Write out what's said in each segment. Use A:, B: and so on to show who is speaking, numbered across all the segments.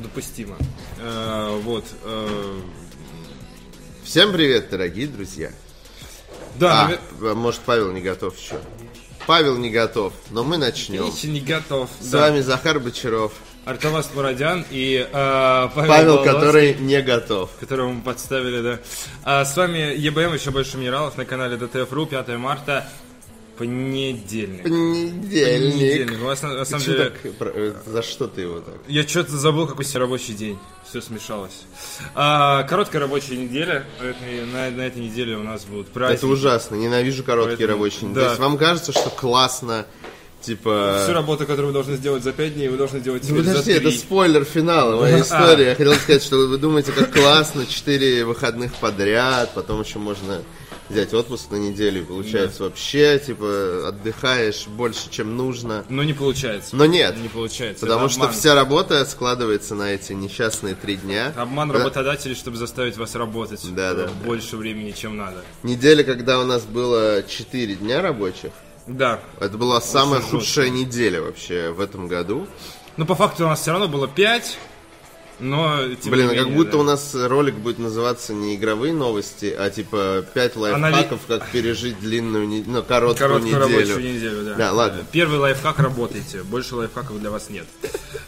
A: допустимо. Э, вот. э,
B: Всем привет, дорогие друзья.
A: да,
B: А,
A: навер-
B: а, может, Павел не готов еще. Павел не готов, но мы
A: я
B: начнем.
A: еще не готов.
B: С
A: да.
B: вами Захар Бочаров.
A: Артавас Мурадян и э, Павел,
B: Павел,
A: Павловский,
B: который не готов.
A: которого мы подставили, да. А, с вами ЕБМ, еще больше минералов на канале ДТФ.ру, 5 марта, понедельник.
B: Понедельник.
A: У вас на, на самом
B: Чё
A: деле...
B: так про- э, за что ты его так?
A: Я что-то забыл, какой сегодня рабочий день. Все смешалось. А, короткая рабочая неделя. Этой- на, на этой неделе у нас будут праздники.
B: Это ужасно. Ненавижу короткие
A: Поэтому-
B: рабочие дни.
A: да.
B: То есть вам кажется, что классно, типа...
A: Всю работу, которую вы должны сделать за 5 дней, вы должны делать
B: Ну,
A: теперь за
B: Подожди,
A: три.
B: это спойлер финала моей
A: А.
B: истории. Я хотел сказать, что вы думаете, как классно, 4 выходных подряд, потом еще можно взять отпуск на неделю, и получается вообще, типа, отдыхаешь больше, чем нужно.
A: Но не получается.
B: Но нет,
A: Не получается.
B: потому
A: Это
B: что
A: обман.
B: вся работа складывается на эти несчастные три дня.
A: Обман
B: Да.
A: работодателей, чтобы заставить вас работать
B: Да,
A: э,
B: да, да.
A: больше времени, чем надо.
B: Неделя, когда у нас было 4 дня рабочих,
A: Да.
B: это была самая
A: жестко.
B: худшая неделя вообще в этом году.
A: Но Ну, по факту у нас все равно было 5, но... тем
B: Блин,
A: не
B: а как
A: менее,
B: будто
A: да.
B: у нас ролик будет называться не игровые новости, а типа 5 лайфхаков, как пережить длинную, не- ну, короткую,
A: Короткую
B: неделю.
A: рабочую неделю, да.
B: Да, ладно.
A: Первый лайфхак работайте, больше лайфхаков для вас нет.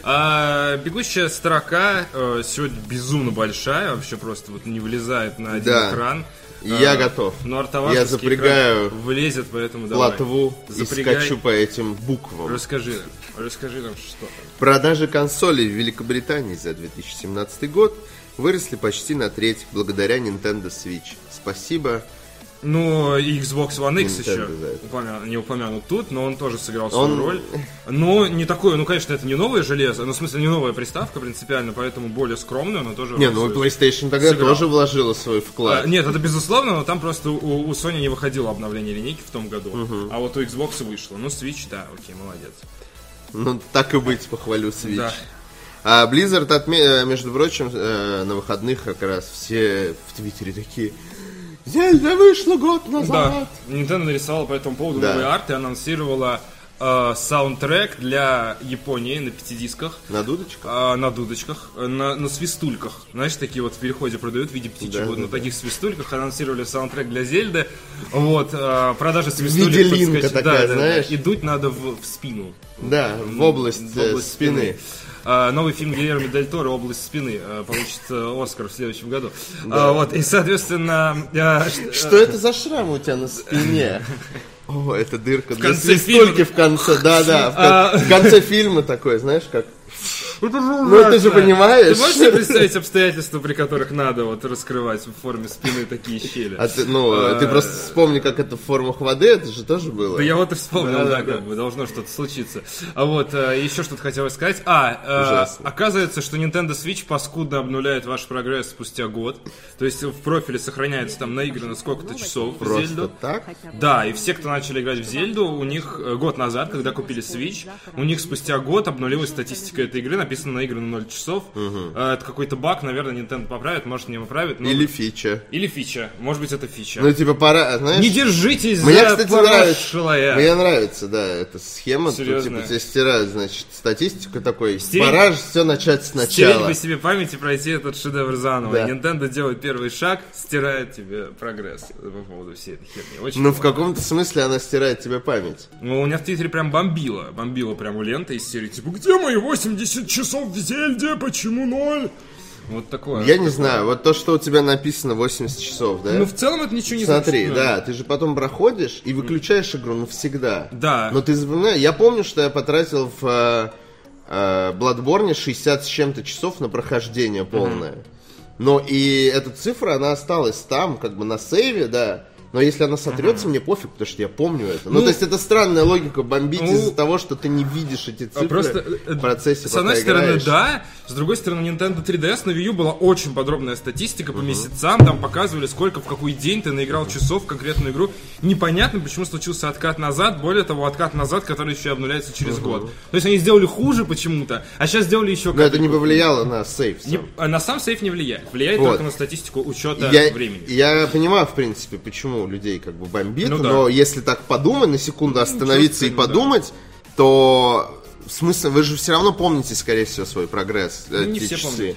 A: А, бегущая строка э, сегодня безумно большая, вообще просто вот не влезает на один
B: Да.
A: экран.
B: И
A: А,
B: я готов.
A: Но
B: Я
A: артоватовский
B: запрягаю
A: экран влезет, поэтому давай.
B: Платву
A: Запрягай.
B: и скачу по этим буквам.
A: Расскажи, нам, расскажи нам, что там.
B: Продажи консолей в Великобритании за 2017 год выросли почти на треть благодаря Nintendo Switch. Спасибо.
A: Ну, и Xbox One X
B: Nintendo
A: еще
B: за это.
A: упомя- не упомянут тут, но он тоже сыграл свою
B: Он-
A: роль. Ну, не такое, ну, конечно, это не новое железо, ну, в смысле, не новая приставка принципиально, поэтому более скромная, но тоже...
B: Не, ну и
A: свою-
B: PlayStation тогда
A: Сыграл.
B: тоже вложила свой вклад.
A: А, нет, это безусловно, но там просто у, у Sony не выходило обновление линейки в том году. А вот у Xbox вышло. Ну, Switch, да, окей, молодец.
B: Ну, так и быть, похвалю Switch.
A: Да.
B: А Blizzard, отме- э, между прочим, э, на выходных как раз все в Твиттере такие «Зельда вышла год
A: Да,
B: назад!»
A: Nintendo нарисовала по этому поводу
B: Да.
A: новый арт и анонсировала э, саундтрек для Японии на пяти дисках.
B: На дудочках.
A: а, на дудочках, э, на, на свистульках. Знаешь, такие вот в переходе продают в виде птичек.
B: Да,
A: вот
B: да,
A: на таких свистульках анонсировали саундтрек для Зельды. Вот, э, продажи свистулек.
B: виде линка
A: подскочили.
B: такая, знаешь?
A: И дуть надо в, в спину.
B: Да, в область,
A: В
B: э,
A: область
B: спины.
A: А, новый фильм Гильермо Дель Торо «Область спины» э, получит э, Оскар в следующем году. А, вот, и, соответственно, э, ш-
B: Что это за шрам у тебя на спине? О, это дырка для
A: конце фильма. А.
B: свистульки в конце, да-да. в кон- В конце фильма такой, знаешь, как...
A: Это же
B: Ну, ты же
A: ужасно.
B: понимаешь.
A: Ты можешь себе представить обстоятельства, при которых надо вот раскрывать в форме спины такие щели?
B: А ты, ну,
A: А,
B: ты просто вспомни, как это в формах воды, это же тоже было.
A: Да я вот и вспомнил, да,
B: Да, да, да.
A: как бы должно что-то случиться. А вот еще что-то хотелось сказать. А, э,
B: Ужасно.
A: оказывается, что Nintendo Switch паскудно обнуляет ваш прогресс спустя год. То есть в профиле сохраняется там наиграно сколько-то часов в
B: Просто
A: Зельду.
B: так?
A: Да, и все, кто начали играть в Зельду, у них э, год назад, когда купили Switch, у них спустя год обнулилась статистика этой игры, написано наиграно 0 часов. Э, Это какой-то баг, наверное, Nintendo поправит, может не поправит. но-
B: Или фича.
A: Или фича, может быть это фича.
B: Ну, типа, пора, знаешь...
A: Не держитесь
B: Мне,
A: за
B: кстати, нравится.
A: парашилая.
B: Мне нравится, да, эта схема. Тут,
A: Серьезно?
B: типа, тебе стирают, значит, статистику такой.
A: Стереть-
B: Пора все начать
A: Стереть
B: сначала.
A: бы себе память и пройти этот шедевр заново.
B: Да.
A: Nintendo делает первый шаг, стирает тебе прогресс по поводу всей этой херни. Очень
B: Ну, в
A: плохо.
B: каком-то смысле она стирает тебе память.
A: Ну, у меня в Твиттере прям бомбило. Бомбило прям у ленты из серии, типа, где мои 80 часов в Зельде, почему ноль? Вот такое.
B: Я не знаю, вот то, что у тебя написано 80 часов, да?
A: Ну, в целом это ничего не
B: Смотри,
A: значит, ну.
B: да, ты же потом проходишь и выключаешь игру навсегда.
A: Да.
B: Но ты запоминаешь, я помню, что я потратил в э, э, Bloodborne 60 с чем-то часов на прохождение полное. Но и эта цифра, она осталась там, как бы на сейве, да. Но если она сотрется, мне пофиг, потому что я помню это. Ну,
A: Ну,
B: то есть это странная логика бомбить
A: ну,
B: из-за того, что ты не видишь эти
A: А
B: цифры
A: Просто, э,
B: в процессе,
A: С одной
B: пока
A: стороны,
B: играешь.
A: да. С другой стороны, Nintendo 3DS на Wii U была очень подробная статистика по месяцам. Там показывали, сколько в какой день ты наиграл часов в конкретную игру. Непонятно, почему случился откат назад. Более того, откат назад, который еще и обнуляется через год. То есть они сделали хуже почему-то, а сейчас сделали еще
B: Но это
A: как-то.
B: не повлияло на сейв. сам.
A: Не- а на сам сейф не влияет. Влияет
B: Вот.
A: только на статистику учета
B: я,
A: времени.
B: я понимаю, в принципе, почему людей как бы бомбит,
A: Ну да. Ну,
B: но если так подумать, на секунду остановиться и
A: чувственно, да.
B: подумать, то в смысле, вы же все равно помните, скорее всего, свой прогресс.
A: Ну,
B: э,
A: не
B: те
A: все
B: часы.
A: помнят.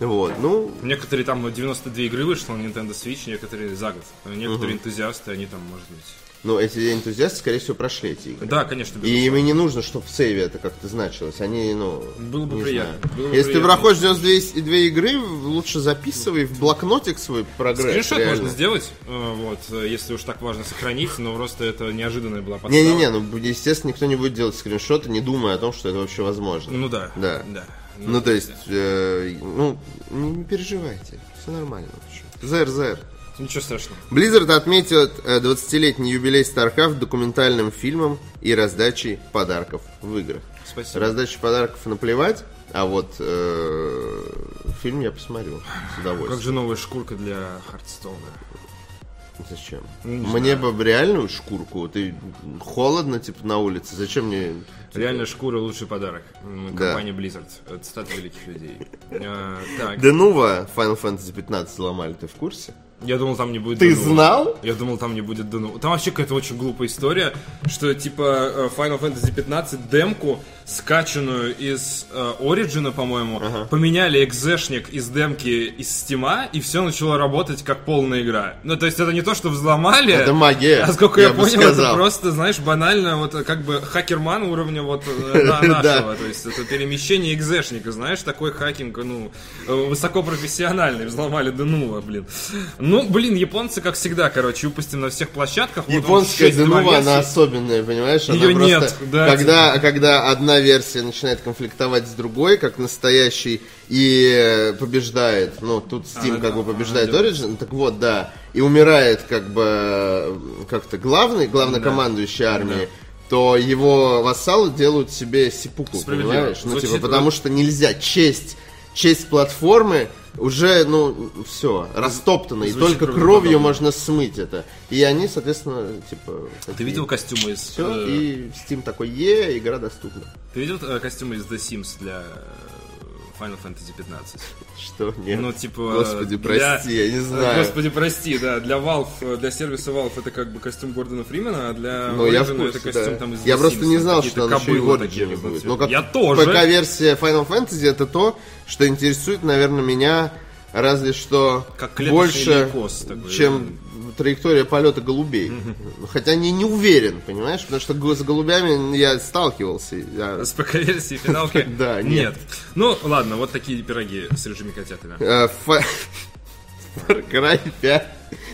B: Вот, ну,
A: Некоторые там 92 игры вышло на Nintendo Switch, некоторые за год. Некоторые энтузиасты, они там, может быть.
B: ну, эти энтузиасты, скорее всего, прошли эти игры.
A: Да, конечно,
B: И им и не нужно, чтобы в сейве это как-то значилось. Они, ну,
A: Было бы
B: не
A: приятно,
B: знаю.
A: было бы
B: Если
A: приятно.
B: ты проходишь 92 две игры, лучше записывай в блокнотик свой прогресс.
A: Скриншот
B: реально.
A: можно сделать, э, вот, э, если уж так важно сохранить, но просто это неожиданная была подстава.
B: Не-не-не, ну, естественно, никто не будет делать скриншоты, не думая о том, что это вообще возможно.
A: Ну да.
B: Да.
A: Да.
B: Ну, то есть, э, ну, не не переживайте, все нормально. вообще. Зер, зер.
A: Ничего страшного.
B: Blizzard отметит э, 20-летний юбилей StarCraft документальным фильмом и раздачей подарков в играх.
A: Спасибо.
B: Раздача подарков наплевать, а вот э, фильм я посмотрю с
A: Как
B: удовольствием.
A: же новая шкурка для Хардстоуна?
B: Зачем?
A: Ну, не
B: Мне бы реальную шкурку. Ты холодно, типа, на улице. Зачем мне...
A: Реально шкура лучший подарок. М,
B: Да.
A: Компания Blizzard. Э, Цитата великих людей. Э, Так.
B: Денува ну Final Fantasy 15 сломали, ты в курсе?
A: Я думал, там не будет
B: Ты
A: Денува.
B: знал?
A: Я думал, там не будет Денува. Там вообще какая-то очень глупая история, что типа э, Final Fantasy 15 демку, скачанную из э, Origin, по-моему, поменяли экзешник из демки из Стима, и все начало работать как полная игра. Ну, то есть это не то, что взломали.
B: Это магия,
A: А сколько я,
B: я бы
A: понял, это
B: сказал.
A: просто, знаешь, банально, вот э, как бы хакерман уровня вот э, на- нашего.
B: Да.
A: То есть это перемещение экзешника, знаешь, такой хакинг, ну, э, высокопрофессиональный, взломали Денува, блин. Ну, блин, японцы, как всегда, короче, упустим на всех площадках. Вот он
B: Японская
A: шесть два
B: Денува, она
A: версии.
B: особенная, понимаешь? Она
A: Её
B: просто-
A: нет, да, типа.
B: когда, когда одна версия начинает конфликтовать с другой, как настоящий, и э, побеждает, ну, тут Steam
A: Она-
B: как бы
A: она
B: побеждает
A: делает.
B: Origin, так вот, да, и умирает как бы э, как-то главный, главнокомандующий армии, то его вассалы делают себе сипуку,
A: Справедливо.
B: понимаешь? Ну,
A: Звучит,
B: типа,
A: э,
B: потому что нельзя, честь, честь платформы уже, ну, все, растоптана, и
A: Звучит
B: только
A: правдоподобно.
B: кровью можно смыть это. И они, соответственно, типа...
A: Ты видел костюмы из...
B: Все,
A: э,
B: и Steam такой, е, игра доступна.
A: Ты видел э, костюмы из The Sims для э, Final Fantasy 15?
B: Что? Нет.
A: Ну, типа... э,
B: Господи,
A: для-
B: прости, я не знаю.
A: Господи, прости, да. Для Valve, э, для сервиса Valve это как бы костюм Гордона Фримена, а для
B: Ну, я в
A: Origin
B: курсе,
A: это костюм
B: да.
A: там из
B: Я
A: The
B: просто
A: Sims,
B: не
A: там
B: знал,
A: какие-то
B: что она еще и
A: кобылы
B: Origin
A: такие
B: не будет.
A: разноцветные.
B: Ну, как
A: Я тоже.
B: ПК-версия Final Fantasy это то, что интересует, наверное, меня разве что
A: Как клеточный
B: больше,
A: лейкоз такой.
B: чем траектория полета голубей. Хотя не, не уверен, понимаешь? Потому что г- с голубями я сталкивался. я-
A: С ПК-версии финалки?
B: Да, нет.
A: Ну, ладно, вот такие пироги с рыжими котятами.
B: Э, Фа- Far Cry 5.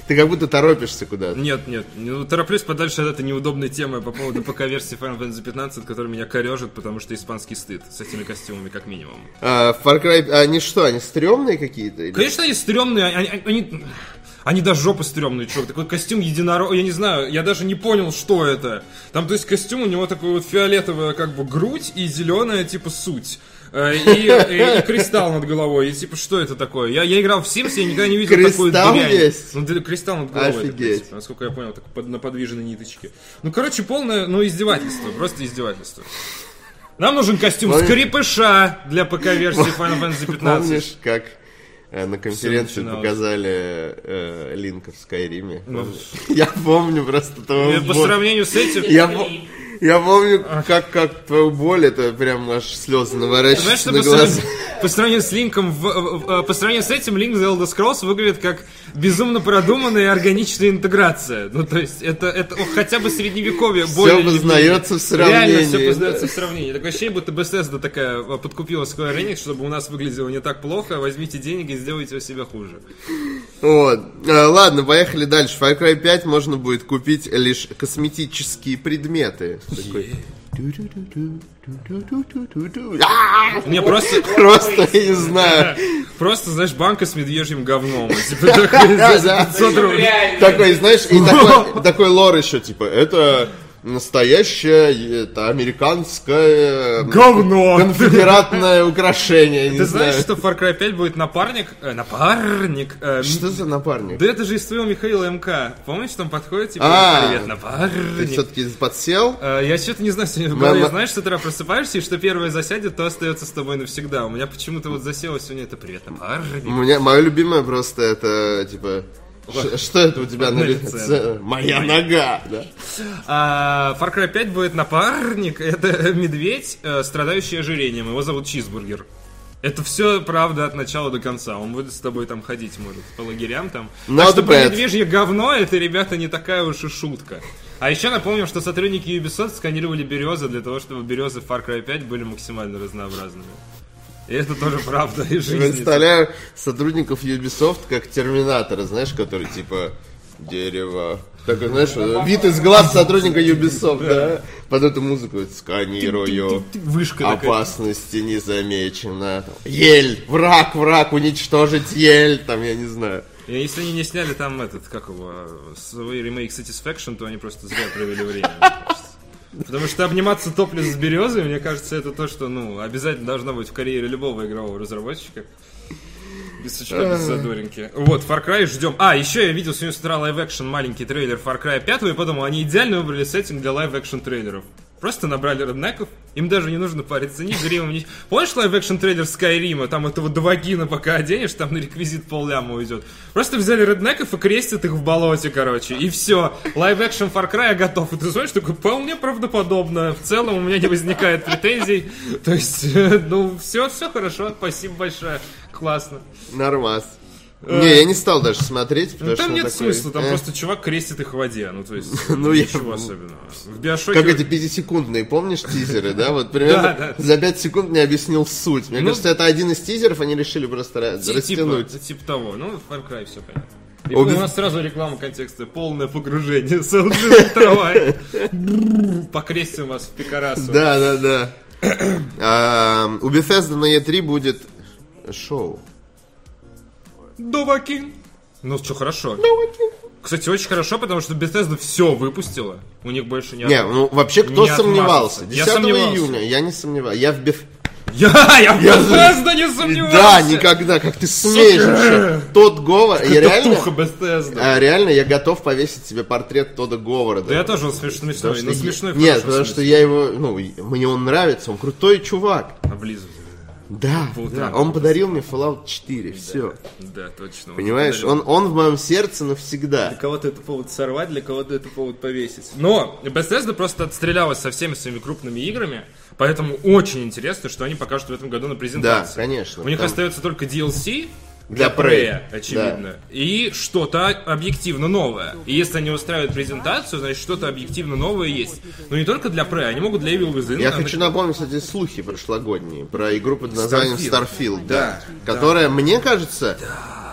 B: Ты как будто торопишься куда-то.
A: Нет, нет, ну, тороплюсь подальше от этой неудобной темы по поводу ПК-версии Final Fantasy 15, которая меня корежит, потому что испанский стыд с этими костюмами как минимум.
B: Э, Far Cry... Они что, они стрёмные какие-то? или-
A: Конечно, они стрёмные, они, они- они, они до жопы стрёмные, чувак. Такой костюм единорог, я не знаю, я даже не понял, что это. Там, то есть, костюм у него такой вот фиолетовая как бы грудь и зеленая типа суть. Э, И, и- и кристалл над головой. И типа, что это такое? Я, я играл в Sims, я никогда не видел такую
B: Кристалл
A: дрянь.
B: есть?
A: Ну, да, кристалл над головой. это, в
B: Офигеть.
A: принципе, насколько я понял, так под- на подвижной ниточке. Ну, короче, полное, ну, издевательство. Просто издевательство. Нам нужен костюм
B: Помни-
A: скрипыша для ПК-версии Final Fantasy 15.
B: Помнишь, как э, на конференции
A: начиналось.
B: показали э, Линка в Скайриме? Помнишь? Я помню просто твою
A: Э, Ну, По
B: боль.
A: сравнению с этим...
B: Я, по- я помню, как, как твою боль, это прям аж слезы
A: Знаешь,
B: наворачиваются
A: что
B: на
A: по
B: глаза.
A: сравнению, по сравнению с Линком, в- в- э, по сравнению с этим, Link The Elder Scrolls выглядит как безумно продуманная и органичная интеграция. Ну, то есть, это, это о, хотя бы средневековье более... или менее.
B: познается в сравнении,
A: Реально все
B: да.
A: познается в сравнении. Такое ощущение, будто Bethesda такая э, подкупила Square Enix, чтобы у нас выглядело не так плохо, возьмите деньги и сделайте у себя хуже.
B: Вот. Э, Ладно, поехали дальше. Far Cry 5 можно будет купить лишь косметические предметы. Такой. А,
A: Мне просто...
B: Просто, я не знаю.
A: Просто, знаешь, банка с медвежьим говном. Типа, такой, знаешь,
B: Да.
A: 500 рублей.
B: Такой, знаешь, и такой, такой лор еще, типа, это настоящее, э, это американское... э,
A: Говно!
B: Конфедератное украшение, я не
A: Ты знаешь,
B: знаю.
A: что в Far Cry 5 будет напарник? э, напарник? э,
B: Что за напарник?
A: Да это же из твоего Михаила МК. Помнишь, там подходит, типа,
B: А.
A: привет,
B: Ты
A: напарник.
B: все-таки подсел?
A: Э, Я что-то не знаю, сегодня в голове,
B: Мама-
A: знаешь, с утра просыпаешься, и что первое засядет, то остается с тобой навсегда. У меня почему-то вот засело сегодня это «Привет, напарник».
B: У меня мое любимое просто это типа Ш- Что это у тебя на
A: На
B: лице?
A: лице.
B: Моя нога. да.
A: А, Far Cry 5 будет напарник. Это медведь, э, страдающий ожирением. Его зовут Чизбургер. Это все правда от начала до конца. Он будет с тобой там ходить, может, по лагерям там.
B: Not
A: так что про
B: bad.
A: медвежье говно, это, ребята, не такая уж и шутка. А еще напомним, что сотрудники Ubisoft сканировали березы для того, чтобы березы в Far Cry 5 были максимально разнообразными. И это тоже правда и жизнь.
B: Представляю сотрудников Ubisoft как терминаторы, знаешь, которые типа дерево. Так, знаешь, вид из глаз сотрудника Ubisoft, да? Под эту музыку сканирую.
A: Вышка
B: А
A: такая.
B: Опасности не замечено. Ель! Враг, враг, уничтожить ель! Там, я не знаю.
A: И Если они не сняли там этот, как его, э, свой ремейк Satisfaction, то они просто зря провели время. мне кажется. Потому что обниматься топлес с березой, мне кажется, это то, что ну, обязательно должно быть в карьере любого игрового разработчика. Без сучка, без задоринки. Вот, Far Cry ждем. А, еще я видел сегодня с утра лайв-экшн маленький трейлер Far Cry 5, и подумал, они идеально выбрали сеттинг для лайв-экшн трейлеров. Просто набрали роднеков, им даже не нужно париться ни гримом, ни... Помнишь лайв-экшн трейлер Скайрима? Там этого Довагина пока оденешь, там на реквизит полляма уйдет. Просто взяли роднеков и крестят их в болоте, короче, и все. Лайв-экшн Far Cry готов. И ты смотришь, такой, вполне правдоподобно. В целом у меня не возникает претензий. То есть, э, ну, все, все хорошо, спасибо большое. Классно.
B: Нормас. Не, я не стал даже смотреть,
A: Э.
B: потому
A: Ну,
B: что
A: там нет
B: такой,
A: смысла, там
B: э,
A: просто чувак крестит их в воде, ну то есть
B: Ну, я-
A: ничего особенного. В Биошоке...
B: Как эти пятисекундные, помнишь, тизеры, да? Вот примерно
A: Да, да.
B: за пять секунд не объяснил суть. Мне
A: Ну,
B: кажется, это один из тизеров, они решили просто ра-
A: ти- типа,
B: растянуть.
A: типа того, ну Far Cry все понятно. И
B: Обе-
A: У нас сразу реклама контекста, полное погружение, Селджин трава. Бррр, Покрестим вас в Пикарасу.
B: Да, да, да. А, У Bethesda на E3 будет шоу.
A: Довакин. Ну что, хорошо. Кстати, очень хорошо, потому что Bethesda все выпустила. У них больше не...
B: Не, ну вообще кто
A: Не
B: сомневался?
A: отмазаться.
B: 10
A: Я сомневался.
B: июня, я не сомневался. Я в Beth-
A: Я, я в
B: Я-
A: Bethesda не сомневался!
B: Да, никогда, как ты смеешь вообще. Тот Говор, я
A: Татуха
B: реально...
A: Bethesda.
B: а, Реально, я готов повесить себе портрет Тода Говора.
A: Да я тоже, он смешной,
B: Потому
A: но
B: что я-
A: смешной в
B: Нет,
A: хорошем
B: потому что
A: смысле.
B: я его, ну, мне он нравится, он крутой чувак.
A: А, Облизывай.
B: Да,
A: По
B: да,
A: утрам
B: он подарил мне Fallout 4, все.
A: Да, точно.
B: Понимаешь, он, он в моем сердце навсегда.
A: кого-то это повод сорвать, для кого-то это повод повесить. Но Bethesda просто отстрелялась со всеми своими крупными играми, поэтому очень интересно, что они покажут в этом году на
B: Да,
A: презентации.
B: конечно.
A: У них
B: там
A: остается только DLC
B: Для Prey,
A: Prey, очевидно, и что-то объективно новое. И если они устраивают презентацию, значит что-то объективно новое есть. Но не только для Prey, они могут для Evil Within. а,
B: Я
A: она-
B: хочу напомнить, кстати, слухи прошлогодние про игру под названием
A: Starfield.
B: Starfield, да, которая, мне кажется,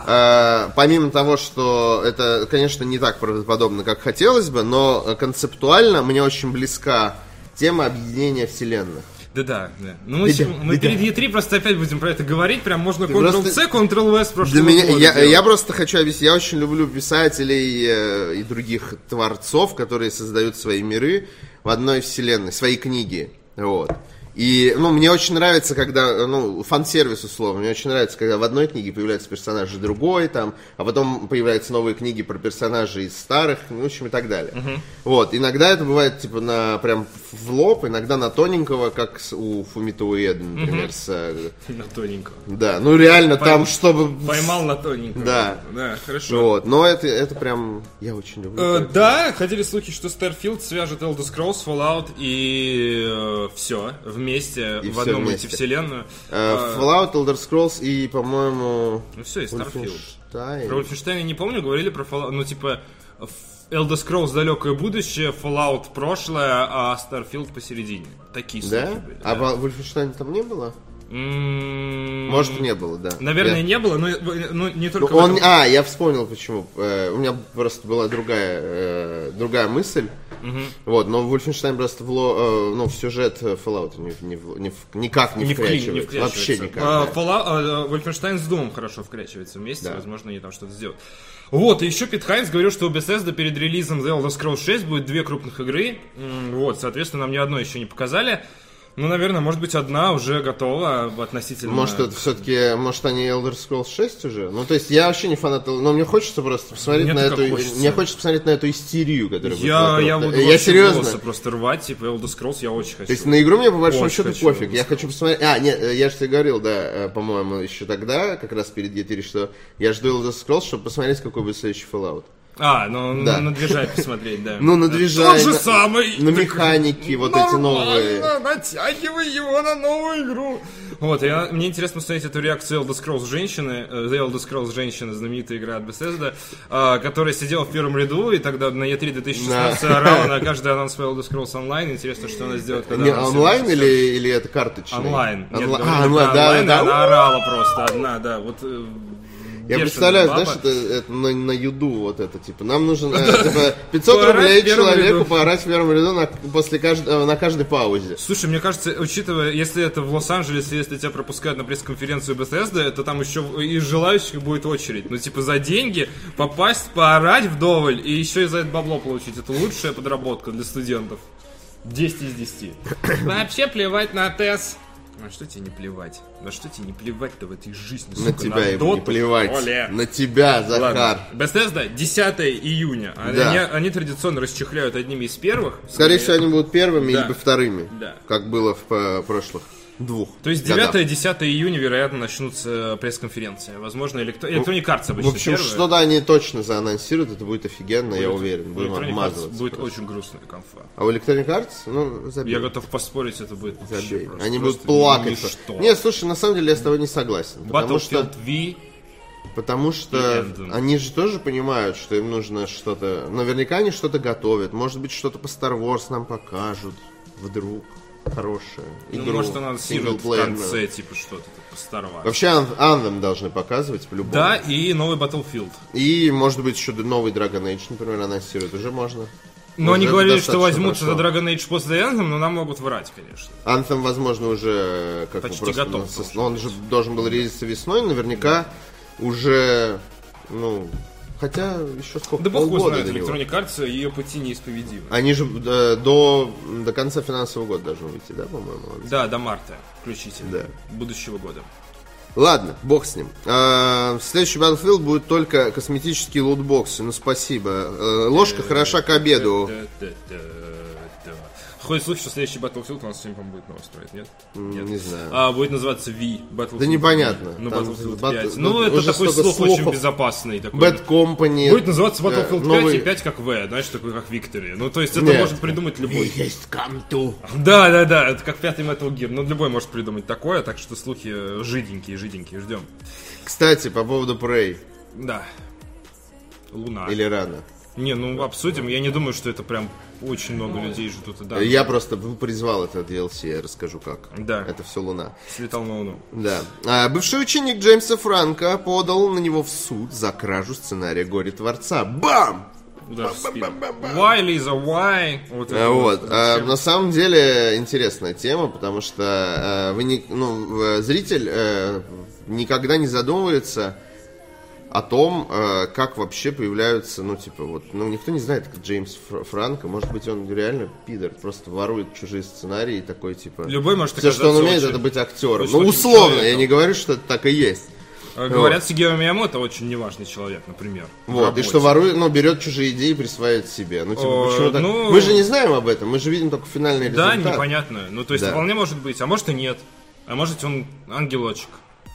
B: э, помимо того, что это, конечно, не так правдоподобно, как хотелось бы, но э, концептуально мне очень близка тема объединения вселенных.
A: Да-да, да. Ну мы,
B: Да-да,
A: сегодня- мы
B: да-да.
A: перед E3 просто опять будем про это говорить, прям можно
B: просто-
A: Ctrl-C, Ctrl-V с прошлого
B: Для меня,
A: года
B: я,
A: делать.
B: я просто хочу объяснить, я очень люблю писателей э, и других творцов, которые создают свои миры в одной вселенной, свои книги, вот. И, ну, мне очень нравится, когда, ну, фан-сервис условно, мне очень нравится, когда в одной книге появляются персонажи другой, там, а потом появляются новые книги про персонажей из старых, ну, в общем, и так далее. Вот, иногда это бывает, типа, на, прям в лоб, иногда на тоненького, как с- у Фумито Уэда, например, с, э,
A: На тоненького.
B: да, ну, реально, там, чтобы...
A: Поймал на тоненького.
B: Да.
A: Да, хорошо.
B: Вот, но это, это прям, я очень люблю.
A: Э,
B: поэтому.
A: да, ходили слухи, что Starfield свяжет Elder Scrolls, Fallout и все вместе
B: И
A: в
B: всё
A: одну
B: вместе.
A: мультивселенную. А,
B: Э, Fallout, Elder Scrolls и, по-моему,
A: Ну все, и Starfield.
B: Wolfenstein.
A: Про Wolfenstein я не помню, говорили про Fallout, ну типа в Elder Scrolls далекое будущее, Fallout прошлое, а Starfield посередине. Такие слухи
B: Да?
A: были.
B: А во- Wolfenstein там не было?
A: М,
B: Может, не было, да.
A: М-м, Наверное,
B: Я-
A: не было, но ну, не
B: Ну,
A: только в
B: Он,
A: этом.
B: а, я вспомнил почему. Э, у меня просто была другая, э, другая мысль. Вот, но Wolfenstein просто в, ло- э, ну, в сюжет э, Fallout не, в- не в- не в- никак не,
A: Не вклин-
B: вклинивается.
A: не вклинивается.
B: Вообще никак.
A: А,
B: да.
A: Fallout- а, Wolfenstein с Думом хорошо вклячивается вместе,
B: Да.
A: возможно, они там что-то сделают. Вот, и еще Пит Хайнс говорил, что у Bethesda перед релизом The Elder Scrolls 6 будет две крупных игры. М, Вот, соответственно, нам ни одной еще не показали. Ну, наверное, может быть, одна уже готова относительно...
B: Может, это все-таки, может, они Elder Scrolls 6 уже? Ну, то есть, я вообще не фанат, но мне хочется просто посмотреть
A: Мне
B: на
A: так
B: эту...
A: хочется.
B: Мне хочется посмотреть на эту истерию, которая будет
A: Я,
B: вокруг.
A: я буду
B: я
A: вообще
B: серьезно.
A: волосы просто рвать, типа Elder Scrolls я очень хочу.
B: То есть на игру мне по большому
A: Очень
B: счету
A: хочу
B: пофиг. Я
A: Elder Scrolls.
B: хочу посмотреть. А, нет, э, я же тебе говорил, да, э, по-моему, еще тогда, как раз перед E3, что я жду Elder Scrolls, чтобы посмотреть, какой будет следующий Fallout.
A: А, ну
B: Да.
A: на движай посмотреть, да.
B: Ну, на
A: Э, Тот
B: движение,
A: же
B: на-
A: самый.
B: на
A: Так
B: механики, вот эти новые.
A: нормально, натягивай его на новую игру. Вот, я, мне интересно посмотреть эту реакцию Elder Scrolls женщины, э, The Elder Scrolls женщины, знаменитая игра от Bethesda, э, которая сидела в первом ряду и тогда на E E3 2016 орала на каждый анонс по Elder Scrolls Online. Интересно, что она сделает, когда
B: Не,
A: она
B: онлайн
A: всё-
B: или, или это карточный?
A: Онлайн. Нет,
B: Онла-
A: говорю,
B: А,
A: да,
B: онлайн, да,
A: онлайн,
B: да,
A: Она
B: да.
A: орала просто одна, да. Вот, э,
B: Я
A: бешеная
B: представляю,
A: баба.
B: знаешь, это, это на, на юду вот это, типа, нам нужен э, типа, 500 рублей
A: Поорать в первом
B: человеку
A: ряду.
B: поорать в первом ряду на, после каждого, на каждой паузе.
A: Слушай, мне кажется, учитывая, если это в Лос-Анджелесе, если тебя пропускают на пресс-конференцию Bethesda, то там еще и желающих будет очередь. Ну, типа, за деньги попасть, поорать вдоволь и еще и за это бабло получить. Это лучшая подработка для студентов. 10 из 10. Вообще плевать на ТЭС. На что тебе не плевать? На что тебе не плевать-то в этой жизни,
B: На
A: сука?
B: тебя ему не
A: доту,
B: плевать.
A: что ли?
B: На тебя, Захар.
A: Ладно. Bethesda 10 июня. А Они,
B: Да.
A: они традиционно расчехляют одними из первых.
B: Скорее всего, они будут первыми
A: Да.
B: или вторыми,
A: Да.
B: как было в э, прошлых двух.
A: То есть
B: годах.
A: 9-10 июня, вероятно, начнутся э, пресс-конференции. Возможно, электро... Electronic Arts
B: Ну, В
A: обычно
B: общем,
A: первая.
B: что-то они точно заанонсируют, это будет офигенно, я уверен.
A: У
B: Будем
A: Electronic Arts
B: обмазываться.
A: будет
B: просто.
A: очень грустная конфа.
B: А у Electronic Arts, ну, забей.
A: Я готов поспорить, это будет вообще
B: забей.
A: просто-
B: Они
A: просто
B: будут плакать.
A: ничто.
B: Нет, слушай, на самом деле я с тобой не согласен. Потому что,
A: Battlefield V.
B: потому
A: и
B: что
A: Anthem.
B: они же тоже понимают, что им нужно что-то... Наверняка они что-то готовят. Может быть, что-то по Star Wars нам покажут. Вдруг. Хорошее.
A: Ну,
B: Игру
A: может, анонсируют в
B: синглплеерную.
A: конце, типа, что-то по Star Wars.
B: Вообще Ан- Anthem должны показывать по-любому.
A: Да, и новый Battlefield.
B: И, может быть, еще новый Dragon Age, например, анонсируют. Уже можно.
A: Но
B: Уже
A: они говорили, что
B: Ну, достаточно
A: возьмутся за
B: прошло.
A: Dragon Age после Anthem, но нам могут врать, конечно.
B: Anthem, возможно, уже как бы
A: Почти
B: просто
A: готов
B: со-
A: должен
B: Он же должен был релизиться весной, наверняка уже, ну, хотя еще сколько
A: Да бог его
B: полгода
A: знает,
B: до него.
A: Electronic Arts, ее пути неисповедимы.
B: Они же э, до до конца финансового года должны выйти, да, по-моему. он?
A: Да, до марта, включительно.
B: Да.
A: Будущего года.
B: Ладно, бог с ним. Э, в следующий Battlefield будет только косметические лутбоксы. Ну спасибо. Э, ложка хороша к
A: э,
B: обеду.
A: Да-да-да-да. Ходит слух, что следующий Battlefield у нас сегодня, по-моему, будет новый строить, нет?
B: М, Не знаю.
A: А, будет называться V Battlefield.
B: Да непонятно.
A: Ну,
B: Там
A: Battlefield
B: бат-
A: 5.
B: ну,
A: Ну, это
B: уже
A: такой
B: столько
A: слух очень
B: слухов.
A: безопасный. Такой.
B: Bad Company.
A: А, Будет называться Battlefield 5
B: Да, новый-
A: и 5 как V, знаешь, такой как Victory. Ну, то есть это
B: Нет.
A: может придумать любой.
B: Есть камту.
A: Да, да, да, это как пятый Metal Gear. Ну, любой может придумать такое, так что слухи э, жиденькие, жиденькие, ждем.
B: Кстати, по поводу Prey.
A: Да. Луна.
B: Или рано.
A: Не, ну обсудим. Я не думаю, что это прям очень много людей ждут и да.
B: Я просто был- призвал это DLC, я расскажу как.
A: Да.
B: Это все Луна.
A: Слетал на Луну.
B: Да. А, бывший ученик Джеймса Франка подал на него в суд за кражу сценария Горе Творца. Бам!
A: Удар в спину. Why, Лиза, why? Э, Вот. это
B: А, Вот. А,
A: Зачем?
B: на самом деле э, интересная тема, потому что э, вы не, ну, э, зритель э, никогда не задумывается о том, э, как вообще появляются, ну, типа, вот, ну, никто не знает, как Джеймс Фр- Франко, может быть, он реально пидор, просто ворует чужие сценарии и такой, типа...
A: Любой может
B: Все, что он
A: оказаться
B: умеет,
A: очень-
B: это быть актером.
A: очень
B: Ну,
A: плохим
B: условно, я
A: человеком.
B: не говорю, что это так и есть.
A: А, Говорят, Сигео Миямото очень неважный человек, например. в
B: Вот, и
A: работе.
B: что ворует, ну, берет чужие идеи и присваивает себе. Ну, типа,
A: Э,
B: почему так?
A: ну-
B: Мы же не знаем об этом, мы же видим только финальный
A: Да,
B: результат.
A: непонятно. Ну, то есть,
B: Да.
A: вполне может быть, а может и нет. А может, он ангелочек.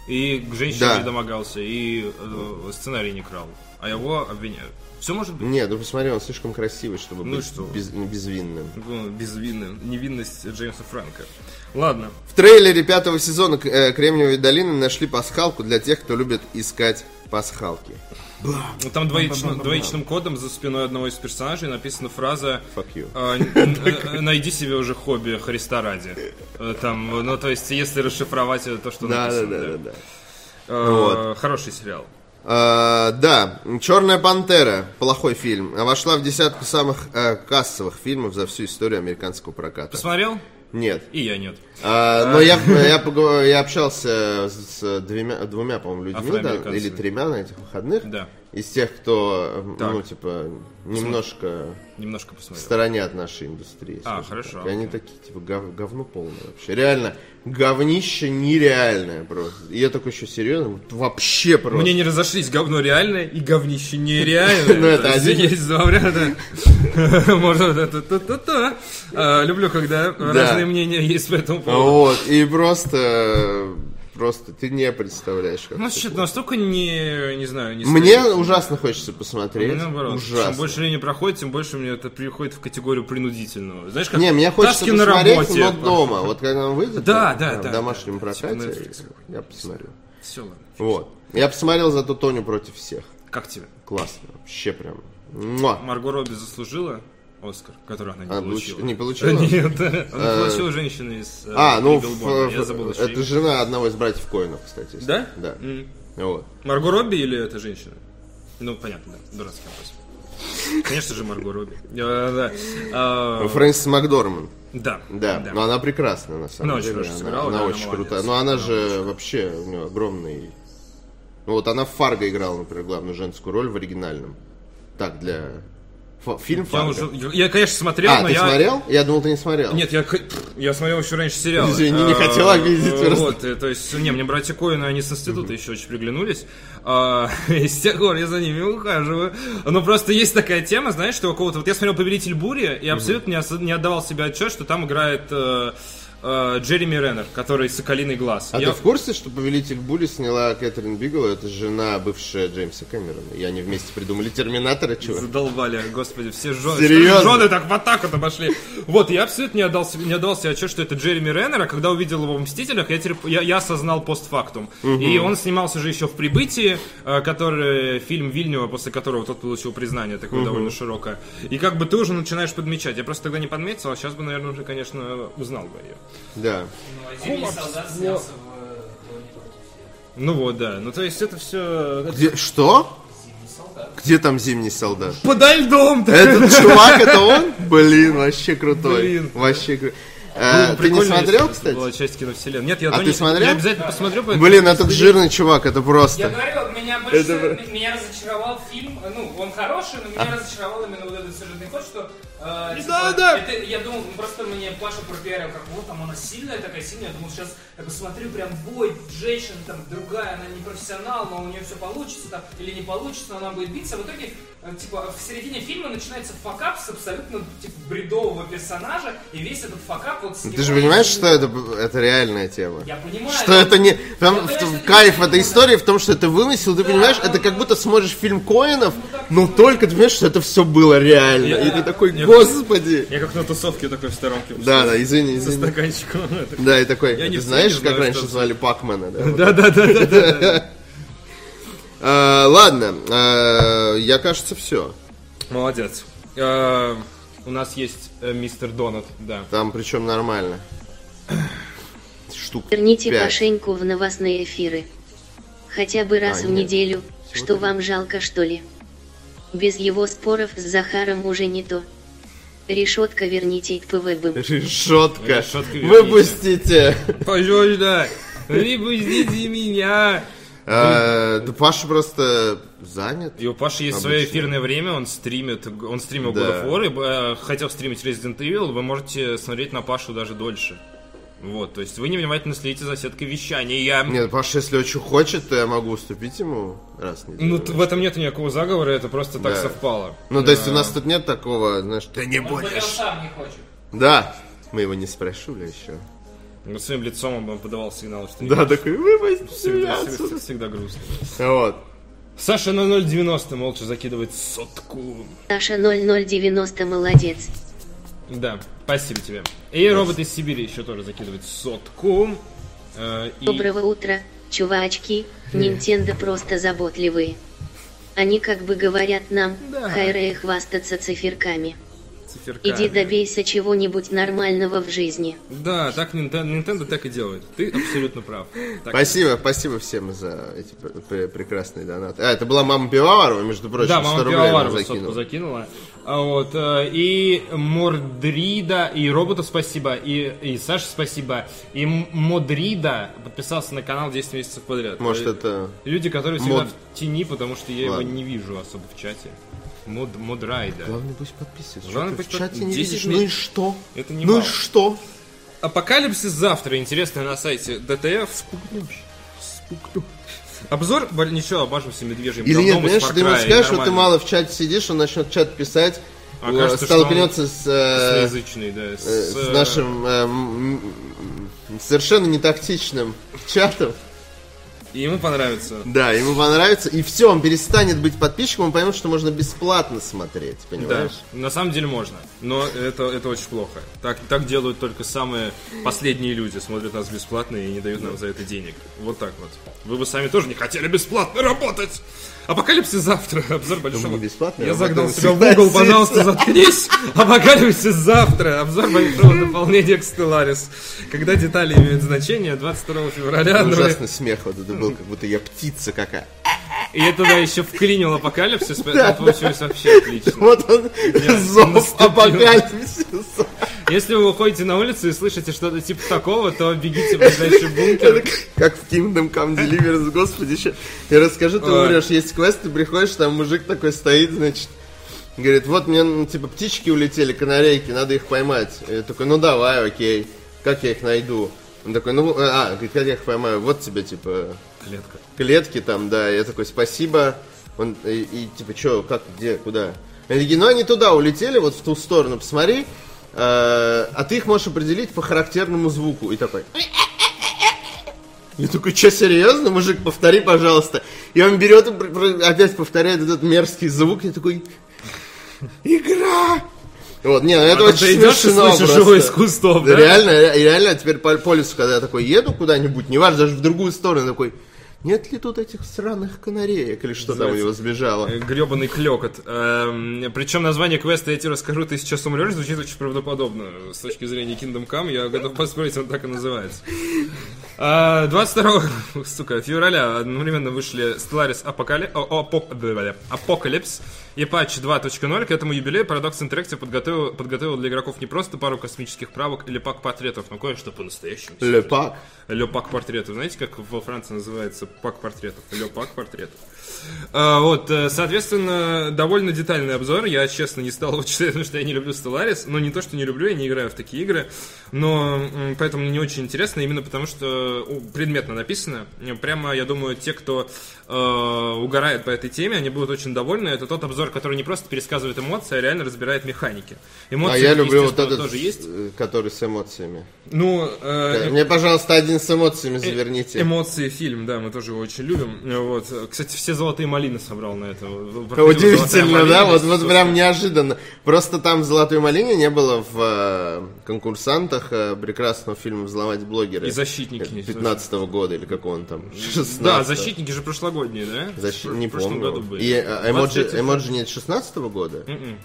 A: И к женщине
B: Да.
A: не домогался, и э, сценарий не крал. А его обвиняют. Все может быть.
B: Нет, ну посмотри, он слишком красивый, чтобы
A: Ну
B: быть
A: и что?
B: без- безвинным.
A: Ну, Безвинно. Невинность Джеймса Франка. Ладно.
B: В трейлере пятого сезона э, Кремниевой долины нашли пасхалку для тех, кто любит искать пасхалки.
A: Ну, там двоичным, двоичным кодом за спиной одного из персонажей написана фраза
B: Fuck you.
A: э, н- э, «Найди себе уже хобби Христа ради». Э, Там, э, ну, то есть, если расшифровать это то, что
B: Да, да,
A: написано.
B: да,
A: да.
B: да, да.
A: Э, Хороший сериал.
B: А, да, Черная пантера, плохой фильм, вошла в десятку самых э, кассовых фильмов за всю историю американского проката.
A: Посмотрел?
B: Нет.
A: И я нет.
B: А, но я, я, пог- я общался с двумя, двумя по-моему, людьми, да,
A: Афроамериканцами.
B: или тремя на этих выходных.
A: Да.
B: Из тех, кто, м,
A: Так.
B: ну, типа, немножко
A: Немножко
B: в
A: посмотрел.
B: стороне от нашей индустрии.
A: А,
B: скажем
A: хорошо,
B: так. И Они
A: окей.
B: такие, типа, гов- говно полное вообще. Реально, говнище нереальное просто. И я такой еще серьезно, вот вообще просто.
A: Мне не разошлись говно реальное и говнище нереальное.
B: Ну, это
A: То есть
B: один.
A: Есть два варианта. Можно вот это, та-та-та. А, Люблю, когда разные мнения есть по этому поводу.
B: А Вот, и просто, просто ты не представляешь, как
A: Ну,
B: это.
A: что-то настолько не, не знаю, не
B: Мне
A: стоит.
B: ужасно хочется посмотреть.
A: Мне Ну, наоборот.
B: ужасно.
A: Чем больше времени проходит, тем больше мне это приходит в категорию принудительного. Знаешь, как
B: Не, мне хочется
A: таски на
B: посмотреть,
A: работе.
B: но дома. Вот когда он выйдет,
A: Да,
B: там,
A: да,
B: там,
A: да,
B: в домашнем
A: да. Типа
B: прокате,
A: Netflix.
B: я посмотрю.
A: Все, А, ладно.
B: Вот. Я посмотрел зато Тоню против всех.
A: Как тебе?
B: Классно. Вообще прям. Муа.
A: Марго Робби заслужила Оскар, который она не
B: А,
A: получила.
B: луч- не получила? Э,
A: Нет, она получила женщина из э,
B: А, ну,
A: «Три
B: в-
A: билборда». я
B: в-
A: забыл, что
B: это
A: имя.
B: жена одного из братьев Коинов, кстати. если-
A: Да?
B: Да.
A: М.
B: Вот.
A: Марго Робби или это женщина? Ну, понятно, да. Дурацкий вопрос. Конечно же, Марго Робби. Э, Да. А,
B: Фрэнсис Макдорман.
A: Да.
B: Да. ну, но она прекрасна, на самом
A: Она очень
B: деле.
A: хорошо
B: она,
A: сыграла,
B: она
A: да, она
B: очень
A: молодец.
B: крутая. Но она же вообще, у нее огромный... Ну вот она в Фарго играла, например, главную женскую роль в оригинальном. Так, для... Фа- Фильм
A: Я,
B: Фарго.
A: уже, я, конечно, смотрел,
B: А,
A: но
B: ты
A: я...
B: смотрел? Я думал, ты не смотрел.
A: Нет, я, к- я смотрел еще раньше сериал. А,
B: Извини, не хотел обидеть просто.
A: Вот, э, то есть, не, мне братья Коины, они с института еще очень приглянулись. А, И с тех пор я за ними ухаживаю. Но просто есть такая тема, знаешь, что у кого-то... Вот я смотрел «Повелитель бури» и абсолютно не ос- не отдавал себе отчет, что там играет э, э, Джереми Реннер, который «Соколиный глаз».
B: А
A: Я-
B: ты в курсе, что «Повелитель Були» сняла Кэтрин Бигело? Это жена бывшая Джеймса Кэмерона. И они вместе придумали «Терминатора», чувак.
A: Задолбали, господи, все жены.
B: Серьезно?
A: Жены так в атаку-то пошли. Вот, я абсолютно не отдал, себе- не отдал себе отчет, что это Джереми Реннер, а когда увидел его в «Мстителях», я, теперь, я, я осознал постфактум. И он снимался же еще в «Прибытии», э, который фильм Вильнева, после которого тот получил признание такое довольно широкое. И как бы ты уже начинаешь подмечать. Я просто тогда не подметил, а сейчас бы, наверное, уже, конечно, узнал бы ее.
B: Да.
C: Ну, а «Зимний солдат» снялся в «Тони против всех».
A: Ну вот, да. Ну то есть это все...
B: Где, что?
C: «Зимний солдат».
B: Где там «Зимний солдат»?
A: Подо льдом!
B: Этот чувак, это он? Блин, вообще крутой.
A: Блин.
B: Вообще кру- Э, Ты не
A: Прикольно,
B: смотрел,
A: если это Была
B: кстати?
A: часть киновселенной. Нет, я,
B: А
A: Тони-
B: ты смотрел?
A: я обязательно посмотрю. поэтому-
B: Блин, этот жирный чувак, это
C: Я
B: просто.
C: говорю, меня больше
B: Это- А.
C: всего- меня разочаровал фильм, ну, он хороший, но меня разочаровал именно вот этот сюжетный ход, что э, типа,
A: Да-да.
C: это- я думал, ну, просто мне Паша пропиарил, как вот там она сильная такая сильная, я думал, сейчас я посмотрю, прям бой, женщина там другая, она не профессионал, но у нее все получится там, или не получится, но она будет биться. В итоге, э, типа, в середине фильма начинается факап с абсолютно типа, бредового персонажа, и весь этот факап вот с
B: Ты
C: него-
B: же понимаешь, что это, это реальная тема?
C: Я понимаю.
B: Что это не...
C: Я
B: Там
C: понимаю,
B: в-
C: что
B: в
C: это
B: кайф
C: не-
B: этой истории в том, что ты вымысел, ты
C: Да,
B: понимаешь,
C: ну,
B: это как
C: ну.
B: будто смотришь фильм Коинов, но только ты понимаешь, что это все было реально.
A: Я-
B: И ты такой,
A: я-
B: господи!
A: Я как на тусовке такой в сторонке.
B: Да, да, извини,
A: Со
B: извини.
A: стаканчиком.
B: Да, и такой,
A: Я не
B: ты
A: в
B: знаешь,
A: теме,
B: как
A: знаю,
B: раньше
A: что-
B: звали Пакмана, да?
A: Да, да, да, да, да.
B: Э, Ладно, э, я, кажется, все.
A: Молодец. Э, У нас есть э, мистер Донат, да.
B: Там причем нормально. Штук
D: Верните
B: пять.
D: Пашеньку в новостные эфиры. Хотя бы раз
B: А,
D: в
B: нет.
D: неделю, что вам жалко что ли? Без его споров с Захаром уже не то. Решетка верните
B: Э.
D: ПВБ.
B: Решетка.
A: Решетка верните.
B: Выпустите.
A: Пожалуйста, выпустите меня.
B: Э, Да Паша просто занят.
A: И у Паши есть свое
B: Обычно.
A: эфирное время, он стримит, он стримил
B: Да.
A: God of War, и, э, хотел стримить Resident Evil, вы можете смотреть на Пашу даже дольше. Вот, то есть вы невнимательно следите за сеткой вещания.
B: Нет, Паша, если очень хочет, то я могу уступить ему раз в неделю.
A: Ну, т- в этом нет никакого заговора, это просто так
B: Да.
A: совпало.
B: Ну, то есть у нас тут нет такого, знаешь, ты не
C: Он хотел
B: будешь.
C: сам не хочет.
B: Да. Мы его не спрашивали еще.
A: Ну, Своим лицом он подавал сигнал, что
B: Да, такой, выпусти меня
A: всегда,
B: отсюда.
A: всегда, всегда грустно.
B: Вот.
A: Саша на 0.90 молча закидывает сотку.
D: Саша 0090 молодец.
A: Да, спасибо тебе. И робот из Сибири еще тоже закидывает сотку. Э, и-
D: Доброго утра, чувачки.
B: Э.
D: Nintendo просто заботливые. Они как бы говорят нам, хайре и хвастаться циферками.
A: циферками.
D: Иди добейся чего-нибудь нормального в жизни.
A: Да, так Nintendo, Nintendo так и делает. Ты абсолютно прав. Так.
B: Спасибо, спасибо всем за эти пр- пр- прекрасные донаты. А, это была мама Пивоварова, между прочим,
A: Да,
B: 100
A: мама
B: рублей она
A: Пивоварова сотку
B: закинула.
A: закинула. А вот, э, и Мордрида, и Роботу спасибо, и, и Саше спасибо, и М- Модрида подписался на канал 10 месяцев подряд.
B: Может,
A: Э,
B: это...
A: Люди, которые всегда
B: Мод-
A: в тени, потому что я
B: Ладно.
A: его не вижу особо в чате. Мод, Модрайда.
B: Главное, пусть подписывается.
A: Главное,
B: Главное,
A: пусть
B: в чате не
A: 10
B: видишь.
A: месяцев.
B: Ну и что?
A: Это
B: ну
A: немало.
B: и что?
A: Апокалипсис завтра. Интересно на сайте ДТФ. Спукнешь. Спукну. Обзор, боль- ничего, обажимся медвежьим
B: Или нет,
A: говном из
B: понимаешь,
A: Far
B: ты ему
A: Cry,
B: скажешь, что ты
A: нормально.
B: мало в чате сидишь, он начнет в чат писать,
A: А кажется,
B: э, столкнется
A: что
B: с, э,
A: Язычный, да. С,
B: э, с
A: э,
B: нашим э, м- м- м- совершенно нетактичным чатом.
A: э, И ему понравится.
B: Да, ему понравится, и все, он перестанет быть подписчиком, он поймет, что можно бесплатно смотреть,
A: Да,
B: понимаешь?
A: на самом деле можно, но это, это очень плохо. Так, так делают только самые последние люди, смотрят нас бесплатно и не дают нам за это денег. Вот так вот. Вы бы сами тоже не хотели бесплатно работать! Апокалипсис завтра. Обзор большого...
B: не бесплатно,
A: Я
B: а
A: загнал
B: потом
A: себя в
B: всегда
A: угол,
B: сидишь.
A: пожалуйста, заткнись. Апокалипсис завтра. Обзор большого дополнения к Stellaris. Когда детали имеют значение, 22 февраля.
B: Ну,
A: но-
B: Ужасный смех вот это был, как будто я птица какая.
A: ну И я тогда еще вклинил апокалипсис, поэтому получилось вообще отлично.
B: Вот он, зов
A: наступил.
B: апокалипсиса.
A: Если вы выходите на улицу и слышите что-то типа такого, то бегите в ближайший бункер.
B: Это как- Как в Kingdom Come Deliverance, господи, еще. И расскажу, ты
A: Ой.
B: умрешь, есть квест, ты приходишь, там мужик такой стоит, значит, говорит, вот мне, ну, типа, птички улетели, канарейки, надо их поймать. Я такой, ну давай, окей, как я их найду? Он такой, ну, э, а, говорит, как я их поймаю? Вот тебе, типа,
A: Клетка.
B: клетки там, да. Я такой, спасибо. Он, и, и, типа, что, как, где, куда? Они такие, ну они туда улетели, вот в ту сторону, посмотри. э, а ты их можешь определить по характерному звуку. И такой... Я такой, что, серьезно, мужик, повтори, пожалуйста. И он берет и пр- пр- опять повторяет этот мерзкий звук. Я такой, игра! Вот, не, ну это
A: Потом
B: очень
A: ты идешь и
B: смешно
A: слышишь
B: просто.
A: его из кустов, да?
B: Реально, ре- реально, теперь по, по лесу, когда я такой еду куда-нибудь, неважно, даже в другую сторону, я такой, нет ли тут этих сраных канареек или что там у него сбежало?
A: Гребаный клекот. Э, Эм, Причем название квеста «Я тебе расскажу, ты сейчас умрешь» звучит очень правдоподобно. С точки зрения Kingdom Come, я готов поспорить, он так и называется. А, 22 сука, февраля одновременно вышли Stellaris Apocalypse, о, о, Апо- бля, Apocalypse и патч 2.0. К этому юбилею Paradox Interactive подготовил, подготовил для игроков не просто пару космических правок или пак портретов, но кое-что по-настоящему.
B: Лепак.
A: Ле пак портретов. Знаете, как во Франции называется пак портретов? Ле пак портретов. А, вот, э, соответственно, довольно детальный обзор. Я, честно, не стал его читать, потому что я не люблю Stellaris. Но не то, что не люблю, я не играю в такие игры. Но м, поэтому мне не очень интересно, именно потому что о, предметно написано. Э, Прямо, я думаю, те, кто э, угорает по этой теме, они будут очень довольны. Это тот обзор, который не просто пересказывает эмоции, а реально разбирает механики. Эмоции,
B: А я люблю вот
A: естественно,
B: этот,
A: тоже есть.
B: э, который с эмоциями.
A: Ну, э,
B: Мне, пожалуйста, один с эмоциями заверните.
A: Эмоции фильм, да, мы тоже его очень любим. Вот. Кстати, все золотые малины собрал на это.
B: Удивительно, да? Вот, вот
A: Просто-
B: прям неожиданно. Просто там в «Золотой малине» не было в э, конкурсантах э, прекрасного фильма «Взломать блогера».
A: И «Защитники» есть,
B: 15 года или как он там? 16
A: Да, защитники же прошлогодние, да?
B: Защи-
A: В пр-
B: не
A: в прошлом
B: помню.
A: году были. М-м-м.
B: И э, эмоджи,
A: 23
B: эмоджи нет 16 года?
A: Мгм.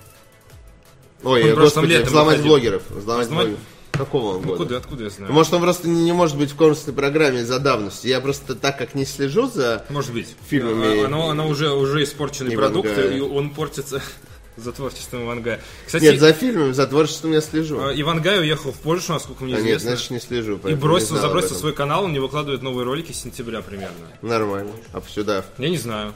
B: Ой,
A: Он
B: э,
A: прошлым
B: господи,
A: летом
B: взломать
A: выходил.
B: блогеров. Взломать
A: Взломать-
B: блогеров. Какого он года?
A: Откуда, откуда я знаю?
B: Может, он просто не, не может быть в конкурсной программе за давностью. Я просто так как не слежу за...
A: Может быть.
B: Фильмами-
A: А, Оно, оно уже, уже испорченный
B: И
A: продукт,
B: мангая.
A: и он портится за творчеством Ивангая. Кстати,
B: Нет, за фильмами, за творчеством я слежу.
A: э, Ивангай уехал в Польшу, насколько мне
B: А нет,
A: известно.
B: значит, не
A: и
B: слежу. поэтому не
A: бросил,
B: знал об
A: забросил
B: этом.
A: свой канал, он не выкладывает новые ролики с сентября примерно.
B: Нормально. А сюда...
A: Я не знаю.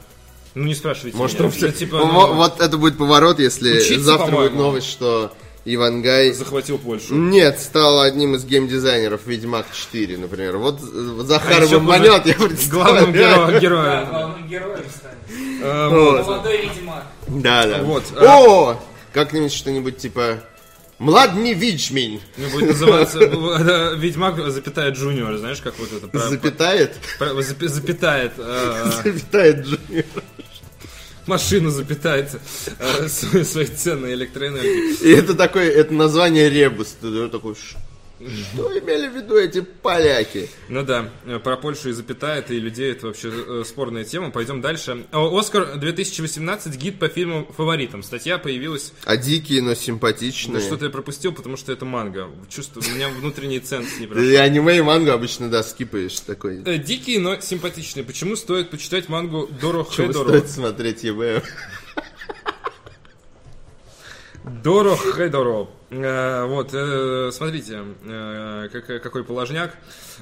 A: Ну не спрашивайте
B: Может,
A: меня.
B: он
A: Я,
B: все...
A: типа,
B: Во-
A: ну,
B: Вот это будет поворот, если
A: Учиться,
B: завтра будет
A: по-моему.
B: новость, что Ивангай...
A: захватил Польшу.
B: Нет, стал одним из геймдизайнеров Ведьмак 4, например. Вот э, Захаров
A: еще
B: бомбанет,
A: А будет
B: я представляю.
A: Главным героем.
C: Да,
A: героем.
C: главным героем станет.
A: Э,
B: Вот.
C: Молодой Ведьмак.
B: Да, да.
A: Вот, а-
B: О! Как-нибудь что-нибудь типа... Младни Вичмин
A: Ну, будет называться э, Ведьмак запятая Джуниор, знаешь, как вот это про-
B: запятает.
A: про- запи- запятает э,
B: Запятает Джуниор.
A: машину запятает э, своей своей ценной электроэнергией.
B: И это такое, это название ребус. Ты такой, «Ш- Что имели в виду эти поляки?
A: Ну да, э, про Польшу и запятая, и людей это вообще э, спорная тема. Пойдем дальше. О, Оскар 2018, гид по фильму «Фаворитам». Статья появилась
B: А дикие, но
A: Да
B: симпатичные.
A: что-то я пропустил, потому что это манга. Чувствую, у меня внутренний ценз не прошел.
B: И аниме и манго обычно, да, скипаешь такой.
A: Э, Дикие, но симпатичные. Почему стоит почитать мангу Доро
B: Чего
A: Хедоро?
B: стоит смотреть ЕБ?
A: Доро Хедоро. Э, Вот, э, смотрите, э, как- какой положняк.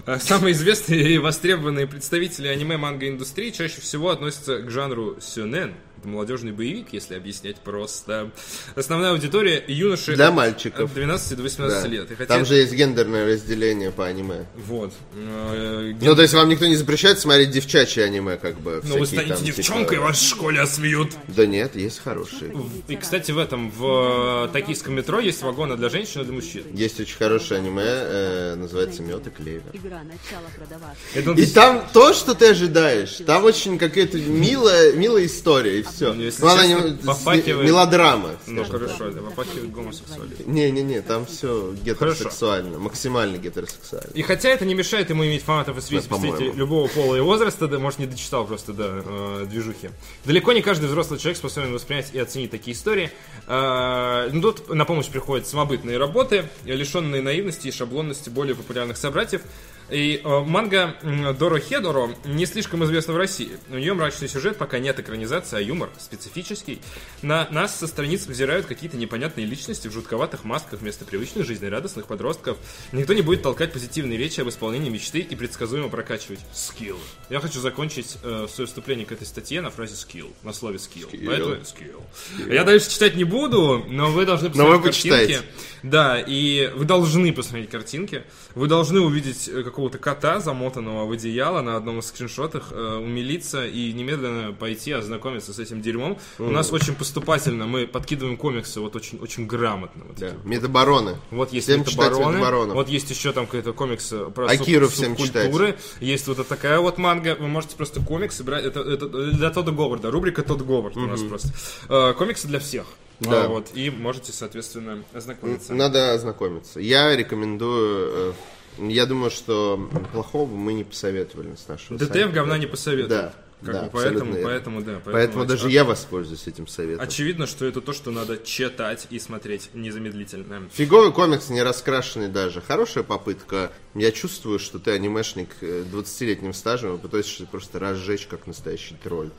A: Э, Самые известные и востребованные представители аниме-манго-индустрии чаще всего относятся к жанру сюнен. Это молодежный боевик, если объяснять просто. Основная аудитория юноши
B: Для
A: от-
B: мальчиков.
A: от 12 до 18
B: Да.
A: лет. И хотя-
B: Там же есть гендерное разделение по аниме.
A: Вот. Э,
B: Ну, то есть вам никто не запрещает смотреть девчачье аниме, как бы.
A: Ну, вы
B: всякие
A: станете
B: там, типа-
A: девчонкой, вас в школе осмеют.
B: Да нет, есть хорошие.
A: И, кстати, в этом, в э, токийском метро есть вагоны для женщин и для мужчин.
B: Есть очень хорошее аниме, э, называется «Мед и клевер».
E: Игра начала продаваться.
A: Это он-
B: И там то, что ты ожидаешь, там очень какая-то милая, милая история, и все.
A: Ну, если
B: она
A: честно,
B: не-
A: попахивает-
B: Мелодрама.
A: Ну, хорошо, да, попахивает гомосексуализм.
B: Не-не-не, там все гетеросексуально, максимально гетеросексуально.
A: И хотя это не мешает ему иметь фанатов и среди
B: Да, по-моему.
A: представителей любого пола и возраста, да, может, не дочитал просто до э, движухи. Далеко не каждый взрослый человек способен воспринять и оценить такие истории. Э, ну, тут на помощь приходят самобытные работы, лишенные наивности и шаблонности более популярных собратьев. И э, манга м, Доро Хедоро не слишком известна в России. У нее мрачный сюжет, пока нет экранизации, а юмор специфический. На нас со страниц взирают какие-то непонятные личности в жутковатых масках вместо привычных жизнерадостных подростков. Никто не будет толкать позитивные речи об исполнении мечты и предсказуемо прокачивать скилл. Я хочу закончить э, свое вступление к этой статье на фразе скилл, на слове скилл. Поэтому скилл. Я дальше читать не буду, но вы должны
B: Но вы
A: посмотреть картинки.
B: почитайте.
A: Да, и вы должны посмотреть картинки. Вы должны увидеть э, какого-то кота, замотанного в одеяло на одном из скриншотах, э, умилиться и немедленно пойти ознакомиться с этим дерьмом. У нас очень поступательно, мы подкидываем комиксы вот очень, очень грамотно. Вот,
B: Да.
A: эти.
B: Медобороны.
A: вот есть
B: Всем читать
A: «Метабороны»,
B: «Метаборонов».
A: вот есть еще там какой-то комикс э, про
B: Акиру
A: суб-
B: всем
A: субкультуры, есть вот такая вот манга, вы можете просто комиксы брать, это, это э, для Тодда Говарда, рубрика Тодд Говард у нас просто. Э, комиксы для всех.
B: Да.
A: А, вот, и можете, соответственно, ознакомиться.
B: Надо ознакомиться. Я рекомендую... э, Я думаю, что плохого мы не посоветовали с нашего сайта.
A: ДТФ говна не посоветую.
B: Да,
A: Как
B: да,
A: бы поэтому,
B: абсолютно
A: поэтому, да.
B: Поэтому даже
A: оч-
B: я воспользуюсь этим советом.
A: Очевидно, что это то, что надо читать и смотреть незамедлительно.
B: Фиговый комикс, не раскрашенный даже. Хорошая попытка. Я чувствую, что ты анимешник э, 20-летним стажем и пытаешься просто разжечь, как настоящий тролль.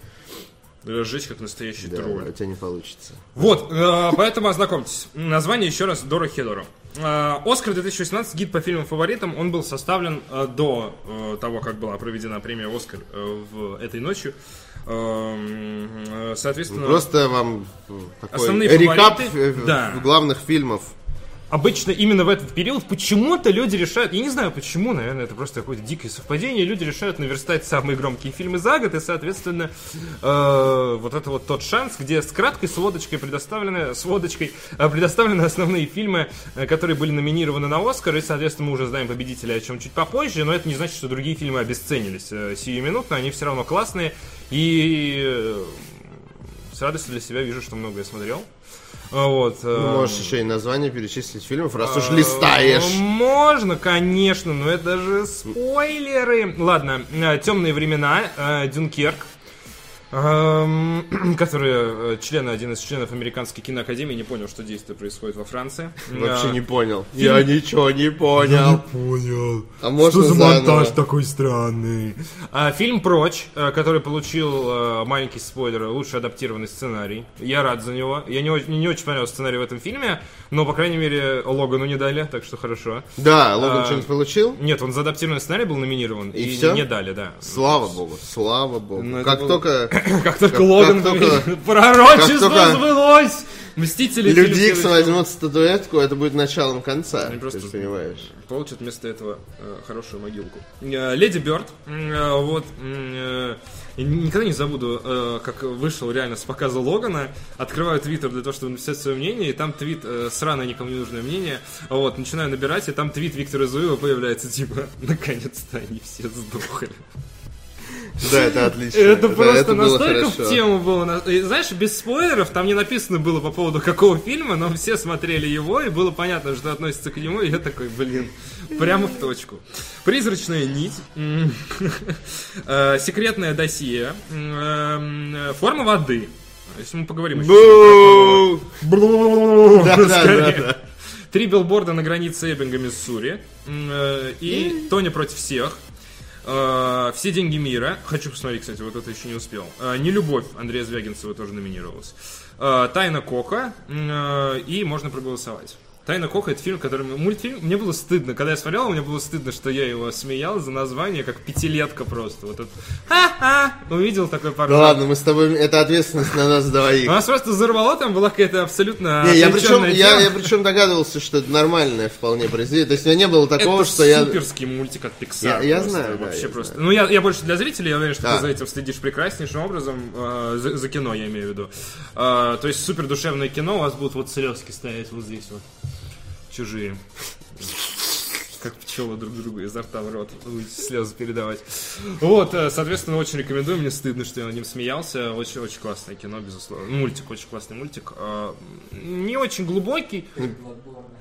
A: Жить Э, как настоящий
B: Да,
A: тролль.
B: у тебя не получится.
A: Вот, э, поэтому ознакомьтесь. Название еще раз Дора Хедора. Э, Оскар 2018, гид по фильмам фаворитам, он был составлен э, до э, того, как была проведена премия Оскар э, в этой ночью. Эм, э, Соответственно,
B: Ну, Просто вам м, такой
A: Основные
B: рекап
A: фавориты,
B: э, э,
A: да.
B: главных фильмов.
A: обычно именно в этот период почему-то люди решают, я не знаю почему, наверное, это просто какое-то дикое совпадение, люди решают наверстать самые громкие фильмы за год, и, соответственно, э, вот это вот тот шанс, где с краткой сводочкой предоставлены, с водочкой э, предоставлены основные фильмы, э, которые были номинированы на Оскар, и, соответственно, мы уже знаем победителя, о чем чуть попозже, но это не значит, что другие фильмы обесценились э, сиюминутно, они все равно классные, и э, с радостью для себя вижу, что многое смотрел. Вот, э,
B: Можешь еще и название перечислить фильмов, раз уж
A: а,
B: листаешь.
A: Можно, конечно, но это же спойлеры. Ладно, темные времена, э, Дюнкерк. эм, Которые э, члены, один из членов Американской киноакадемии не понял, что действие происходит во Франции.
B: Вообще
A: Э,
B: не понял. Ну, Я ничего не понял.
F: Понял.
B: А можно
F: Что за
B: заново? Ну
F: монтаж такой странный?
A: А, Фильм «Прочь», э, который получил э, маленький спойлер, лучший адаптированный сценарий. Я рад за него. Я не, очень- мне не очень понравился сценарий в этом фильме, но, по крайней мере, Логану не дали, так что хорошо.
B: Да, Логан
A: А,
B: что-нибудь получил?
A: Нет, он за адаптированный сценарий был номинирован,
B: И
A: и,
B: всё?
A: не дали, да.
B: Слава богу, слава богу.
A: это
B: Как
A: было-
B: только
A: Как только
B: Как-
A: Логан
B: как
A: говорит,
B: только-
A: пророчество
B: как только-
A: сбылось! Мстители
B: Людикс
A: фильм
B: возьмут статуэтку, это будет началом конца.
A: Они
B: Ты
A: просто-
B: же понимаешь.
A: Получит вместо этого э, хорошую могилку. Э, Леди Бёрд, м, э, вот, м, э, я никогда не забуду, э, как вышел реально с показа Логана, открываю твиттер для того, чтобы написать свое мнение, и там твит, э, сраное никому не нужное мнение, вот, начинаю набирать, и там твит Виктора Зуева появляется, типа, наконец-то они все сдохли.
B: Да, это отлично.
A: Это
B: Да,
A: просто
B: было
A: настолько в
B: хорошо.
A: тему было. на- и, Знаешь, без спойлеров там не написано было по поводу какого фильма, но все смотрели его, и было понятно, что относится к нему, и я такой, блин, прямо в точку. «Призрачная нить», м, э, «Секретное досье», м, эм, э, «Форма воды». Если мы поговорим еще.
B: Бу! Да, да,
A: Скорее.
B: да, да.
A: Три билборда на границе Эббинга, Миссури. М, э, И Тони против всех. Э, Все деньги мира. Хочу посмотреть, кстати, вот это еще не успел. Э, Нелюбовь Андрея Звягинцева тоже номинировалась. Э, Тайна Кока. М, э, И можно проголосовать. Тайна Кока это фильм, который мы- мультфильм. Мне было стыдно, когда я смотрел, мне было стыдно, что я его смеял за название как пятилетка просто. Вот это. Ха-ха! Увидел такой пару.
B: Ну ладно, мы с тобой... Это ответственность на нас двоих.
A: Нас просто взорвало, там была какая-то абсолютно
B: Не, я причем,
A: отвлечённая
B: я,
A: А, тема.
B: я причем догадывался, что это нормальное вполне произведение. То есть у меня не было такого,
A: это
B: что я...
A: суперский мультик от Pixar.
B: Я- я
A: просто,
B: знаю, да,
A: вообще
B: я
A: просто.
B: знаю.
A: Ну, я, я больше для зрителей, я уверен, что ты
B: Да.
A: за этим следишь прекраснейшим образом. э, за, за кино, я имею в виду. Э, то есть супер душевное кино, у вас будут вот слезки стоять вот здесь вот. Чужие. Как пчелы друг другу изо рта в рот будете слезы передавать. Вот, э, соответственно, очень рекомендую. Мне стыдно, что я над ним смеялся. Очень-очень классное кино, безусловно. Ну, Мультик, очень классный мультик. Э, Не очень глубокий,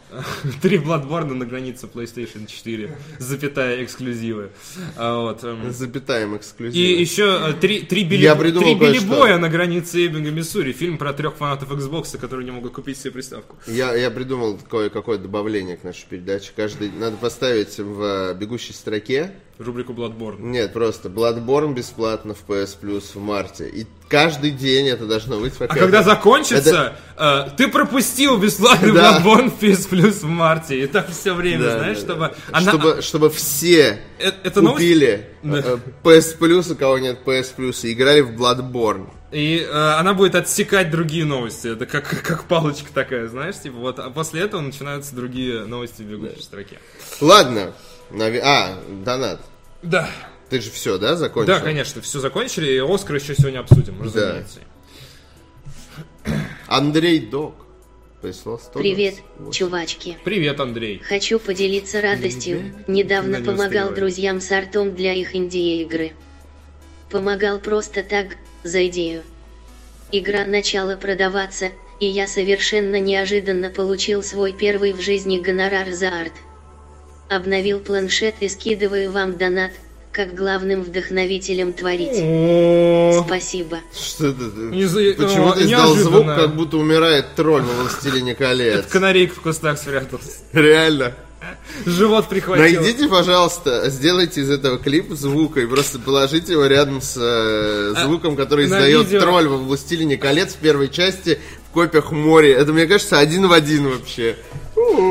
A: Три Бладборна на границе PlayStation 4, запятая эксклюзивы. А, вот, эм.
B: Запятаем
A: И
B: эксклюзив.
A: еще э, три, три, били...
B: Я придумал
A: три
B: кое-что.
A: билибоя на границе Эббинга, Миссури. Фильм про трех фанатов Xbox, которые не могут купить себе приставку.
B: Я, я придумал кое-какое добавление к нашей передаче. Каждый надо поставить в э, бегущей строке.
A: Рубрику Бладборн.
B: Нет, просто Bloodborne бесплатно в PS Plus в марте. И каждый день это должно быть.
A: А когда закончится, э, ты пропустил бесплатный
B: Да.
A: Бладборн в PS Plus в марте. И так все время, знаешь, чтобы... Она- а,
B: чтобы, чтобы все
A: Э, это новость-
B: купили
A: Да.
B: э, PS Plus, у кого нет PS Plus, и играли в Bloodborne.
A: И э, она будет отсекать другие новости. Это как, как палочка такая, знаешь, типа вот. А после этого начинаются другие новости в бегущей строке.
B: Ладно. Наве- А, донат.
A: Да.
B: Ты же все, да, закончил?
A: Да, конечно, все закончили, и Оскар еще сегодня обсудим, разумеется.
B: Андрей Док прислал 100
D: Привет, чувачки.
A: Привет, Андрей.
D: Хочу поделиться радостью. Недавно
A: Не
D: помогал
A: успеваю.
D: друзьям с артом для их инди-игры. Помогал просто так, за идею. Игра начала продаваться, и я совершенно неожиданно получил свой первый в жизни гонорар за арт. Обновил планшет и скидываю вам донат, как главным вдохновителем творить.
A: О,
D: Спасибо.
B: Что это ты?
A: Не за-
B: Почему
A: э,
B: ты издал
A: неожиданно.
B: звук, как будто умирает тролль во «Властелине колец»?
A: канарейка в кустах спрятался.
B: Реально.
A: Живот прихватил.
B: Найдите, пожалуйста, сделайте из этого клип звука и просто положите его рядом с э, звуком, который
A: А, на
B: издает
A: видео.
B: тролль во «Властелине колец» в первой части в копиях моря. Это, мне кажется, один в один вообще.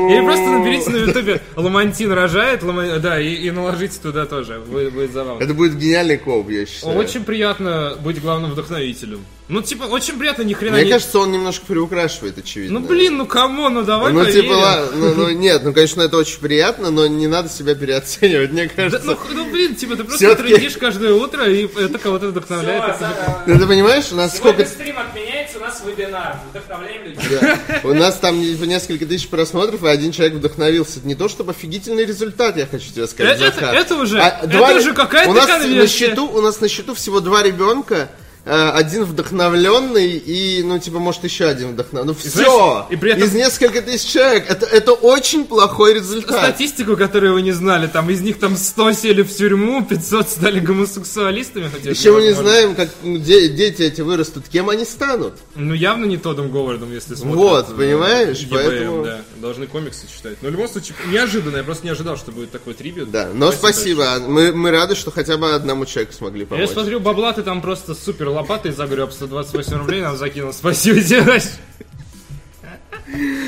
A: Или просто наберите на ютубе «Ламантин рожает», лама- да, и, и наложите туда тоже, будет, будет забавно.
B: Это будет гениальный коп, я считаю.
A: Очень приятно быть главным вдохновителем. Ну, типа, очень приятно ни хрена
B: Мне
A: не...
B: кажется, он немножко приукрашивает, очевидно.
A: Ну, блин, ну кому, ну давай
B: Ну, типа,
A: поверим.
B: ла- ну, ну, нет, ну, конечно, это очень приятно, но не надо себя переоценивать, мне
A: Да,
B: кажется.
A: ну, х- ну, блин, типа, ты просто
B: Всё-таки-
A: трындишь каждое утро, и это кого-то вдохновляет.
C: Всё,
A: это же-
C: за-
B: Ну, ты понимаешь, у нас
C: Сегодня
B: сколько...
C: стрим отменяется, у нас вебинар. Вдохновляем людей.
B: Да. У нас там типа, несколько тысяч просмотров, и один человек вдохновился. Это не то, чтобы офигительный результат, я хочу тебе
A: Э,
B: сказать,
A: Это,
B: Захар.
A: это уже,
B: А, два
A: это
B: ре-
A: уже какая-то
B: у нас
A: конверсия.
B: на счету, у нас на счету всего два ребенка, э, один вдохновленный и, ну, типа, может, еще один вдохновленный. Ну,
A: знаешь,
B: все!
A: и при этом-
B: Из нескольких тысяч человек. Это, это очень плохой результат.
A: Статистику, которую вы не знали, там из них там 100 сели в тюрьму, 500 стали гомосексуалистами. Хотя это
B: Еще мы не
A: невозможно.
B: знаем, как ну, де- дети эти вырастут, кем они станут.
A: Ну, явно не Тодом Говардом, если смотрят.
B: Вот,
A: э,
B: понимаешь,
A: EBM,
B: поэтому-
A: да. Должны комиксы читать. Но в любом случае, неожиданно, я просто не ожидал, что будет такой трибют.
B: Да, но спасибо. Мы, мы рады, что хотя бы одному человеку смогли
A: Я
B: помочь.
A: смотрю, бабла ты там просто супер лопатой загреб, 128 рублей нам закинул. Спасибо тебе, Настя.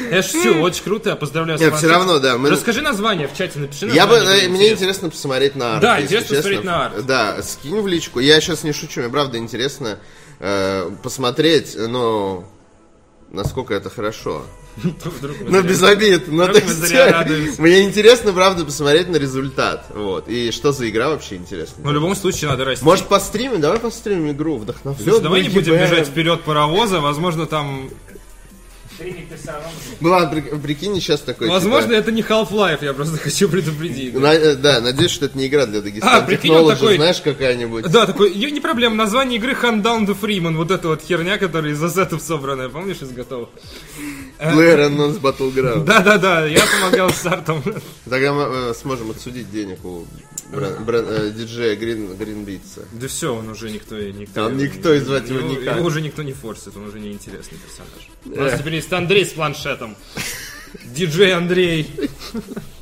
A: Это ж все, очень круто, я поздравляю с
B: Нет,
A: вас.
B: всё равно, да, мы-
A: Расскажи название в чате, напиши
B: Я бы,
A: название,
B: э,
A: мне
B: мне интересно посмотреть на арт.
A: Да,
B: если
A: интересно
B: честно.
A: посмотреть на арт.
B: Да, скинь в личку. Я сейчас не шучу, мне правда интересно э, посмотреть, ну, насколько это хорошо.
A: Вдруг мы
B: Ну,
A: зря-
B: без обид. но
A: Вдруг
B: то
A: мы
B: есть,
A: зря радуемся.
B: Мне интересно, правда, посмотреть на результат. Вот. И что за игра вообще интересна.
A: Ну, в любом случае, надо расти.
B: Может, постримим? Давай постримим игру,
A: Слушай,
B: вдохновлен.
A: давай не будем бежать вперед паровоза, возможно, там
C: Ремик ты все равно нужен.
B: Ну ладно, при- прикинь, сейчас такой. типа,
A: Возможно, это не Half-Life, я просто хочу предупредить.
B: на- э, да, надеюсь, что это не игра для
A: А,
B: Дагестана.
A: прикинь, он такой-
B: знаешь, какая-нибудь.
A: Да, такой, не не проблема, название игры Hand Down the Freeman, вот эта вот херня, которая из ассетов собранная, помнишь, из готовых?
B: Player Unknown's Battleground.
A: Да-да-да, я помогал с стартом.
B: Тогда мы э, сможем отсудить денег у бра- бра- э, диджея Грин, Гринбитса.
A: Да все, он уже никто и никто.
B: Там никто и звать его никак.
A: Его уже никто не форсит, он уже неинтересный персонаж. У нас теперь есть Андрей с планшетом. Диджей Андрей.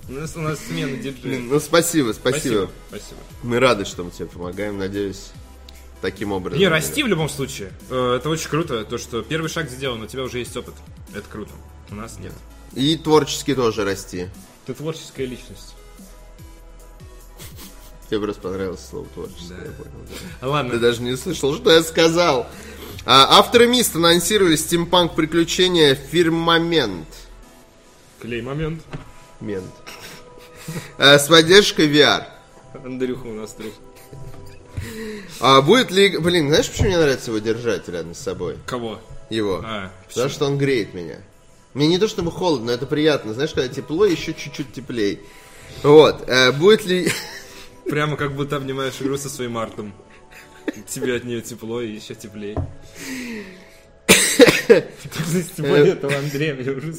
A: У нас у нас смена диджея.
B: Ну, спасибо, спасибо,
A: Спасибо.
B: Мы рады, что мы тебе помогаем, надеюсь, таким образом.
A: Не, расти в любом случае. Э, Это очень круто, то, что первый шаг сделан, у тебя уже есть опыт. Это круто. У нас нет.
B: И творчески тоже расти.
A: Ты творческая личность.
B: Тебе просто понравилось слово творческое, я понял. да. Ты
A: Ладно.
B: даже не услышал, что я сказал. А, авторы Мист анонсировали стимпанк приключения Фирмамент.
A: Клей момент.
B: Мент. А, с поддержкой VR.
A: Андрюха у нас друг.
B: А будет ли... иг- Блин, знаешь, почему мне нравится его держать рядом с собой?
A: Кого?
B: Его.
A: А,
B: Потому что он греет меня. Мне не то чтобы холодно, но это приятно. Знаешь, когда тепло, еще чуть-чуть теплее. Вот. Э, будет ли...
A: Прямо как будто обнимаешь игру со своим артом. Тебе от нее тепло и еще теплее.
B: Э, боль
A: этого Андрея мне уже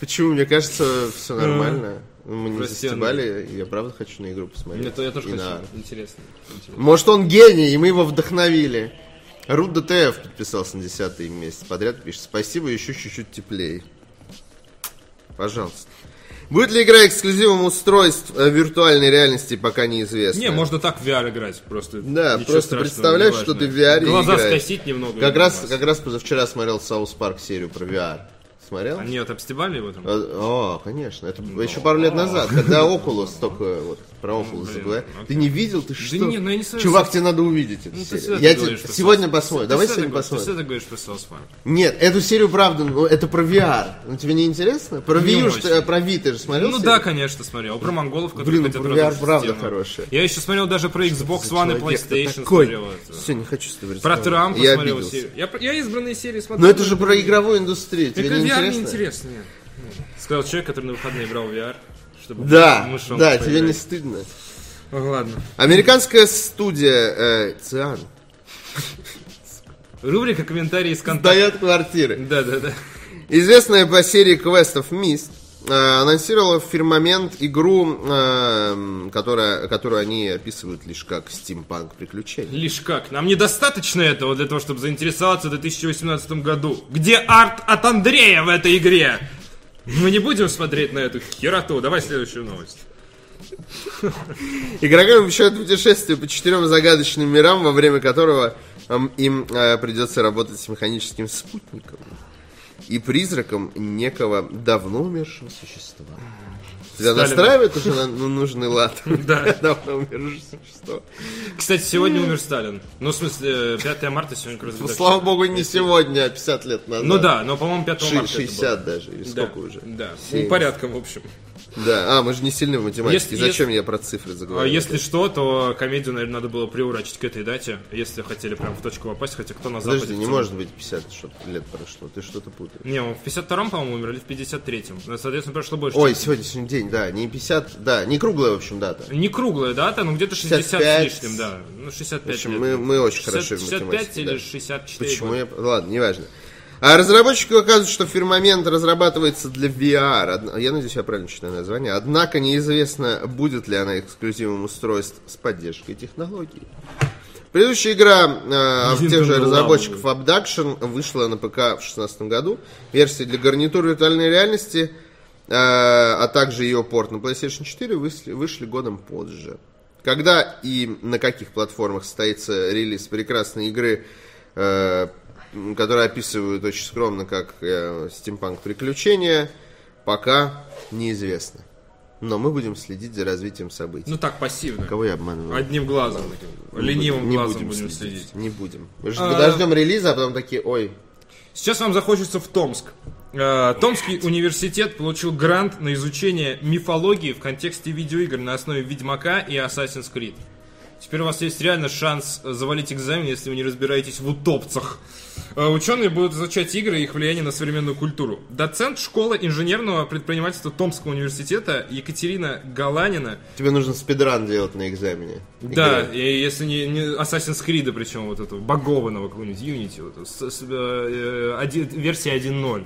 B: Почему? Мне кажется, все нормально. Мы не
A: Э, Прости,
B: застебали. Я правда хочу на игру посмотреть.
A: я тоже
B: И на
A: хочу. Интересно. Интересно.
B: Может, он гений, и мы его вдохновили. Руд ДТФ подписался на 10 месяц подряд, пишет. Спасибо, еще чуть-чуть теплее. Пожалуйста. Будет ли игра эксклюзивом устройств э, виртуальной реальности, пока неизвестно.
A: Не, можно так в VR играть просто.
B: Да,
A: Ничего
B: просто
A: страшного,
B: представляешь,
A: не
B: что
A: важно.
B: ты в VR
A: Глаза
B: играешь.
A: скосить немного.
B: Как
A: и
B: раз,
A: нормас.
B: как раз позавчера смотрел Саус Парк серию про VR. Смотрел?
A: А Нет, обстебали его там?
B: А, О, конечно. Это
A: Ну,
B: еще пару
A: а.
B: лет назад, когда Oculus только вот про Oculus заговорили. Ты не видел, ты что?
A: ну, не, ну я не знаю,
B: Чувак, тебе надо увидеть эту
A: Ну, ты
B: серию.
A: всегда
B: Я
A: так
B: тебе
A: говоришь про
B: сегодня
A: South-
B: посмотрим.
A: Ты
B: Давай
A: всегда
B: сегодня
A: так- Ты
B: посмотрим.
A: всегда говоришь про South Park.
B: Нет, эту серию правда, ну, это про VR. Ну тебе не интересно? Про
A: Не
B: Wii,
A: очень.
B: что- э, про Wii ты же смотрел?
A: Ну
B: серию?
A: да, конечно, смотрел. Про монголов, которые
B: Блин,
A: хотят
B: про VR
A: разрушить
B: правда
A: стену.
B: хорошая.
A: Я еще смотрел даже про Xbox One и
B: Человек-то
A: PlayStation.
B: такой.
A: смотрел это.
B: Все, не хочу с тобой
A: Про
B: разговаривать.
A: Трампа
B: Я
A: смотрел
B: обиделся.
A: серию. Я, про- я избранные серии смотрел.
B: Но это же про игровую индустрию.
A: Так
B: Тебе
A: VR
B: не
A: не
B: интересно?
A: интересно. нет. Сказал человек, который на выходные брал VR. Чтобы
B: Да,
A: мышонка
B: да, тебе не
A: поиграть.
B: стыдно.
A: Ой, Ладно.
B: Американская студия э, Циан.
A: Рубрика комментарии из контакта.
B: Дает квартиры.
A: Да, да, да.
B: Известная по серии квестов Мист э, анонсировала в фирмамент игру, эм, которая, которую они описывают лишь как стимпанк приключений.
A: Лишь как. Нам недостаточно этого для того, чтобы заинтересоваться в 2018 году. Где арт от Андрея в этой игре? Мы не будем смотреть на эту хероту. Давай следующую новость.
B: Игрокам обещают путешествие по четырем загадочным мирам, во время которого эм, им э, придется работать с механическим спутником и призраком некого давно умершего существа. Тебя
A: Сталина.
B: настраивает уже на- на нужный лад?
A: Да.
B: Давно умершее существо.
A: Кстати, сегодня умер Сталин. Ну, в смысле, э, 5 марта сегодня как раз
B: Ну,
A: так.
B: Слава богу, не сегодня, а 50 лет назад.
A: Ну да, но, по-моему, 5
B: Ши-
A: марта это было.
B: 60 даже, или
A: Да,
B: сколько уже?
A: Да, Ну,
B: Семьдесят.
A: порядком, в общем.
B: Да, а, мы же не сильны в математике.
A: Если-
B: Зачем я про цифры
A: А
B: заговорил?
A: Если что, то комедию, наверное, надо было приурочить к этой дате, если хотели прям в точку попасть, хотя кто на Западе...
B: Подожди,
A: в
B: не
A: целом-
B: может быть 50 что- лет прошло, ты что-то путаешь.
A: Не, он в 52-м, по-моему, умер, или в 53-м. Ну, Соответственно, прошло больше.
B: Ой,
A: чем-
B: сегодня, сегодня день, да, не 50, да, не круглая, в общем, дата.
A: Не круглая дата, но где-то 60
B: 55.
A: с лишним, да. Ну, 65
B: В общем,
A: лет.
B: мы, мы очень
A: 60
B: хороши в
A: 65
B: математике.
A: или
B: да.
A: 64
B: Почему
A: года.
B: я... Ладно, неважно. А разработчики указывают, что фирмамент разрабатывается для VR. Одна- Я надеюсь, я правильно читаю название. Однако неизвестно, будет ли она эксклюзивом устройств с поддержкой технологий. Предыдущая игра э, от тех же
A: Nintendo
B: разработчиков Abduction вышла на ПК в 2016 году. Версия для гарнитур виртуальной реальности, э, а также ее порт на PlayStation 4 вышли, вышли годом позже. Когда и на каких платформах состоится релиз прекрасной игры, э, м, которую описывают очень скромно как э, стимпанк приключения, пока неизвестно. Но мы будем следить за развитием событий.
A: Ну, а так, пассивно.
B: Кого я обманываю?
A: Одним глазом. таким.
B: Не
A: Ленивым
B: будем- не
A: глазом
B: будем
A: будем следить.
B: Не будем. Мы же подождем релиза, а потом такие, ой,
A: Сейчас вам захочется в Томск. Э, Томский университет получил грант на изучение мифологии в контексте видеоигр на основе Ведьмака и Assassin's Creed. Теперь у вас есть реально шанс э, завалить экзамен, если вы не разбираетесь в утопцах. Э, Ученые будут изучать игры и их влияние на современную культуру. Доцент школы инженерного предпринимательства Томского университета Екатерина Галанина.
B: Тебе нужно спидран делать на экзамене.
A: Да,
B: Игры.
A: и если не, не Assassin's Creed, причем вот этого богованного какого-нибудь Unity, вот, этого, с- с- э, э, один- версия 1.0.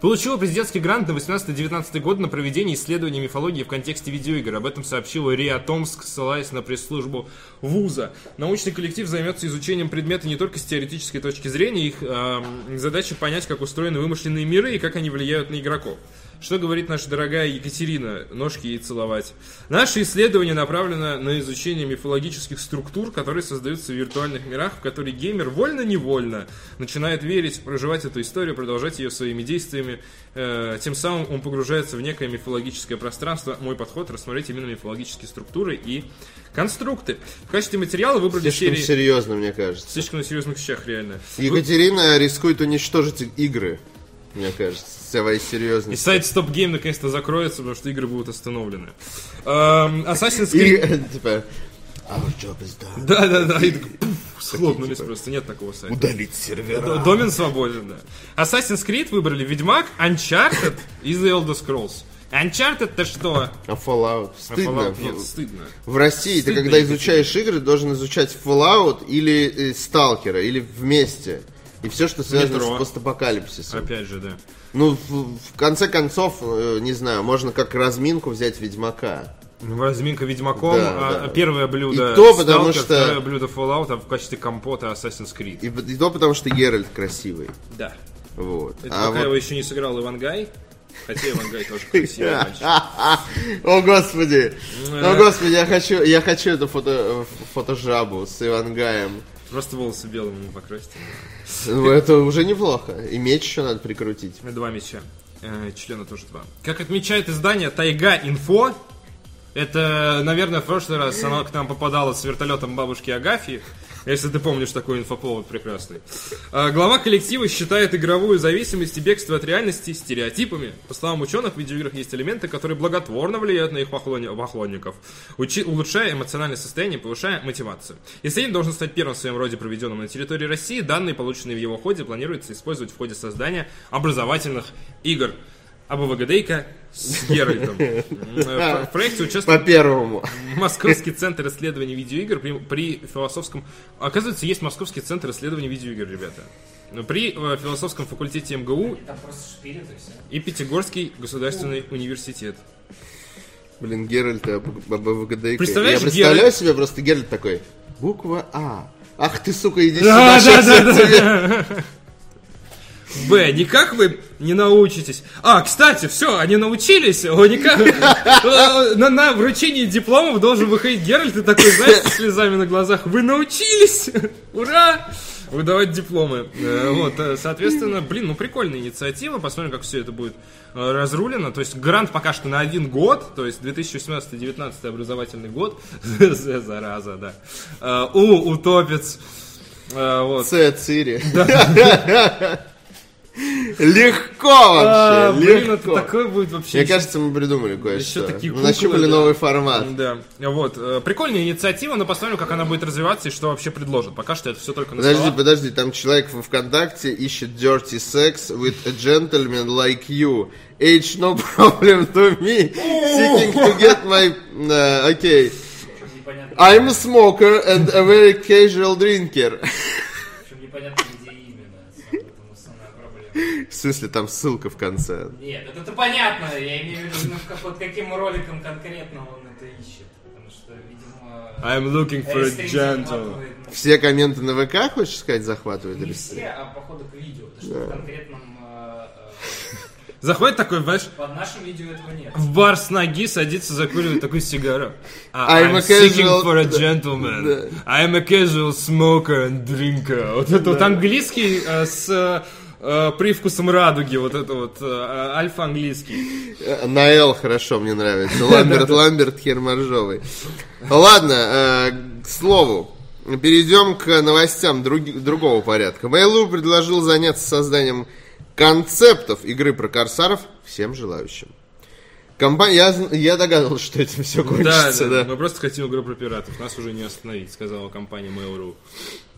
A: Получила президентский грант на 18-19 год на проведение исследований мифологии в контексте видеоигр. Об этом сообщила РИА Томск, ссылаясь на пресс-службу вуза. Научный коллектив займется изучением предмета не только с теоретической точки зрения, их эм, задача понять, как устроены вымышленные миры и как они влияют на игроков. Что говорит наша дорогая Екатерина? Ножки ей целовать. Наше исследование направлено на изучение мифологических структур, которые создаются в виртуальных мирах, в которые геймер вольно-невольно начинает верить, проживать эту историю, продолжать ее своими действиями. Э, тем самым он погружается в некое мифологическое пространство. Мой подход – рассмотреть именно мифологические структуры и конструкты. В качестве материала выбрали
B: Слишком
A: серии...
B: серьезно, мне кажется.
A: Слишком на серьезных вещах, реально.
B: Екатерина рискует уничтожить игры, мне кажется, с своей
A: И
B: серьезностью.
A: сайт Stop Game наконец-то закроется, потому что игры будут остановлены. Эм, Assassin's Creed...
B: И, типа, our job is done.
A: Да, да, да. И так, пуф, схлопнулись
B: типа,
A: просто. Нет такого сайта.
B: Удалить сервера.
A: Д- Домен свободен, да. Assassin's Creed выбрали Ведьмак, Uncharted и The Elder Scrolls. Uncharted-то что?
B: А Fallout? Стыдно.
A: Fallout? Нет, стыдно.
B: В России ты,
A: Стыдно,
B: когда
A: Екатерина.
B: изучаешь игры, должен изучать Fallout или э, Сталкера, или вместе. И все, что связано
A: Метро.
B: с постапокалипсисом.
A: Опять же, да.
B: Ну, в, в конце концов, э, не знаю, можно как разминку взять Ведьмака.
A: Ну, Разминка Ведьмаком,
B: Да,
A: а
B: да.
A: первое блюдо
B: И то, потому
A: Stalker,
B: что-
A: второе блюдо Fallout, а в качестве компота Assassin's Creed.
B: И, п- и то потому, что Геральт красивый.
A: Да.
B: Вот.
A: Это
B: А
A: пока
B: вот-
A: его еще не сыграл Ивангай. Хотя Ивангай тоже красивый мальчик.
B: О, господи!
A: Э.
B: О, господи, я хочу, я хочу эту фото, э, фотожабу с Ивангаем.
A: Просто волосы белым ему покрасить.
B: Ну, Это уже неплохо. И меч еще надо прикрутить.
A: Два мяча. Э, Члена тоже два. Как отмечает издание Тайга Инфо, это, наверное, в прошлый раз она к нам попадала с вертолетом бабушки Агафьи, если ты помнишь такой инфоповод прекрасный. А, Глава коллектива считает игровую зависимость и бегство от реальности стереотипами. По словам ученых, в видеоиграх есть элементы, которые благотворно влияют на их похлоне- поклонников, учи- улучшая эмоциональное состояние, повышая мотивацию. Исследование должен стать первым в своем роде, проведенным на территории России. Данные, полученные в его ходе, планируется использовать в ходе создания образовательных игр. АБВГДейка А с Геральтом. М, э, В проекте участвует...
B: По первому.
A: Московский центр исследований видеоигр при, при философском... Оказывается, есть Московский центр исследований видеоигр, ребята. Ну, При э, философском факультете МГУ
C: Там просто шпилят и все.
A: и Пятигорский государственный университет.
B: Блин, Геральт, а, б- б- б- ГДК.
A: Представляешь,
B: Я представляю
A: Геральт-
B: себе просто Геральт такой. Буква А. Ах ты, сука, иди
A: Да,
B: сюда. щас
A: да,
B: я
A: да,
B: тебе-
A: Б, никак вы не научитесь. А, кстати, все, они научились. О, никак. Э, На, на вручении дипломов должен выходить Геральт и такой, знаешь, со слезами на глазах. Вы научились! Ура! Выдавать дипломы. Э, Вот, э, соответственно, блин, ну прикольная инициатива. Посмотрим, как все это будет э, разрулено. То есть грант пока что на один год, то есть 2018-2019 образовательный год. Зараза, да. Э, У, утопец. Э, Вот.
B: Ц, Цири. Легко
A: А,
B: вообще,
A: Блин, это
B: легко.
A: такое будет вообще.
B: Мне
A: еще-
B: кажется, мы придумали
A: Еще
B: кое-что.
A: такие
B: Мы
A: куклы,
B: Нащупали
A: да. Ну,
B: новый формат.
A: Да, вот. э, Прикольная инициатива, но посмотрим, как она будет развиваться и что вообще предложат. Пока что это все только на
B: Подожди,
A: словах.
B: подожди, там человек во ВКонтакте ищет dirty sex with a gentleman like you. Age no problem to me. Seeking to get my... э, Окей.
C: Причем непонятно,
B: I'm a smoker and a very casual drinker.
C: причем непонятно где именно. Поэтому основная проблема.
B: В смысле, там ссылка в конце.
C: Нет, это, понятно. Я имею в виду, ну, как- под каким роликом конкретно он это ищет. Потому что, видимо...
A: I'm looking for a
C: рестриктив
A: gentle.
C: охватывает, ну,
B: Все комменты на ВК, хочешь сказать, захватывают?
C: Не
B: или
C: все, а походу к видео. Потому что в конкретном... э, э,
A: Заходит такой, знаешь,
C: Под нашим видео этого нет.
A: в бар с ноги садится, закуривает такую сигару. А,
B: I'm
A: I'm,
B: a
A: seeking
B: casual-
A: for a gentleman. I'm a casual smoker and drinker. Вот это вот английский э, с э, э, привкусом радуги, вот это вот э, альфа-английский.
B: Э, На Л хорошо мне нравится. Ламберт, Ламберт, хер моржовый. Ладно, э, к слову. Перейдем к новостям други- другого порядка. Мэйлу предложил заняться созданием концептов игры про корсаров всем желающим. Компания, я, зн- я догадывался, что этим все
A: Да,
B: кончится,
A: да,
B: да.
A: мы просто хотим игру про пиратов, нас уже не остановить, сказала компания Mail.ru.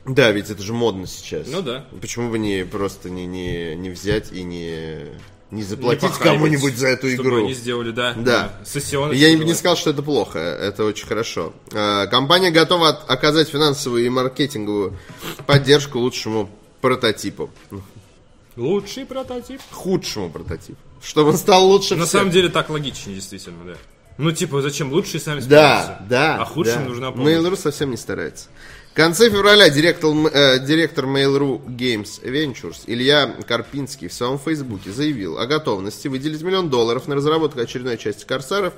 B: Да, ведь это же модно сейчас.
A: Ну да.
B: Почему бы не просто не, не, не взять и не, не
A: Не
B: заплатить
A: похабить,
B: кому-нибудь за эту
A: чтобы
B: игру?
A: они сделали, да.
B: Да.
A: Сессион.
B: Я не сказал, что это плохо, это очень хорошо. Э, Компания готова от- оказать финансовую и маркетинговую поддержку лучшему прототипу.
A: Лучший прототип.
B: Худшему прототипу. Чтобы он стал лучше
A: На
B: всех.
A: самом деле так логичнее, действительно, да. Ну, типа, зачем? Лучшие сами
B: Да,
A: справятся.
B: да.
A: А худшим
B: да.
A: нужна помощь.
B: Mail.ru совсем не старается. В конце февраля директор, М- э, директор Mail.ru Games Ventures Илья Карпинский в своем фейсбуке заявил о готовности выделить миллион долларов на разработку очередной части «Корсаров»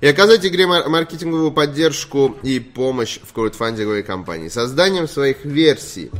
B: и оказать игре мар- маркетинговую поддержку и помощь в краудфандинговой компании. Созданием своих версий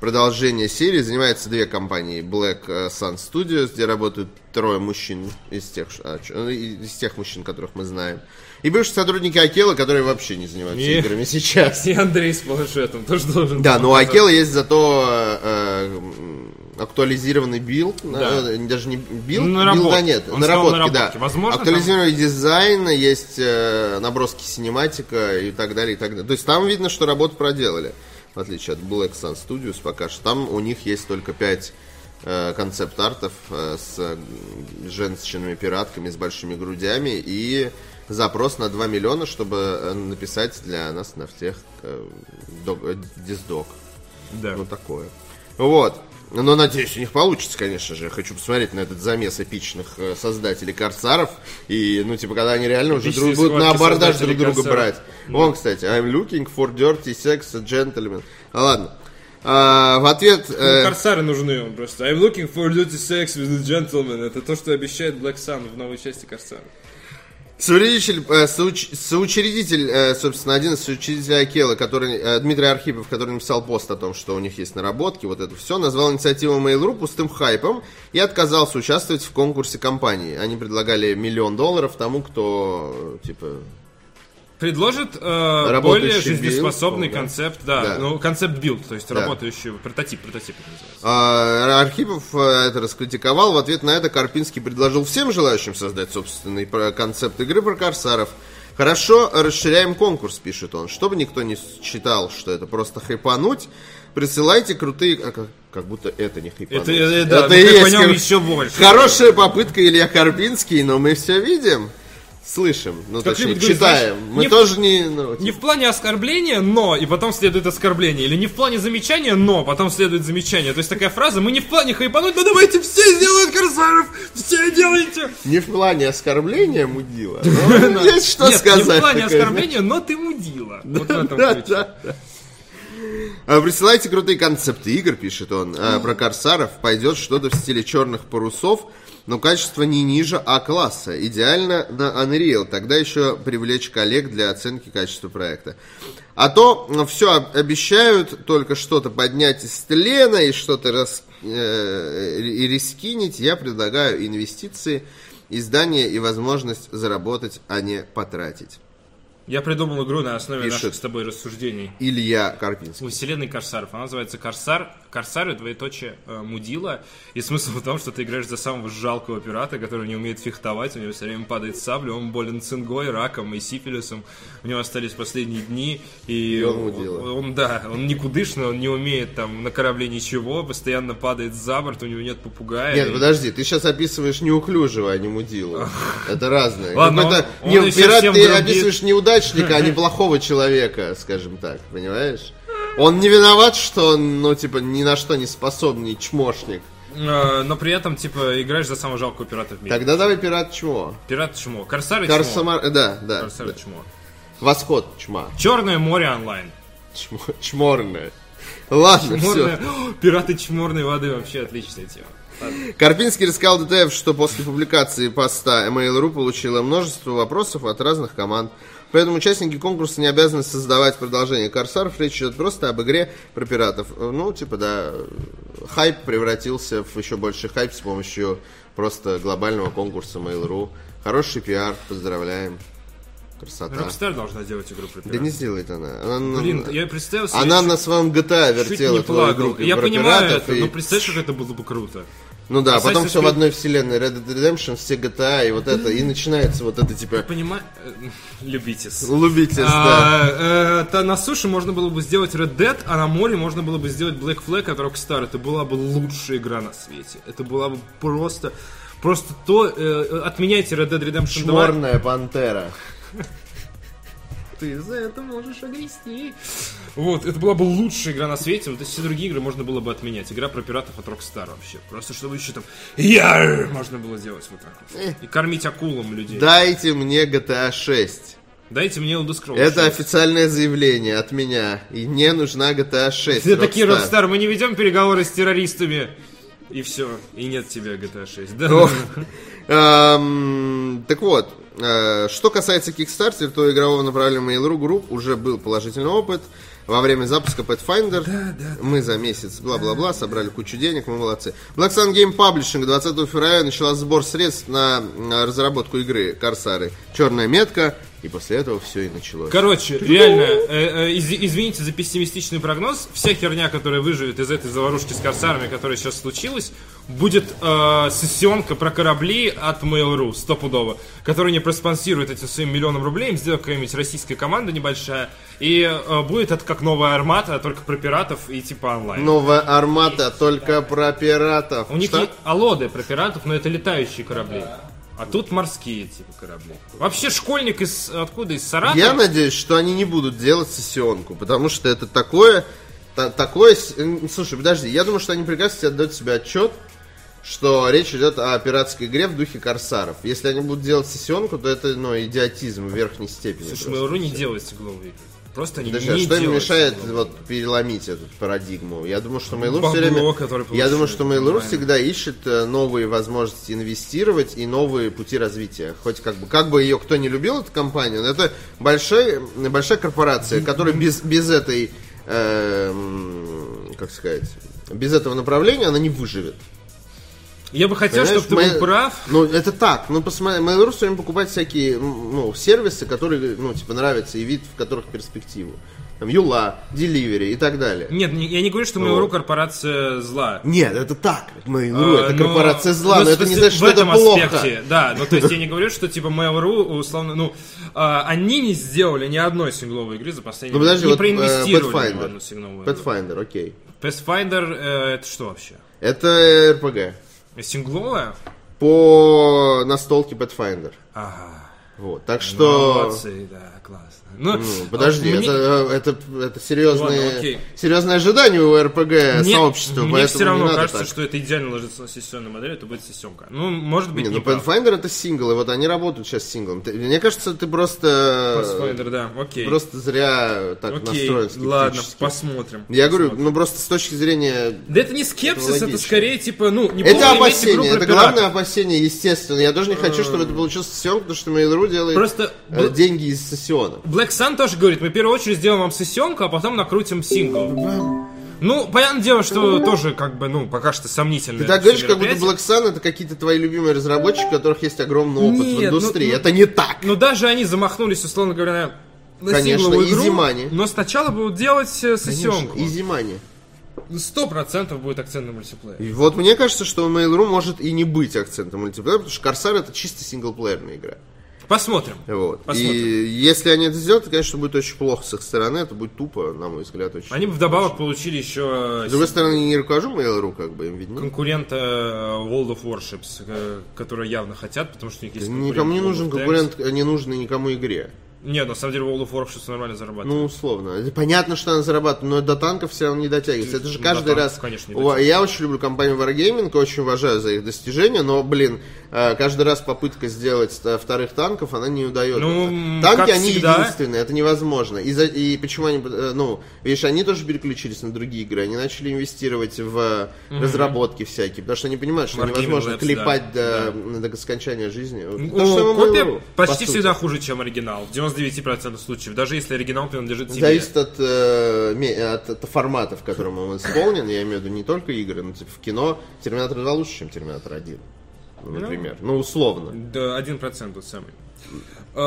B: продолжения серии занимаются две компании Black э, Sun Studios, где работают трое мужчин из тех, ш- а, ч- ну, и- из тех мужчин, которых мы знаем. И бывшие сотрудники Акела, которые вообще не занимаются
A: Не.
B: играми сейчас.
A: И Андрей с планшетом тоже должен.
B: Да, ну, а но у
A: показать.
B: Акела есть зато э, э, м, актуализированный билд,
A: Да.
B: э, даже не билд,
A: Наработки.
B: билда нет,
A: Он сказал
B: наработки, да.
A: наработки. Возможно,
B: Актуализированный дизайн, есть э, наброски синематика и так далее, и так далее. То есть там видно, что работу проделали, в отличие от Black Sun Studios пока что. Там у них есть только пять э, концепт-артов э, с э, женщинами пиратками, с большими грудями и запрос на 2 миллиона, чтобы э, написать для нас на всех э, дог- э, диздок.
A: Да.
B: Ну, такое. Вот. Но надеюсь, у них получится, конечно же. Я хочу посмотреть на этот замес эпичных э, создателей корсаров. И, ну, типа, когда они реально уже
A: Эпичные
B: друг, будут на
A: схватки
B: абордаж
A: создателей
B: друг друга
A: «Корсаров».
B: брать. Вон, кстати, I'm looking for dirty sex gentlemen. А, ладно. А, в ответ...
A: Ну,
B: э,
A: Корсары нужны он просто. I'm looking for dirty sex with a gentleman. Это то, что обещает Black Sun в новой части Корсара.
B: Соучредитель, э, соуч- соучредитель, э, собственно, один из соучредителей Акела, который, э, Дмитрий Архипов, который написал пост о том, что у них есть наработки, вот это все, назвал инициативу Mail.ru пустым хайпом и отказался участвовать в конкурсе компании. Они предлагали миллион долларов тому, кто, э, типа,
A: Предложит э,
B: Работающий
A: более жизнеспособный
B: билд, да.
A: концепт, да.
B: Да.
A: Ну, концепт билд, то есть
B: Да.
A: работающий прототип, прототип это называется.
B: А, Архипов э, это раскритиковал. В ответ на это Карпинский предложил всем желающим создать собственный про- концепт игры про корсаров. Хорошо, расширяем конкурс, пишет он. Чтобы никто не считал, что это просто хайпануть, присылайте крутые... а, как, как будто это не хайпануть.
A: Это, э, да, ну,
B: и
A: как
B: есть
A: по нем
B: кор-
A: еще больше.
B: Хорошая попытка Илья Карпинский, но мы все видим. Слышим, ну
A: Как
B: точнее,
A: любит говорить,
B: читаем.
A: знаешь,
B: мы
A: не-
B: тоже не... ну,
A: Не в плане оскорбления, но, и потом следует оскорбление. Или не в плане замечания, но, потом следует замечание. То есть такая фраза, мы не в плане хайпануть, но давайте все сделают Корсаров, все делайте.
B: Не в плане оскорбления мудила. но Есть что
A: Нет,
B: сказать.
A: не в плане
B: такое, знаешь.
A: оскорбления, но ты мудила. Вот в этом
B: Да,
A: ключе.
B: да, да. А, Присылайте крутые концепты игр, пишет он. А, Про корсаров пойдет что-то в стиле черных парусов, но качество не ниже А-класса. Идеально на Unreal. Тогда еще привлечь коллег для оценки качества проекта. А то все обещают только что-то поднять из тлена и что-то рас- э, и рискинить. Я предлагаю инвестиции, издание и возможность заработать, а не потратить.
A: Я придумал игру на основе
B: Пишет.
A: наших с тобой рассуждений.
B: Илья Карпинский.
A: У вселенной Корсаров. Она называется Корсар. Корсары двоеточие э, мудила. И смысл в том, что ты играешь за самого жалкого пирата, который не умеет фехтовать, у него все время падает сабля, он болен цингой, раком и сифилисом. У него остались последние дни. И,
B: он мудила.
A: он, да, он никудышный, он не умеет там на корабле ничего, постоянно падает за борт, у него нет попугая.
B: Нет,
A: И-
B: подожди, ты сейчас описываешь неуклюжего, а не мудилу. Это разное.
A: Ладно,
B: Какой-то-
A: он-
B: не,
A: он еще
B: пират
A: всем
B: ты
A: грубит.
B: описываешь неудачника, а не плохого человека, скажем так, понимаешь? Он не виноват, что он, ну, типа, ни на что не способный чмошник.
A: Э, но при этом, типа, играешь за самого жалкого пирата в мире.
B: Тогда давай пират чмо.
A: Пират чмо. Корсары чмо.
B: Карсамар... Да, да.
A: Корсары чмо.
B: Восход чма.
A: Черное море онлайн.
B: Чмо... Чморное. Ладно, все.
A: Чморная- О, Пираты чморной воды вообще отличная тема.
B: Карпинский рассказал ДТФ, что после публикации поста Mail.ru получила множество вопросов от разных команд. Поэтому участники конкурса не обязаны создавать продолжение «Корсаров». Речь идет просто об игре про пиратов. Ну, типа, да, хайп превратился в еще больший хайп с помощью просто глобального конкурса Mail.ru. Хороший пиар, поздравляем. Красота.
A: Rockstar должна делать игру про
B: Да не
A: пиратов.
B: сделает она. Она, на-
A: Блин, я представил себе,
B: она
A: чуть-
B: на своем GTA
A: чуть
B: а вертела
A: не
B: твою
A: плакал.
B: игру.
A: Я
B: про
A: понимаю
B: пиратов
A: это,
B: и-
A: но представь, как это было бы круто.
B: Ну да, потом
A: Assassin's
B: все в
A: Creed-
B: одной вселенной. Red Dead Redemption, все GTA и вот это. И начинается вот это типа...
A: Понимаю... э, Любитесь.
B: Улыбитесь, да.
A: А, э, та- на суше можно было бы сделать Red Dead, а на море можно было бы сделать Black Flag от Rockstar. Это была бы лучшая игра на свете. Это была бы просто... Просто то... э, отменяйте Red Dead Redemption 2.
B: Чморная пантера.
A: Ты за это можешь огрести. Вот, это была бы лучшая игра на свете. Вот эти все другие игры можно было бы отменять. Игра про пиратов от Rockstar вообще. Просто чтобы еще там... Я Можно было делать вот так вот. И кормить акулам людей.
B: Дайте мне GTA 6.
A: Дайте мне Elder Scrolls.
B: Это
A: шесть.
B: официальное заявление от меня. И мне нужна GTA 6.
A: Все такие
B: Rockstar.
A: Rockstar, мы не ведем переговоры с террористами. И все, и нет тебя GTA 6. Да.
B: Ох. Эм, Так вот, э, что касается Kickstarter, то игрового направления Mail.ru Group уже был положительный опыт. Во время запуска Pathfinder мы за месяц, бла-бла-бла, собрали кучу денег, мы молодцы. Black Sun Game Publishing 20 февраля начала сбор средств на э, разработку игры Корсары. Черная метка, и после этого все и началось.
A: Короче, реально, э, э, из- извините за пессимистичный прогноз. Вся херня, которая выживет из этой заварушки с корсарами, которая сейчас случилась, будет э, сессионка про корабли от Mail.ru, стопудово, которые не проспонсируют этим своим миллионом рублей, им сделает какая-нибудь российская команда небольшая, и э, будет это как новая армата, а только про пиратов и типа онлайн.
B: Новая армата только про пиратов.
A: У них
B: Ну, Что?
A: есть алоды про пиратов, но это летающие корабли. А тут морские типа корабли. Вообще школьник из откуда из Саратова?
B: Я надеюсь, что они не будут делать сессионку, потому что это такое, та- такое. с- м, Слушай, подожди, я думаю, что они прекрасно себе отдают себе отчет, что речь идет о пиратской игре в духе корсаров. Если они будут делать сессионку, то это, ну, идиотизм в верхней степени.
A: Слушай,
B: просто.
A: Mail.ru не делает стекловые игры. Просто они
B: Подожди, а
A: не
B: что им
A: делают
B: мешает
A: стекловые.
B: вот переломить эту парадигму? Я думаю, что Mail.ru
A: Бабло,
B: все время...
A: которое
B: Я
A: получили,
B: думаю, что Mail.ru
A: нормально.
B: всегда ищет э, новые возможности инвестировать и новые пути развития. Хоть как бы, как бы ее кто не любил, эту компанию, но это большая, большая корпорация, которая без, без этой, э, м, как сказать, без этого направления она не выживет.
A: Я бы хотел,
B: Понимаешь,
A: чтобы ты
B: мы-
A: был прав.
B: Ну, это так. Ну, посмотри, Mail.ru все время покупает всякие, м, ну, сервисы, которые, ну, типа, нравятся и вид, в которых перспективу. Там, Юла, Delivery и так далее.
A: Нет, не- я не говорю, что Mail.ru корпорация зла.
B: Нет, это так. Mail.ru,
A: А,
B: это
A: но-
B: корпорация зла,
A: ну,
B: но
A: в
B: это не
A: смысле,
B: значит,
A: в
B: что это
A: этом
B: плохо.
A: аспекте, Да, ну то есть я не говорю, что типа Mail.ru условно, ну а, они не сделали ни одной сингловой игры за последние
B: Ну, подожди,
A: не
B: вот, э,
A: проинвестировали ни в
B: Pathfinder.
A: одну сингловую игру.
B: Pathfinder, окей.
A: Pathfinder э, это что вообще?
B: Это РПГ.
A: Сингловая?
B: По настолке Pathfinder.
A: Ага.
B: Вот, так что...
A: Ну, Молодцы, да, классно. Ну,
B: Ну, Подожди,
A: мне-
B: это, это, это серьезные,
A: Ладно, окей.
B: серьезные ожидания у РПГ
A: мне-
B: сообщества,
A: Мне
B: поэтому
A: все равно
B: не надо
A: кажется,
B: так.
A: что это идеально ложится на сессионную модель, это будет сессионка. Ну, может быть,
B: Не,
A: не,
B: ну
A: прав.
B: Pathfinder это сингл, и вот они работают сейчас синглом. Ты- мне кажется, ты просто...
A: Pathfinder, да, окей.
B: Просто зря так
A: окей,
B: настроен
A: ладно,
B: скептически.
A: посмотрим. Ну,
B: Я говорю, ну просто с точки зрения
A: Да это не скепсис, это,
B: логично.
A: скорее типа, ну, не
B: Это
A: иметь игру
B: опасение,
A: про
B: это
A: пиратов.
B: главное опасение, естественно. Я тоже не хочу, чтобы это получилось сессион, потому что Mail.ru делает
A: Просто
B: э,
A: бл-
B: деньги из сессиона.
A: Black Sun тоже говорит, мы в первую очередь сделаем вам сессионку, а потом накрутим сингл. Ну, понятное дело, что тоже, как бы, ну, пока что сомнительно.
B: Ты так говоришь, как будто Black Sun это какие-то твои любимые разработчики, у которых есть огромный опыт в
A: Нет, ну-
B: индустрии.
A: ну-
B: это не так.
A: Но даже они замахнулись, условно говоря, на, на
B: Конечно,
A: сингловую
B: Easy
A: игру,
B: Money.
A: но сначала будут делать э,
B: Конечно,
A: сессионку.
B: Easy money.
A: Сто процентов будет акцент на мультиплеер.
B: И Вот мне кажется, что у Mail.ru может и не быть акцентом мультиплеера, потому что Корсар это чисто синглплеерная игра.
A: Посмотрим.
B: Вот.
A: Посмотрим.
B: И если они это сделают, то, конечно, будет очень плохо с их стороны, это будет тупо, на мой взгляд, очень.
A: Они бы вдобавок получили еще э,
B: С другой стороны, я не руковожу Mail.ru, как бы им виднее.
A: конкурента э, World of Warships, э, которые явно хотят, потому что у них есть конкурент
B: Никому не
A: World
B: нужен
A: of Tanks.
B: конкурент, э, не нужен никому игре.
A: Нет, на самом деле World of Warships нормально зарабатывает.
B: Ну, условно. Это Понятно, что она зарабатывает, но до танков все равно не дотягивается. Это же
A: Ну,
B: каждый
A: до танков,
B: раз...
A: конечно, не
B: О,
A: дотягивается.
B: Я очень люблю компанию Wargaming, очень уважаю за их достижения, но, блин, э, каждый раз попытка сделать э, вторых танков, она не удается.
A: Ну,
B: Танки,
A: как
B: они
A: всегда.
B: единственные, это невозможно. И, за- и почему они... э, Ну, видишь, они тоже переключились на другие игры, они начали инвестировать в э, разработки всякие, потому что они понимают, что
A: Wargaming
B: невозможно
A: Labs,
B: клепать
A: да,
B: до, до скончания жизни.
A: Ну,
B: То же самое
A: копия
B: Mail.ru, по
A: почти
B: сути.
A: всегда хуже, чем оригинал. В 99% случаев. Даже если оригинал принадлежит тебе.
B: Зависит от, э, ме- от, от формата, в котором он исполнен. Я имею в виду не только игры, но типа в кино Терминатор 2 лучше, чем Терминатор 1. Ну, например. Ну, условно.
A: Да, 1% тот самый. Э,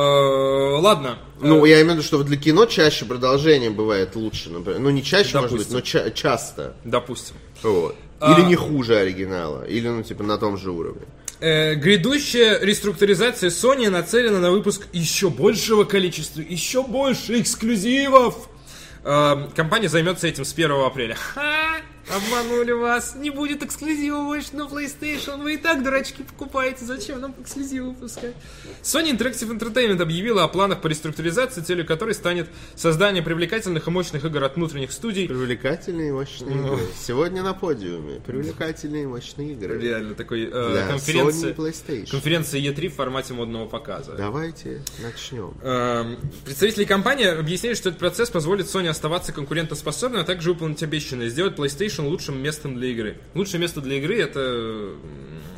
A: Ладно. Э,
B: Ну, я имею в виду, что вот для кино чаще продолжение бывает лучше, например. Ну, не чаще, может быть, но ча- часто.
A: Допустим.
B: Вот.
A: А-
B: Или не хуже оригинала, или, ну, типа, на том же уровне.
A: Э, грядущая реструктуризация Sony нацелена на выпуск еще большего количества, еще больше эксклюзивов. Э, компания займется этим с 1 апреля. Ха! Обманули вас. Не будет эксклюзива больше на PlayStation. Вы и так дурачки покупаете. Зачем нам эксклюзивы выпускать? Sony Interactive Entertainment объявила о планах по реструктуризации, целью которой станет создание привлекательных и мощных игр от внутренних студий.
B: Привлекательные и мощные
A: Ну.
B: игры. Сегодня на подиуме. Привлекательные и мощные игры.
A: Реально такой э,
B: Для Sony
A: конференции.
B: и PlayStation.
A: Конференция E3 в формате модного показа.
B: Давайте начнем.
A: Эм, Представители компании объясняют, что этот процесс позволит Sony оставаться конкурентоспособной, а также выполнить обещанное, и сделать PlayStation лучшим местом для игры. Лучшее место для игры это м,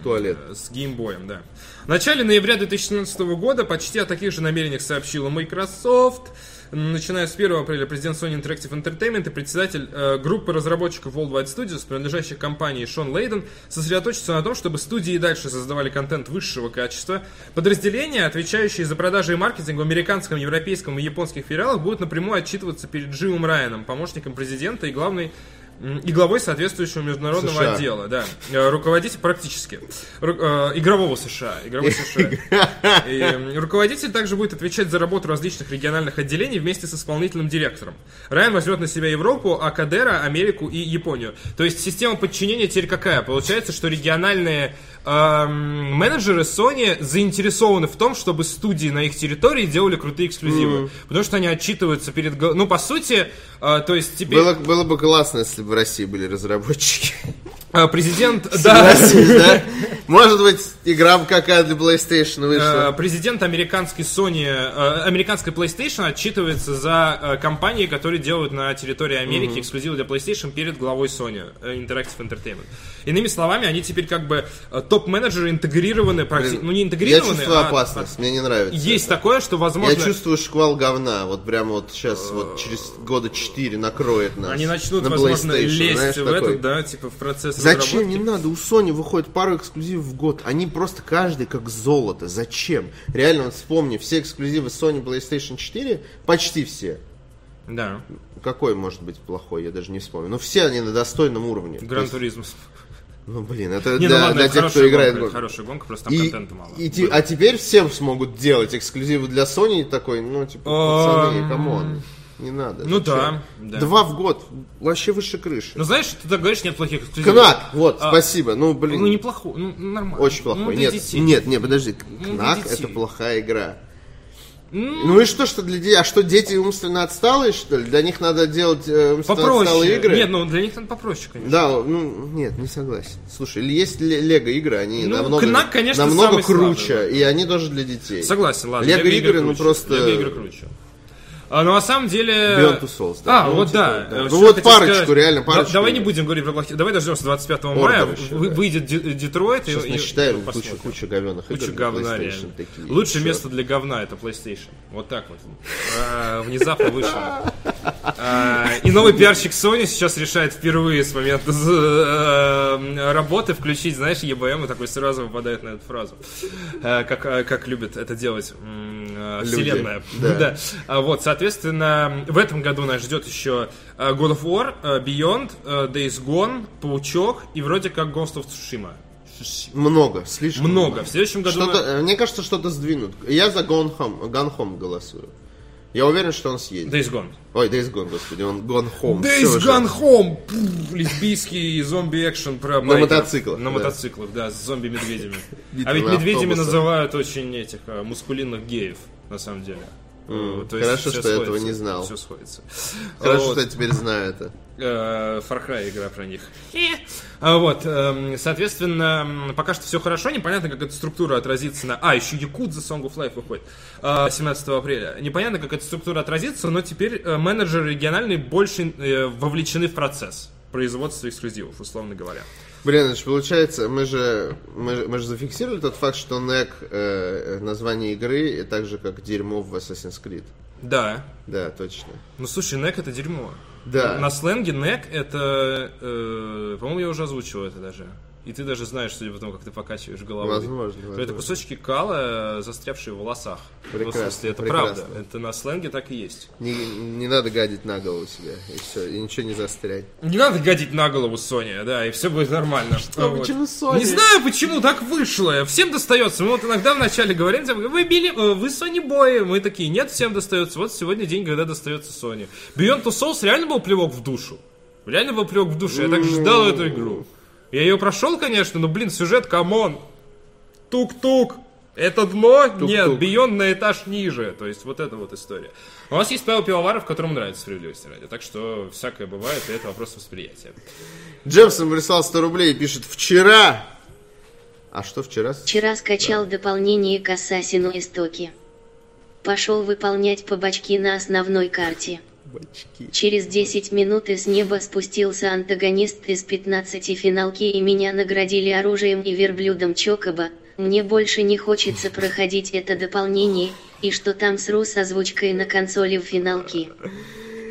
B: Туалет.
A: э, с геймбоем, да. В начале ноября 2017 года почти о таких же намерениях сообщила Microsoft. Начиная с 1 апреля президент Sony Interactive Entertainment и председатель э, группы разработчиков Worldwide Studios, принадлежащих компании Шон Лейден, сосредоточится на том, чтобы студии и дальше создавали контент высшего качества. Подразделения, отвечающие за продажи и маркетинг в американском, европейском и японских филиалах, будут напрямую отчитываться перед Джимом Райаном, помощником президента и главной м, и главой соответствующего международного
B: США.
A: отдела дела, да. Э, Руководитель практически. Ру- э, игрового США. Игрового США. И, э, руководитель также будет отвечать за работу различных региональных отделений вместе с исполнительным директором. Райан возьмет на себя Европу, а Кадера, Америку и Японию. То есть система подчинения теперь какая? Получается, что региональные эм, менеджеры Sony заинтересованы в том, чтобы студии на их территории делали крутые эксклюзивы. Потому что они отчитываются перед... го- Ну, по сути, э, то есть теперь
B: Было, было бы классно, если бы в России были разработчики.
A: э, президент... Да.
B: Согласись, да? Может быть, игра бы какая для PlayStation
A: Э,
B: вышла.
A: Президент американской Sony, э, американской PlayStation отчитывается за э, компании, которые делают на территории Америки эксклюзивы для PlayStation перед главой Sony э, Interactive Entertainment. Иными словами, они теперь как бы э, топ-менеджеры интегрированы, практи- ну не
B: Я
A: интегрированы,
B: чувствую
A: а-
B: опасность, мне не нравится.
A: Есть такое, что
B: Я
A: возможно
B: чувствую шквал говна, вот прям вот сейчас, вот через года четыре накроет нас.
A: они начнут,
B: на
A: возможно,
B: PlayStation,
A: лезть
B: знаешь,
A: в
B: такой.
A: этот, да, типа в процесс
B: Зачем?
A: разработки.
B: Не надо. У Sony выходит пару эксклюзивов в год. Они просто каждый как золото. Зачем? Реально, вот вспомни, все эксклюзивы Sony PlayStation 4, почти все.
A: Да,
B: Какой может быть плохой, я даже не вспомню. Но все они на достойном уровне.
A: Гран
B: То есть,
A: Туризм.
B: Ну, блин, это
A: Не,
B: для,
A: ну ладно,
B: для
A: это
B: тех,
A: хорошая
B: кто играет.
A: гонка, это
B: в гонку.
A: хорошая гонка, просто там
B: И-
A: контента мало.
B: и те- а теперь всем смогут делать эксклюзивы для Sony и такой, ну, типа, пацаны,
A: Эм,
B: камон, не надо.
A: ну
B: зачем?
A: да, да.
B: Два в год, вообще выше крыши.
A: Ну знаешь, ты так говоришь, нет плохих эксклюзивов.
B: Кнак, вот,
A: А,
B: спасибо, ну, блин,
A: Ну неплохой, ну нормально.
B: очень
A: Ну,
B: плохой.
A: для
B: нет,
A: детей. Ну,
B: нет, нет, подожди,
A: для
B: Кнак
A: детей.
B: это плохая игра. Ну и что, что для детей? А что, дети умственно отсталые, что ли? Для них надо делать э, умственно
A: Попроще.
B: отсталые игры?
A: Нет, ну для них надо попроще, конечно.
B: Да, ну, нет, не согласен. Слушай, или есть ле- лего-игры, они
A: Ну,
B: намного,
A: Кнак, конечно,
B: намного
A: самый слабый,
B: круче, и они тоже для детей.
A: Согласен, ладно.
B: Лего
A: Лего-игры
B: игры, ну,
A: круче.
B: просто-
A: Лего-игры круче. А, ну, на самом деле...
B: Beyond Two Souls, да.
A: А,
B: Ну,
A: вот
B: типа,
A: да.
B: да.
A: Э,
B: Ну,
A: что
B: вот
A: я хотел
B: парочку, реально,
A: Да-
B: парочку.
A: Давай не будем говорить про плохие... Давай дождемся 25 мая.
B: Ордер еще,
A: вы-
B: да.
A: Выйдет Де- Детройт. и-
B: Сейчас
A: и-
B: насчитаем
A: ну, посмотрим.
B: кучу, кучу говёных игр
A: Куча
B: на
A: говна,
B: PlayStation
A: реально.
B: такие.
A: Лучшее
B: Чёрт.
A: место для говна это PlayStation. Вот так вот. А, Внезапно вышло. А, И новый пиарщик Sony сейчас решает впервые с момента з- э, работы включить, знаешь, EBM и такой сразу выпадает на эту фразу. Э, Как, э, как любит это делать м, э,
B: Люди.
A: вселенная.
B: Да.
A: Да. А, Вот, соответственно, в этом году нас ждет еще э, God of War, э, Beyond, э, Days Gone, Паучок и вроде как Ghost of Tsushima.
B: Много, слишком
A: Много. В следующем году...
B: Что-то,
A: мы-
B: э, Мне кажется, что-то сдвинут. Я за Gone Home, Gone Home голосую. Я уверен, что он съедет.
A: Days Gone.
B: Ой, Days Gone, господи, он Gone Home. всё
A: Days
B: же.
A: Gone Home! Пф, Лесбийский зомби-экшен про байкеров.
B: мотоциклах,
A: На
B: да.
A: мотоциклах, да, с зомби-медведями.
B: Битва
A: А ведь
B: на
A: медведями
B: автобусах.
A: называют очень этих а, мускулинных геев, на самом деле. Э, то есть
B: хорошо,
A: всё
B: что я этого не знал.
A: Все сходится.
B: Хорошо,
A: Вот.
B: что я теперь знаю это.
A: Э, Far Cry игра про них. А Вот, эм, соответственно, м, пока что все хорошо, непонятно, как эта структура отразится на... А, еще Якудза Song of Life выходит э, 17 апреля. Непонятно, как эта структура отразится, но теперь э, менеджеры региональные больше э, вовлечены в процесс производства эксклюзивов, условно говоря.
B: Блин, значит, получается, мы же, мы, же- мы же зафиксировали тот факт, что Нек э, название игры, и так же, как дерьмо в Assassin's Creed.
A: Да.
B: Да, точно.
A: Ну, слушай, нек это дерьмо.
B: Да.
A: На сленге нек это... э, по-моему, я уже озвучивал это даже. И ты даже знаешь, судя по тому, как ты покачиваешь головой.
B: Возможно,
A: То Это
B: возможно.
A: кусочки кала, э, застрявшие в волосах. Ну, в
B: Прекрасно,
A: смысле, это
B: прекрасно.
A: правда. Это на сленге так и есть.
B: Не, не надо гадить на голову себя, и все, и ничего не застрять.
A: Не надо гадить на голову Соня, да, и все будет нормально. Что,
B: почему Соня?
A: Не знаю, почему так вышло. Всем достается. Мы вот иногда вначале говорим, типа, вы били, э, вы Сони бои. Мы такие, нет, всем достается. Вот сегодня день, когда достается Соне. Beyond Two Souls реально был плевок в душу. Реально был плевок в душу. Я так ждал эту игру. Я ее прошел, конечно, но, блин, сюжет, камон. Тук-тук. Это дно? Нет, Бион на этаж ниже. То есть вот эта вот история. А У нас есть Павел Пивоваров, которому нравится справедливость ради. Так что всякое бывает, и это вопрос восприятия.
B: Джемсон прислал 100 рублей и пишет «Вчера». А что вчера?
D: Вчера скачал дополнение к Ассасину Истоки. Пошел выполнять побачки на основной карте. Через 10 минут из неба спустился антагонист из 15 финалки и меня наградили оружием и верблюдом Чокоба. Мне больше не хочется проходить это дополнение, и что там с рус озвучкой на консоли в финалке.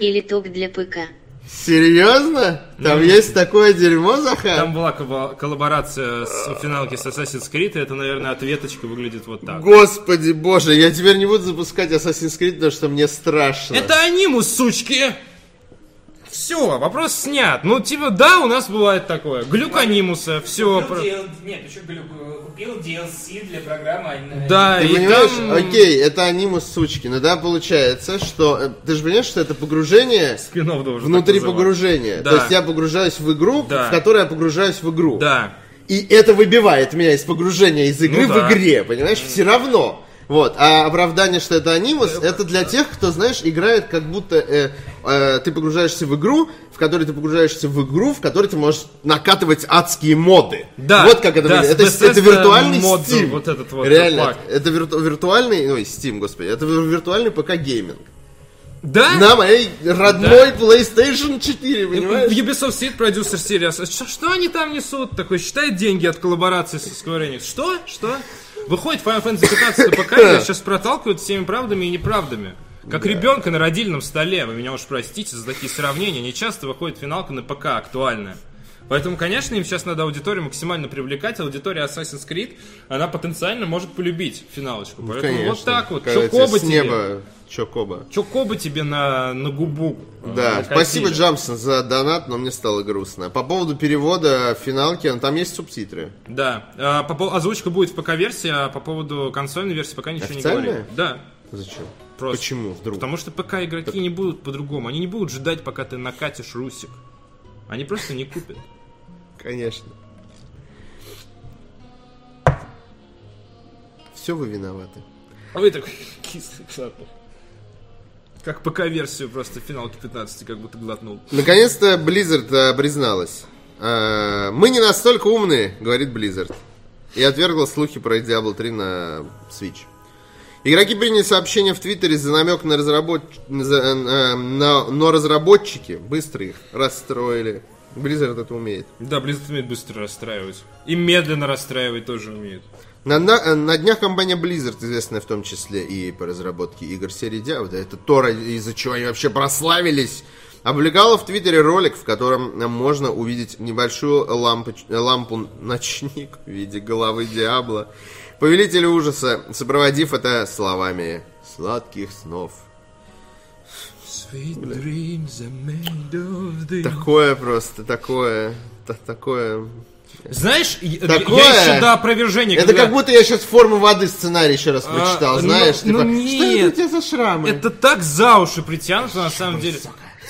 D: Или ток для ПК.
B: Серьезно? Там есть такое дерьмо, Захар?
A: Там была коба- коллаборация с финалки с Assassin's Creed, и это, наверное, ответочка выглядит вот так.
B: Господи боже, я теперь не буду запускать Assassin's Creed, потому что мне страшно.
A: Это анимус, сучки! Все, вопрос снят. Ну, типа, да, у нас бывает такое. Глюк анимуса, все.
C: Купил DL Нет, еще глюк. э, Купил DLC для программы. а не-
A: Да,
B: Ты
A: и
B: понимаешь,
A: там...
B: окей, это анимус сучки, но да, получается, что... э, Ты же понимаешь, что это погружение
A: Спин-офф должен
B: внутри
A: так называться.
B: погружения.
A: Да.
B: То есть я погружаюсь в игру,
A: Да.
B: в которой я погружаюсь в игру.
A: Да.
B: И это выбивает меня из погружения из игры
A: Ну
B: в
A: да.
B: игре, понимаешь? Все равно. Вот. А оправдание, что это анимус, это для тех, кто, знаешь, играет как будто э, э, ты погружаешься в игру, в которой ты погружаешься в игру, в которой ты можешь накатывать адские моды.
A: Да.
B: Вот как это
A: Да,
B: выглядит.
A: с
B: Это, это
A: Bethesda
B: виртуальный
A: мод,
B: Steam.
A: вот этот вот
B: Реально.
A: пак.
B: Это, это вирту- виртуальный, ну, Steam, господи. Это вир- виртуальный пока гейминг.
A: Да?
B: На моей родной PlayStation
A: Э,
B: 4, понимаешь?
A: В Ubisoft сидит продюсер серии Assassin's. Что, что они там несут? Такой считает деньги от коллаборации со Square Enix. Что? Что? Выходит Final Fantasy 15 на ПК, меня сейчас проталкивают всеми правдами и неправдами. Как ребенка на родильном столе. Вы меня уж простите за такие сравнения. Не часто выходит финалка на ПК актуальная. Поэтому, конечно, им сейчас надо аудиторию максимально привлекать. Аудитория Assassin's Creed, она потенциально может полюбить финалочку. Поэтому вот так вот.
B: Когда Ну, тебе
A: Чокоба
B: с
A: тебе.
B: неба. Чокоба.
A: Чокоба тебе на, на губу. э,
B: Да,
A: накатили.
B: спасибо, Джамсон, за донат, но мне стало грустно. По поводу перевода финалки, ну, там есть субтитры.
A: Да. А, по пов- Озвучка будет в ПК-версии, а по поводу консольной версии пока ничего не
B: Официальная?
A: говорили. Да.
B: Зачем?
A: Просто.
B: Почему вдруг?
A: Потому что пока игроки не будут по-другому. Они не будут ждать, пока ты накатишь русик. Они просто не купят.
B: Конечно. Все вы виноваты.
A: А вы такой кислый запах. Как ПК-версию просто финалки 15 как будто глотнул.
B: Наконец-то Blizzard э, призналась. Э, Мы не настолько умные, говорит Blizzard. И отвергла слухи про Diablo 3 на Switch. Игроки приняли сообщение в Твиттере за намек на разработчики, но разработчики быстро их расстроили. Blizzard это умеет.
A: Да, Blizzard умеет быстро расстраивать. И медленно расстраивать тоже умеет.
B: На, на- на днях компания Blizzard, известная в том числе и по разработке игр серии Diablo, да, это то, ради- из-за чего они вообще прославились, облегала в Твиттере ролик, в котором можно увидеть небольшую лампоч- лампу-ночник в виде головы Диабло. Повелителя ужаса, сопроводив это словами «Сладких снов».
A: Sweet dreams are made of this.
B: Такое просто, такое, та- такое...
A: Знаешь, э, я-
B: Такое-
A: я еще до опровержения...
B: Это
A: когда-
B: как будто я сейчас форму воды сценарий еще раз прочитал,
A: ну,
B: знаешь?
A: ну
B: типа, что это у
A: нет.
B: тебя за шрамы?
A: Это так за уши притянуто, на самом деле.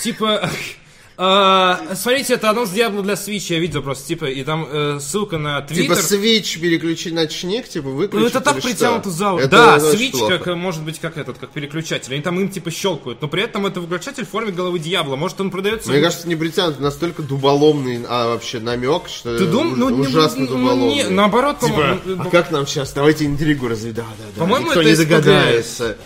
A: Типа... э, Смотрите, это анонс Диабло для Switch, я видел просто, типа, и там э, ссылка на
B: Типа
A: Твиттер.
B: свич переключи ночник, типа выключи.
A: Ну это так притянуто за уши. Да, Switch как, э, может быть, как этот, как переключатель. Они там им типа щелкают, но при этом это выключатель в форме головы Дьявола. Может он продается...
B: Мне кажется, не притянут настолько дуболомный а, вообще намек, что
A: Ты дум-
B: уж-
A: ну, не- ну,
B: ужасно дуболомный.
A: не, наоборот,
B: типа,
A: по-моему, ну,
B: а как нам сейчас? Давайте интригу разве. Да, да, да.
A: По-моему,
B: Никто
A: это
B: не
A: из ПГС.
B: догадается.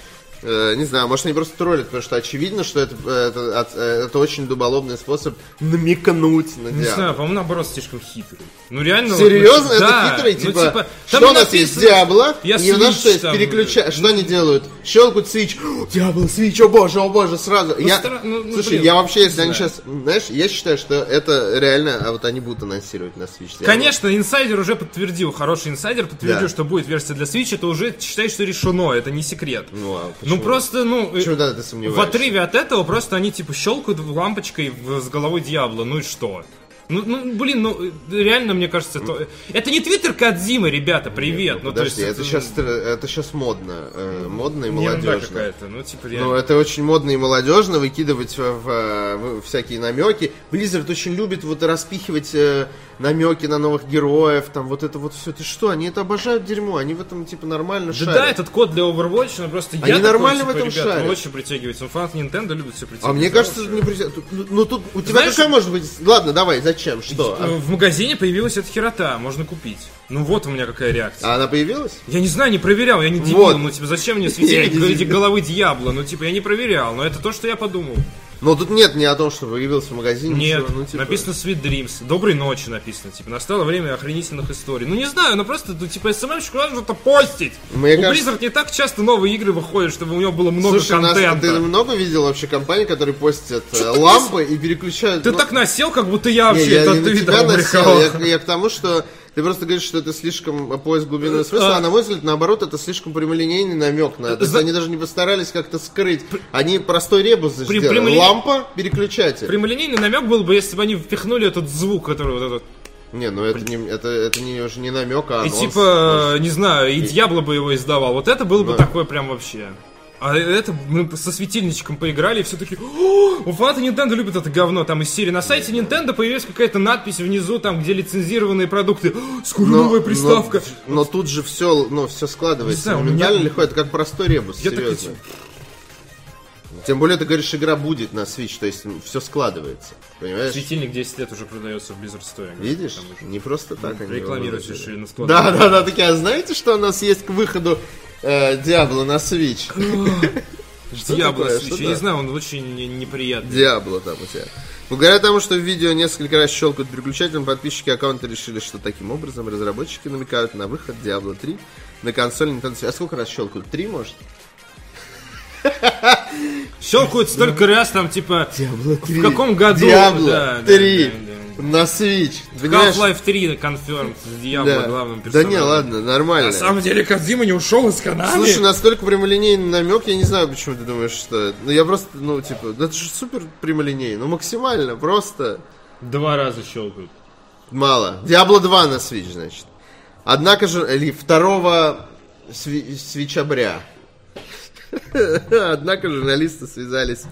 B: Э, не знаю, может они просто троллят, потому что очевидно, что это, э, это, от- э, это очень дуболомный способ намекнуть на
A: Не
B: Диану.
A: знаю, по-моему, наоборот, слишком хитрый. Ну реально.
B: Серьезно?
A: вот,
B: это
A: да,
B: хитрый?
A: ну,
B: Типа,
A: там
B: что
A: не
B: у нас есть?
A: написано-
B: Диабло?
A: Я
B: и у нас
A: Switch
B: что есть?
A: там,
B: Переключа... Что они делают? Щелкают свич. Диабло, свич, о боже, о боже, сразу. я...
A: стра- ну, ну,
B: Слушай,
A: блин,
B: я вообще, если они
A: знаю.
B: сейчас... Знаешь, я считаю, что это реально... А вот они будут анонсировать на свич.
A: Конечно, инсайдер уже подтвердил, хороший инсайдер подтвердил,
B: Да.
A: что будет версия для Switch, это уже считай, что решено, это не секрет.
B: Ну, а
A: Ну
B: почему?
A: просто, ну, э,
B: Почему тогда ты
A: в
B: сомневаешься?
A: отрыве от этого просто они типа щелкают лампочкой в- с головой дьявола, ну и что? Ну, ну, блин, ну э, реально, мне кажется, это, это не твиттер Кадзимы, ребята, привет. ну,
B: Подожди,
A: то есть,
B: это, сейчас, это сейчас модно. э, модно и
A: ерунда
B: молодежно.
A: какая-то, ну типа реально.
B: Ну, это очень модно и молодежно выкидывать в, в- в всякие намеки. Blizzard очень любит вот распихивать э, намеки на новых героев, там вот это вот все. Ты что, они это обожают дерьмо, они в этом типа нормально
A: Да,
B: шарят.
A: да, этот код для Overwatch, ну просто
B: Они
A: я такой,
B: нормально
A: типа,
B: в этом
A: ребята,
B: шарят.
A: вы очень притягивается. Ну, фанат Nintendo любит все притягивать.
B: А мне кажется,
A: Вообще.
B: не при- тут- ну, Ну тут у тебя
A: типа, Знаешь-
B: какая может быть. Ладно, давай, зачем? Что?
A: Э,
B: А-
A: В магазине появилась эта херота, можно купить. Ну вот у меня какая реакция.
B: А она появилась?
A: Я не знаю, не проверял, я не дебил,
B: Вот.
A: ну типа зачем мне
B: Я
A: светильник
B: не
A: в виде
B: дебил.
A: головы дьявола, ну типа я не проверял, но это то, что я подумал.
B: Но Ну, тут нет ни о том, что появилась в магазине.
A: Нет,
B: ничего, ну, типа-
A: написано Sweet Dreams, Доброй ночи написано, типа настало время охренительных историй. Ну не знаю, ну просто, ну типа СММщику надо что-то постить.
B: Мне
A: у
B: кажется-
A: Blizzard не так часто новые игры выходят, чтобы у него было много
B: Слушай, Настя,
A: контента.
B: ты много видел вообще компаний, которые постят э,
A: Что ты
B: лампы и переключают.
A: Ты
B: ну,
A: так насел, как будто я
B: Не,
A: вообще
B: я
A: это
B: не на
A: ты
B: тебя
A: там
B: насел,
A: брехал.
B: я, я к тому, что ты просто говоришь, что это слишком э, поиск глубинного смысла, а,
A: а.
B: на мой взгляд, наоборот, это слишком прямолинейный намек на это. То есть
A: За-
B: Они даже не постарались как-то скрыть. Они простой ребус
A: При-
B: сделали.
A: прямолиней-
B: Лампа, переключатель.
A: Прямолинейный намек был бы, если бы они впихнули этот звук, который вот этот.
B: Не, ну это, не, это, это не, уже не намек, а
A: И
B: анонс.
A: типа, не знаю, и Дьябло бы его издавал. Вот это было бы
B: Да.
A: такое прям вообще. А это мы со светильничком поиграли, и все таки «О, у фанаты Nintendo любят это говно, там из серии. На сайте Nintendo появилась какая-то надпись внизу, там, где лицензированные продукты. «О, Скоро
B: Но-
A: новая
B: но-
A: приставка.
B: Но, тут же все, ну, все складывается.
A: Не знаю, у меня-
B: Моментально легко, это как простой ребус,
A: Я так и
B: серьезно.
A: типа,
B: Тем более, ты говоришь, игра будет на Switch, то есть все складывается. Понимаешь?
A: Светильник 10 лет уже продается в Blizzard Store.
B: Видишь?
A: Там уже
B: Не просто так они
A: Рекламировать
B: его выложили.
A: решили на
B: Да, да, да, такие, а знаете, что у нас есть к выходу э, Диабло на Switch? Что
A: Дьябло
B: такое?
A: Switch.
B: Что
A: Я не
B: да?
A: знаю, он очень не- неприятный.
B: Диабло там у тебя. Ну, Благодаря тому, что в видео несколько раз щелкают переключателем, подписчики аккаунта решили, что таким образом разработчики намекают на выход Diablo 3 на консоль Nintendo Switch. А сколько раз щелкают? Три, может?
A: Щелкают столько раз, там, типа,
B: Diablo 3.
A: в каком году?
B: Diablo
A: Да, да,
B: 3
A: да, да.
B: на Switch. Понимаешь?
A: Half-Life 3 конферм с Диабло
B: Да.
A: главным
B: Да
A: персонажем.
B: не, ладно, нормально.
A: На самом деле Кадзима не ушел из Канады.
B: Слушай, настолько прямолинейный намек, я не знаю, почему ты думаешь, что... это. Ну, я просто, ну, типа, да это же супер прямолинейный, ну, максимально, просто
A: Два раза щелкают.
B: мало. Diablo 2 на Switch, значит. Однако же, или 2 сви- свичабря. Однако журналисты связались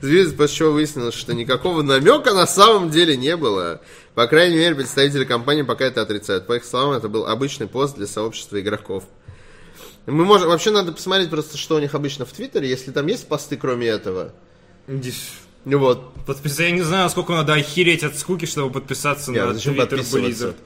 B: с Blizzard, после чего выяснилось, что никакого намека на самом деле не было. По крайней мере, представители компании пока это отрицают. По их словам, это был обычный пост для сообщества игроков. Мы можем... Вообще надо посмотреть просто, что у них обычно в Твиттере, если там есть посты кроме этого. Ну Вот.
A: Подписаться, я не знаю, сколько надо охереть от скуки, чтобы подписаться
B: Не,
A: на
B: а зачем
A: Twitter
B: подписываться?
A: Blizzard.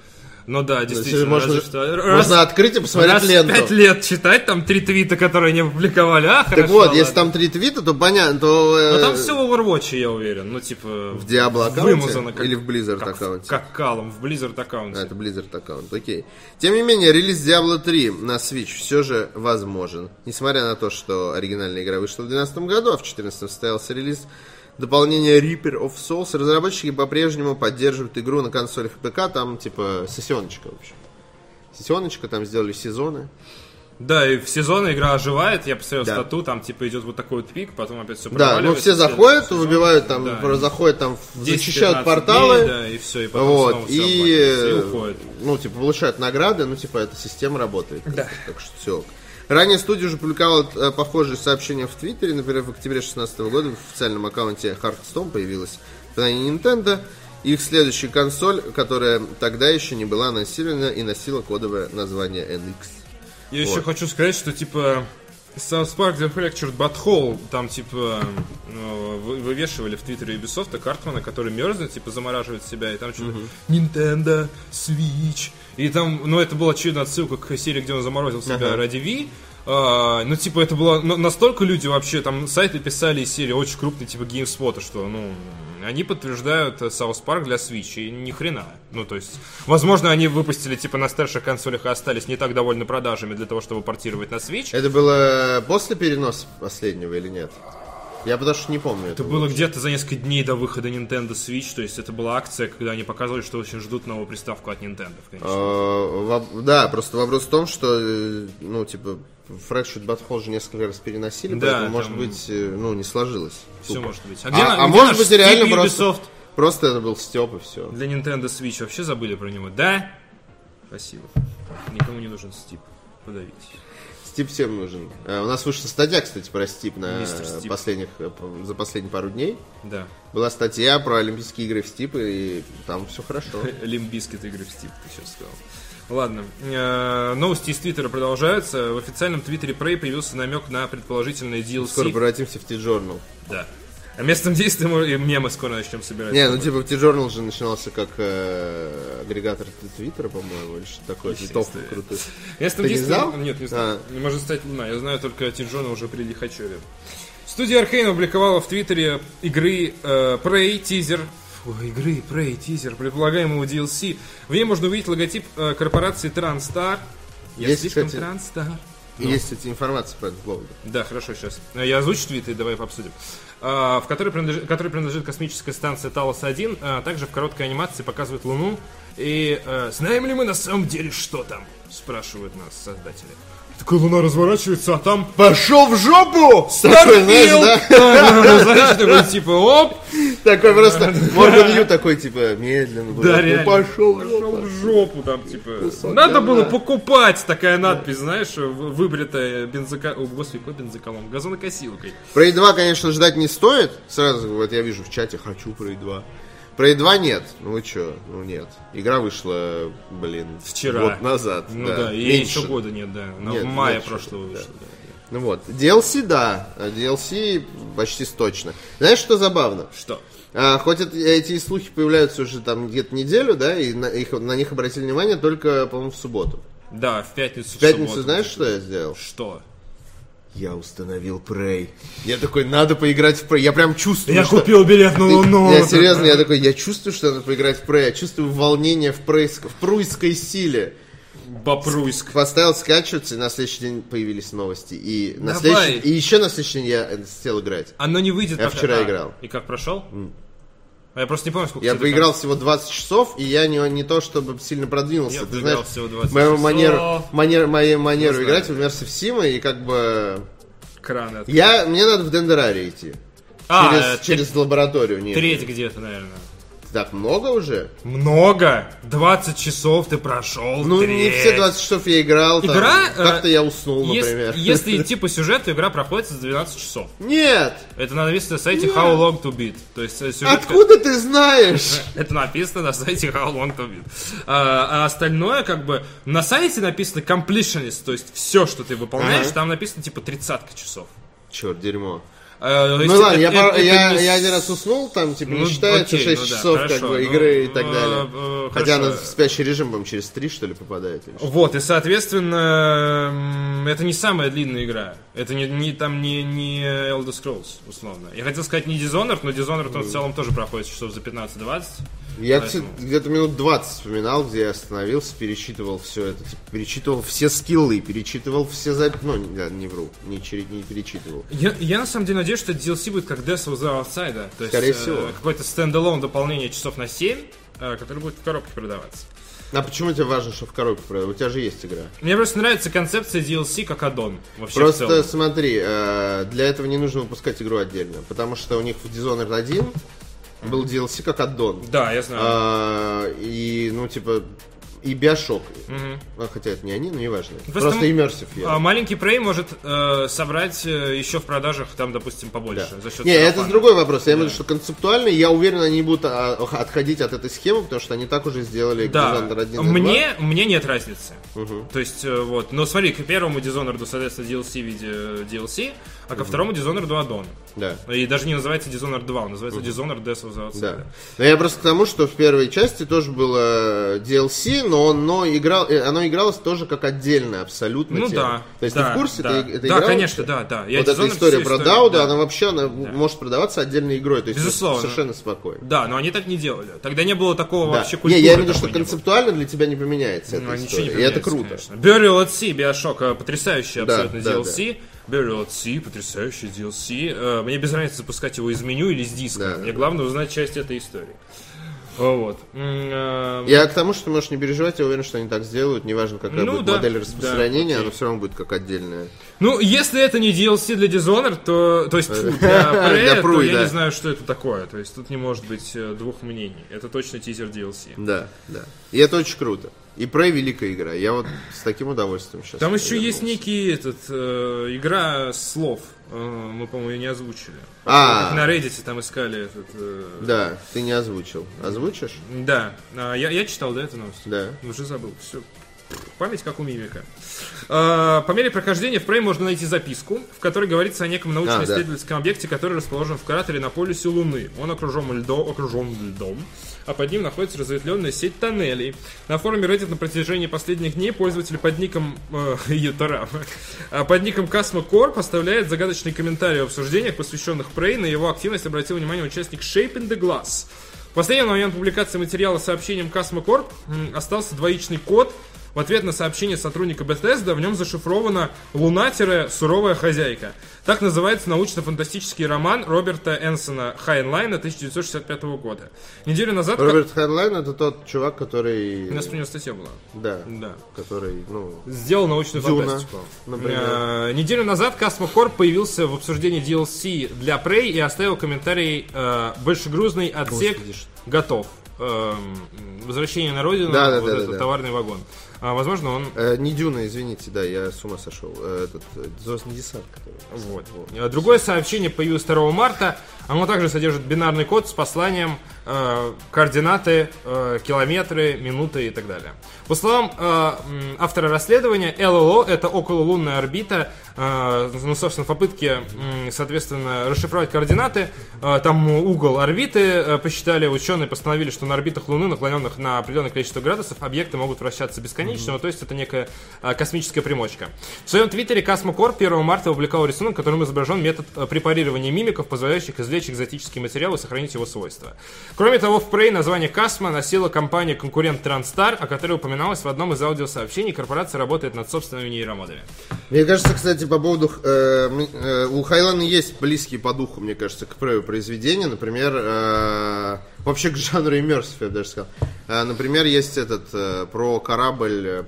A: Ну да, действительно.
B: можно,
A: разве что-
B: можно открыть и посмотреть
A: раз в
B: ленту.
A: пять лет читать там три твита, которые не опубликовали. А,
B: Так
A: хорошо,
B: вот,
A: ладно.
B: если там три твита, то понятно, то... э,
A: Но там все в Overwatch, я уверен. Ну, типа...
B: В Diablo аккаунте?
A: Вымазано как...
B: Или в Blizzard
A: как-
B: аккаунте?
A: Как калом, в Blizzard аккаунте.
B: А, это Blizzard аккаунт, окей. Тем не менее, релиз Diablo 3 на Switch все же возможен. Несмотря на то, что оригинальная игра вышла в 2012 году, а в 2014 состоялся релиз дополнения Reaper of Souls, разработчики по-прежнему поддерживают игру на консолях и ПК, там типа сессионочка, в общем. Сессионочка, там сделали сезоны.
A: Да, и в сезон игра оживает, я посмотрел
B: Да.
A: стату, там типа идет вот такой вот пик, потом опять все
B: Да, ну все заходят, выбивают там, про- заходят там, в- зачищают порталы.
A: да, и все, и потом
B: Вот,
A: снова
B: и,
A: всё обматывается, и уходит.
B: ну, типа, получают награды, ну, типа, эта система работает. Да. Так что все. Ранее студия уже публиковала э, похожие сообщения в Твиттере. Например, в октябре 2016 года в официальном аккаунте Hearthstone появилась упоминание Nintendo. Их следующая консоль, которая тогда еще не была анонсирована и носила кодовое название NX.
A: Я еще хочу сказать, что типа South Park The Fractured Butthole, там типа ну, вы- вывешивали в твиттере Ubisoft а Картмана, который мерзнет, типа замораживает себя, и там что-то Nintendo, Switch, и там, ну это была очевидно отсылка к серии, где он заморозил себя ради Wii, а, ну, типа, это было... ну, настолько люди вообще, там, сайты писали из серии очень крупные, типа, GameSpot, что, ну, они подтверждают э, South Park для Switch, и ни хрена. Ну, то есть, возможно, они выпустили, типа, на старших консолях и остались не так довольны продажами для того, чтобы портировать на Switch.
B: Это было после переноса последнего или нет? Я потому что не помню.
A: Это было где-то за несколько дней до выхода Nintendo Switch, то есть это была акция, когда они показывали, что очень ждут новую приставку от Nintendo. в конечном
B: Э, А, Да, просто вопрос в том, что, э, ну, типа, Fractured Butthole же несколько раз переносили,
A: Да,
B: поэтому,
A: там-
B: может быть, э, ну, не сложилось.
A: Все
B: Тупо.
A: может быть.
B: А,
A: где на-
B: а
A: где
B: может
A: наш
B: быть,
A: Стив
B: реально
A: Ubisoft?
B: просто, просто это был Степ и все.
A: Для Nintendo Switch вообще забыли про него, да? Спасибо. Никому не нужен Стип. Подавить.
B: Стип всем нужен. Э, у нас вышла статья, кстати, про Стип на
A: Мистер Стип.
B: последних, э, п- за последние пару дней.
A: Да.
B: Была статья про Олимпийские игры в Стип, и там все хорошо.
A: Лимбискет игры в Стип, ты сейчас сказал. Ладно. Э, Новости из Твиттера продолжаются. В официальном Твиттере Prey появился намек на предположительное DLC.
B: Скоро превратимся в T-Journal.
A: Да. А местом действия мы, и мемы скоро начнем собирать.
B: Не, ну типа T-Journal же начинался как э, агрегатор Твиттера, по-моему, или что-то такое. Твитов
A: Естественно.
B: крутых.
A: Местом
B: Ты не
A: действия-
B: знал? А.
A: Нет, не знаю. Может стать, не знаю. Я знаю только Тинжона уже при Лихачеве. Студия Аркейн опубликовала в Твиттере игры э, Prey, тизер. Фу, игры Prey, тизер предполагаемого DLC. В ней можно увидеть логотип э, корпорации Transstar. Я
B: Есть,
A: слишком
B: кстати-
A: Transstar.
B: Есть эти информация по этому поводу.
A: Да, хорошо, сейчас. Э, Я озвучу твит и давай обсудим. А, В которой принадлежит, которой принадлежит космическая станция Талос-1, а также в короткой анимации показывают Луну. И э, знаем ли мы на самом деле, что там? Спрашивают нас создатели. Такая Луна разворачивается, а там...
B: Пошел в жопу! Такой, знаешь,
A: Старфилд! Знаешь, такой типа, оп!
B: да? Такой просто Морган Ю такой, типа, медленно.
A: Да,
B: блядь, ну,
A: реально.
B: Пошел в
A: Пошел
B: жопу.
A: в жопу там, типа.
B: Кусок
A: Надо
B: говна.
A: было покупать, такая надпись, знаешь, в- выбритая бензока... О, господи, какой бензоколом? Газонокосилкой.
B: Prey 2, конечно, ждать не стоит. Сразу, вот я вижу в чате, хочу Prey 2. Prey 2 нет. Ну вы чё? Ну нет. Игра вышла, блин,
A: Вчера.
B: год назад.
A: Ну
B: да,
A: да, и ей
B: меньше.
A: еще года нет, да. Она
B: Нет,
A: в мае
B: меньше,
A: прошлого
B: да.
A: вышла. да.
B: Ну вот. DLC, да. А DLC почти точно. Знаешь, что забавно?
A: Что?
B: А, хоть это- эти слухи появляются уже там где-то неделю, да, и на, их, на них обратили внимание только, по-моему, в субботу.
A: Да, в пятницу.
B: В пятницу
A: субботу.
B: знаешь, что я сделал?
A: Что?
B: Я установил Prey. Я такой, надо поиграть в Prey. Я прям чувствую,
F: Я
B: что...
F: купил билет на Луну. а
B: Я серьезно, я такой, я чувствую, что надо поиграть в Prey. Я чувствую волнение в, прейск- в пруйской силе.
A: Бапруйск.
B: Поставил скачиваться, и на следующий день появились новости. И, на
A: Давай.
B: следующий... и еще на следующий день я э, сел играть.
A: Оно не выйдет.
B: Я
A: пока-
B: вчера
A: А,
B: играл.
A: И как прошел? А я просто не помню, сколько.
B: Я
A: тебе
B: поиграл
A: там-
B: всего 20 часов, и я не, не то чтобы сильно продвинулся.
A: Я
B: Ты
A: поиграл
B: знаешь,
A: всего 20
B: мою
A: часов.
B: манеру, манер, мою манеру
A: знаю.
B: играть в Сима, и как бы...
A: Краны от-
B: Я, мне надо в Дендерарий идти.
A: А,
B: через,
A: э,
B: через лабораторию. Нет.
A: треть где-то, наверное.
B: Так много уже?
A: Много. 20 часов ты прошел.
B: Ну, не
A: треть.
B: все 20 часов я играл. там.
A: Игра, э,
B: Как-то я уснул,
A: Ес-
B: например.
A: Если, идти по сюжету, игра проходит за 12 часов.
B: Нет!
A: Это написано на сайте How Long to Beat. То есть э, сюжет...
B: Откуда ты знаешь?
A: Это написано на сайте How Long to Beat. А, а остальное, как бы, на сайте написано completionist, то есть все, что ты выполняешь,
B: Ага.
A: там написано типа тридцатка часов.
B: Черт, дерьмо.
A: Э, то есть
B: Ну ладно,
A: это-
B: я,
A: это-
B: пар-
A: это
B: я,
A: не
B: я
A: с-
B: один раз уснул, там типа
A: Ну,
B: не считается
A: окей,
B: 6
A: ну да,
B: часов как
A: хорошо,
B: бы
A: ну,
B: игры и так
A: э, э,
B: далее. Хотя
A: хорошо.
B: она в спящий режим, по через 3 что ли попадает. или что?
A: Вот, и, соответственно, м, это не самая длинная игра. Это не, не- там не, не Elder Scrolls, условно. Я хотел сказать не Dishonored, но Dishonored он в целом тоже проходит часов за 15-20.
B: Я
A: поэтому-
B: кстати, где-то минут 20 вспоминал, где я остановился, перечитывал все это. типа, перечитывал все скиллы, перечитывал все записи. Ну, не- да, не вру, не, черед- не перечитывал.
A: Я, я на самом деле надеюсь, что DLC будет как Death of the Outside. То есть,
B: Скорее
A: э,
B: всего.
A: Какое-то стендалон дополнение часов на 7, э, которое будет в коробке продаваться.
B: А почему тебе важно, что в коробке продают? У тебя же есть игра.
A: Мне просто нравится концепция DLC как аддон. Вообще в
B: Просто
A: целом.
B: смотри, э, для этого не нужно выпускать игру отдельно, потому что у них в Dishonored 1 был DLC как аддон.
A: Да, я знаю.
B: А, и, ну, типа, и Биошок. А, хотя это не они, но неважно.
A: Просто
B: Просто,
A: м-
B: иммерсив
A: А маленький Prey может э, собрать э, еще в продажах там, допустим, побольше. За счет
B: Не, это
A: сарафана.
B: другой вопрос. Я имею в виду, что концептуально, я уверен, они не будут а, отходить от этой схемы, потому что они так уже сделали
A: Да,
B: Dishonored 1 и 2.
A: мне, мне нет разницы. То есть, э, вот. Но смотри, к первому Dishonored, соответственно, DLC в виде э, DLC, а ко второму Dishonored аддон.
B: Да.
A: И даже не называется Dishonored 2, он называется Dishonored Death of the Outsider.
B: Да. Но я просто к тому, что в первой части тоже было э, DLC, но оно, играл, э, оно игралось тоже как отдельно абсолютно.
A: Ну
B: тема.
A: да.
B: То есть
A: да,
B: ты в курсе?
A: Да,
B: Ты, ты
A: да
B: играл
A: конечно,
B: вообще?
A: да, да. Я
B: вот эта
A: Dishonored
B: история
A: всю
B: про
A: историю,
B: Дауда,
A: да.
B: она вообще она может продаваться отдельной игрой. То есть
A: Безусловно.
B: совершенно спокойно.
A: Да, но они так не делали. Тогда не было такого
B: Да.
A: вообще
B: Не,
A: культуры.
B: я имею в виду, что
A: такой не было.
B: концептуально для тебя не поменяется
A: Ну,
B: эта
A: ничего не
B: история. И это
A: поменяется,
B: круто.
A: конечно. Burial at Sea, Bioshock, э, потрясающий
B: Да,
A: абсолютно
B: да,
A: DLC. Burial at Sea, потрясающий DLC. Э, Мне без разницы запускать его из меню или с диска.
B: Да,
A: Мне
B: да.
A: главное узнать часть этой истории. Вот. М, э,
B: Я к тому, что ты можешь не переживать, я уверен, что они так сделают, неважно, какая
A: Ну
B: будет
A: да,
B: модель
A: да,
B: распространения, она все равно будет как отдельная.
A: Ну, если это не DLC для Dishonored, то... То есть, тьфу, для Prey,
B: Для
A: то
B: Prey,
A: я
B: да.
A: не знаю, что это такое. То есть, тут не может быть э, двух мнений. Это точно тизер DLC.
B: Да, да. И это очень круто. И про великая игра. Я вот с таким удовольствием сейчас.
A: Там еще есть
B: вернулся.
A: некий этот э, игра слов. Э, мы, по-моему, ее не озвучили.
B: А.
A: Как На Reddit там искали этот. э,
B: Да, ты не озвучил. Озвучишь?
A: да. А, я, я читал, да, эту новость?
B: Да.
A: Уже забыл. Все. Память как у мимика. А, по мере прохождения в Prey можно найти записку, в которой говорится о неком научно-исследовательском объекте, который расположен в кратере на полюсе Луны. Он окружен, льдо, окружен льдом, а под ним находится разветвленная сеть тоннелей. На форуме Reddit на протяжении последних дней пользователь под ником э, Ютара, а, под ником Касма Кор поставляет загадочный комментарий в обсуждениях, посвященных Prey. На его активность обратил внимание участник Shape in the Glass. В последний момент публикации материала с сообщением Cosmo Corp м, остался двоичный код. В ответ на сообщение сотрудника Bethesda в нем зашифрована «Луна-суровая хозяйка». Так называется научно-фантастический роман Роберта Энсона Хайнлайна 1965 года. Неделю назад...
B: Роберт Хайнлайн это тот чувак, который...
A: У нас про него статья была.
B: Да,
A: Да.
B: который, ну...
A: Сделал научную
B: Дюна,
A: фантастику.
B: например.
A: Э, неделю назад Cosmo Corp появился в обсуждении DLC для Prey и оставил комментарий э, «Большегрузный отсек готов». Эм, «Возвращение на родину»,
B: Да, да,
A: вот
B: да,
A: этот
B: да, да.
A: товарный вагон. А, возможно, он...
B: э, не Дюна, извините, да, я с ума сошел. Э, Этот, э, Звездный десант. который.
A: Вот. Э, Другое сообщение появилось 2 марта. Оно также содержит бинарный код с посланием э, координаты, э, километры, минуты и так далее. По словам э, м, автора расследования, ЛЛО — это окололунная орбита. э, ну, собственно, в попытке, м, соответственно, расшифровать координаты, э, там угол орбиты э, посчитали, ученые постановили, что на орбитах Луны, наклоненных на определенное количество градусов, объекты могут вращаться бесконечно, ну, то есть это некая э, космическая примочка. В своем твиттере Космокор 1 марта опубликовал рисунок, в котором изображен метод э, препарирования мимиков, позволяющих извлечь экзотический материал и сохранить его свойства. Кроме того, в Prey название Касма носила компания-конкурент Транстар, о которой упоминалось в одном из аудиосообщений. Корпорация работает над собственными нейромодами.
B: Мне кажется, кстати, по поводу... э, м- э, у Хайлана есть близкие по духу, мне кажется, к Прею произведения. Например, э, вообще к жанру иммерсив, я бы даже сказал. Э, например, есть этот э, про корабль... э,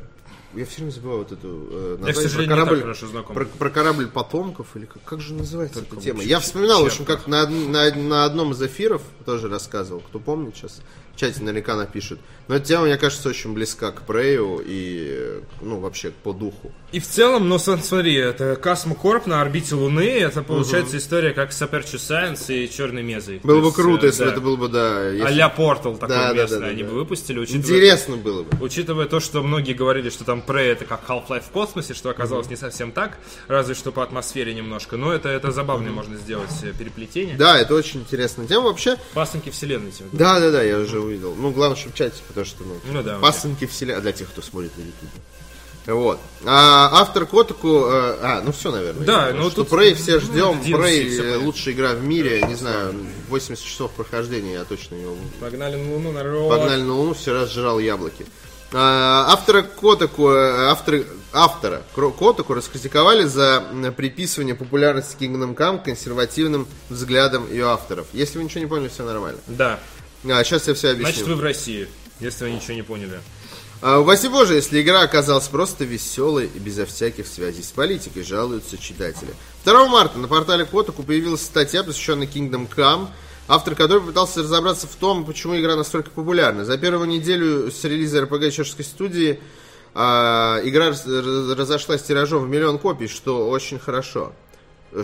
B: Я все время забываю вот эту э, название. Про
A: сожалению, не так хорошо знаком.
B: про, про корабль потомков, или как, как же называется эта тема? Я вспоминал, в общем, как на, од- на- на одном из эфиров тоже рассказывал, кто помнит сейчас, в чате наверняка напишет. Но эта тема, мне кажется, очень близка к Прею и, э, ну, вообще по духу.
A: И в целом, ну сам- смотри, это Касма Корп на орбите Луны, это получается история как с Aperture Science и Черной Мезой.
B: Было
A: То
B: бы
A: есть, э,
B: круто, если
A: да.
B: бы это было бы, да. если-
A: а-ля Портал такой
B: Да, да, да,
A: местный
B: да,
A: они
B: да.
A: бы выпустили, учитывая,
B: Интересно было бы.
A: учитывая то, что многие говорили, что там Prey это как Half-Life в космосе, что оказалось не совсем так, разве что по атмосфере немножко, но это, это забавное можно сделать э, переплетение.
B: Да, это очень интересная тема вообще.
A: Пасынки вселенной типа.
B: Да, да, да, я уже увидел. Ну, главное, чтобы в чате, потому что, ну,
A: Ну да,
B: пасынки вселя... Для тех, кто смотрит на YouTube. Вот. А, автор Котаку... э, А, ну все, наверное.
A: Да,
B: Я думаю,
A: ну
B: что
A: тут-
B: Prey все ждем.
A: ну, DLC,
B: Prey
A: всё
B: э,
A: понятно.
B: лучшая игра в мире. Не знаю, 80 часов прохождения я точно ее
A: Погнали на Луну, народ.
B: погнали на Луну, вчера сжирал яблоки. А, Автора Котаку, э, авторы, автора Кро- Котаку раскритиковали за м, приписывание популярности Kingdom Come к консервативным взглядам ее авторов. Если вы ничего не поняли, все нормально.
A: Да.
B: сейчас я все объясню.
A: Значит, вы в России, если вы ничего не поняли.
B: А, упаси боже, если игра оказалась просто веселой и безо всяких связей с политикой, жалуются читатели. 2 марта на портале Котаку появилась статья, посвященная Kingdom Come, автор которой пытался разобраться в том, почему игра настолько популярна. За первую неделю с релиза RPG чешской студии а, игра раз- раз- разошлась тиражом в миллион копий, что очень хорошо.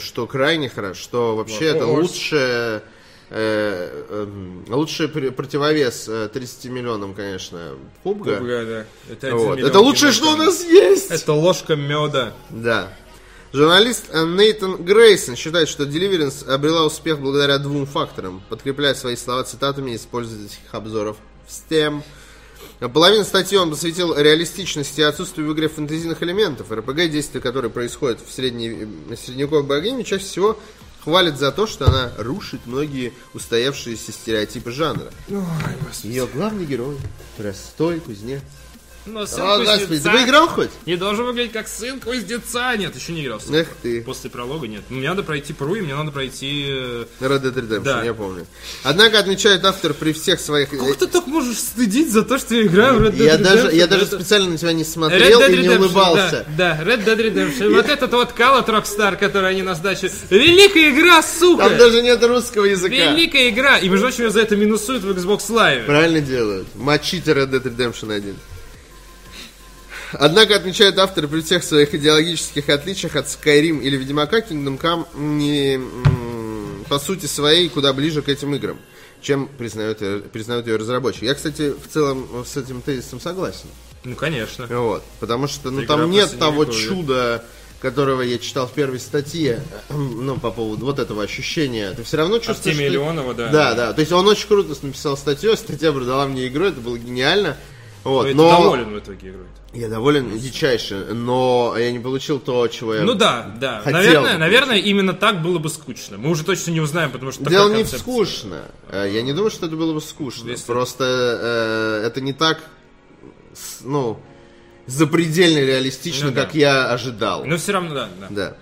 B: Что крайне хорошо, что вообще это
A: Вопрос.
B: лучшее э, эм, лучший пр- противовес э, 30 миллионам, конечно, пубга.
A: Пугай, да. Это, один
B: Вот.
A: миллион
B: Это лучшее,
A: километров.
B: что у нас есть!
A: Это ложка меда.
B: Да. Журналист э, Нейтан Грейсон считает, что Deliverance обрела успех благодаря двум факторам, подкрепляя свои слова цитатами из пользовательских обзоров в STEM. Половину статьи он посвятил реалистичности и отсутствию в игре фэнтезийных элементов. РПГ, действия которые происходят в средней, средневековой богине, чаще всего хвалят за то, что она рушит многие устоявшиеся стереотипы жанра. Ее главный герой – простой кузнец.
A: Но сын
B: О, господи, ты
A: кузнеца
B: поиграл хоть?
A: не должен выглядеть как сын кузнеца. Нет, еще не играл. в сын.
B: Эх ты.
A: После пролога нет. Мне надо пройти Пру, и мне надо пройти... э,
B: Red Dead Redemption,
A: Да.
B: я помню. Однако, отмечает автор при всех своих... э,
A: Как ты так можешь стыдить за то, что я играю в Red Dead
B: я даже,
A: Redemption?
B: я даже
A: Это-
B: специально на тебя не
A: Red
B: смотрел
A: Dead
B: и не
A: Redemption,
B: улыбался.
A: Да, да, Red Dead Redemption. Вот этот вот Call of Rockstar, который они нас дачи. Великая игра, сука!
B: Там даже нет русского языка.
A: Великая игра! И, между прочим, ее за это минусуют в Xbox Live.
B: Правильно делают. Мочите Red Dead Redemption 1. Однако, отмечает автор, при всех своих идеологических отличиях от Skyrim или Ведьмака, Kingdom Come не, м, по сути своей куда ближе к этим играм, чем признают, э, признают ее разработчики. Я, кстати, в целом э, с этим тезисом согласен.
A: Ну, конечно.
B: Вот, потому что ну,
A: Игра
B: там
A: про
B: нет того
A: средневековье.
B: чуда, которого я читал в первой статье, ну, по поводу вот этого ощущения. Ты все равно
A: А в
B: чувствуешь...
A: теме
B: что-
A: Леонова, да.
B: Да, да. То есть он очень круто написал статью, статья продала мне игру, это было гениально. Вот,
A: Но
B: но,
A: это Ну, доволен в итоге игрой.
B: я доволен дичайше, но я не получил то, чего я.
A: Ну да, да.
B: хотел
A: Наверное,
B: бы.
A: наверное, именно так было бы скучно. Мы уже точно не узнаем, потому что такая
B: Дело не в
A: концепция.
B: скучно. Э, Я не думаю, что это было бы скучно.
A: Если-
B: Просто э, это не так, с- ну, запредельно реалистично,
A: Ну да.
B: как я ожидал.
A: Но все равно, да, да.
B: Да.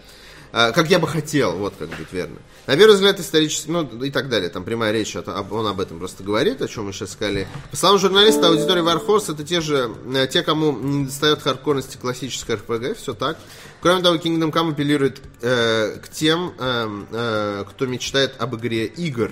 B: А, как я бы хотел, вот как будет верно. На первый взгляд, исторически, ну и так далее, там прямая речь, о том- об- он об этом просто говорит, о чем мы сейчас сказали. По словам журналиста, аудитория Warhorse это те же, э, те, кому не достает хардкорности классической RPG, все так. Кроме того, Kingdom Come апеллирует э, к тем, эм, э, кто мечтает об игре игр,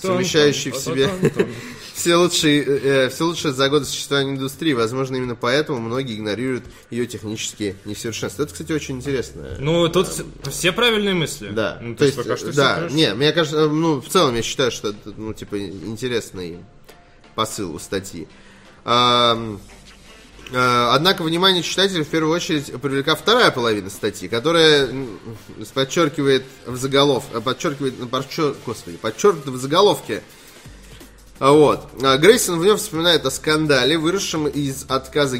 B: совмещающей в себе... Все лучшие, э, э, все лучшее за годы существования индустрии. Возможно, именно поэтому многие игнорируют ее технические несовершенства. Это, кстати, очень интересно.
A: Ну, тут вс- все правильные мысли.
B: Да.
A: Ну,
B: то есть,
A: пока что все
B: да,
A: хорошо.
B: не, мне кажется, э, ну, в целом я считаю, что это, ну, типа, интересный посыл у статьи. Ам, э, Однако внимание читателя в первую очередь привлека вторая половина статьи, которая м, подчеркивает в заголов, э, подчеркивает, ну, подчер- господи, подчеркнуто в заголовке а Вот. А, Грейсон в нем вспоминает о скандале, выросшем из отказа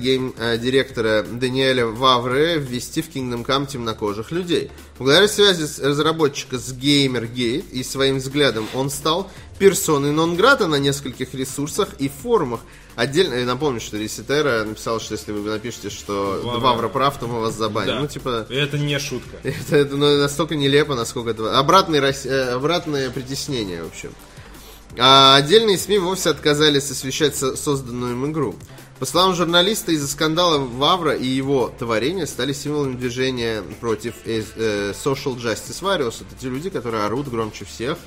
B: гейм-директора Даниэля Вавре ввести в Kingdom Come темнокожих людей. Благодаря связи с- разработчика с GamerGate и своим взглядом он стал персоной нон-грата на нескольких ресурсах и форумах. Отдельно, я напомню, что Ресетера написал, что если вы напишете, что
A: Вавре.
B: Вавра прав, то мы вас забаним.
A: Да.
B: Ну, типа...
A: Это не шутка.
B: Это, это, ну, настолько нелепо, насколько это... Обратное, рас- э, обратное притеснение, в общем. А отдельные СМИ вовсе отказались освещать со- созданную им игру. По словам журналиста, из-за скандала Вавра и его творения стали символом движения против э, э, Social Justice Warriors. Это те люди, которые орут громче всех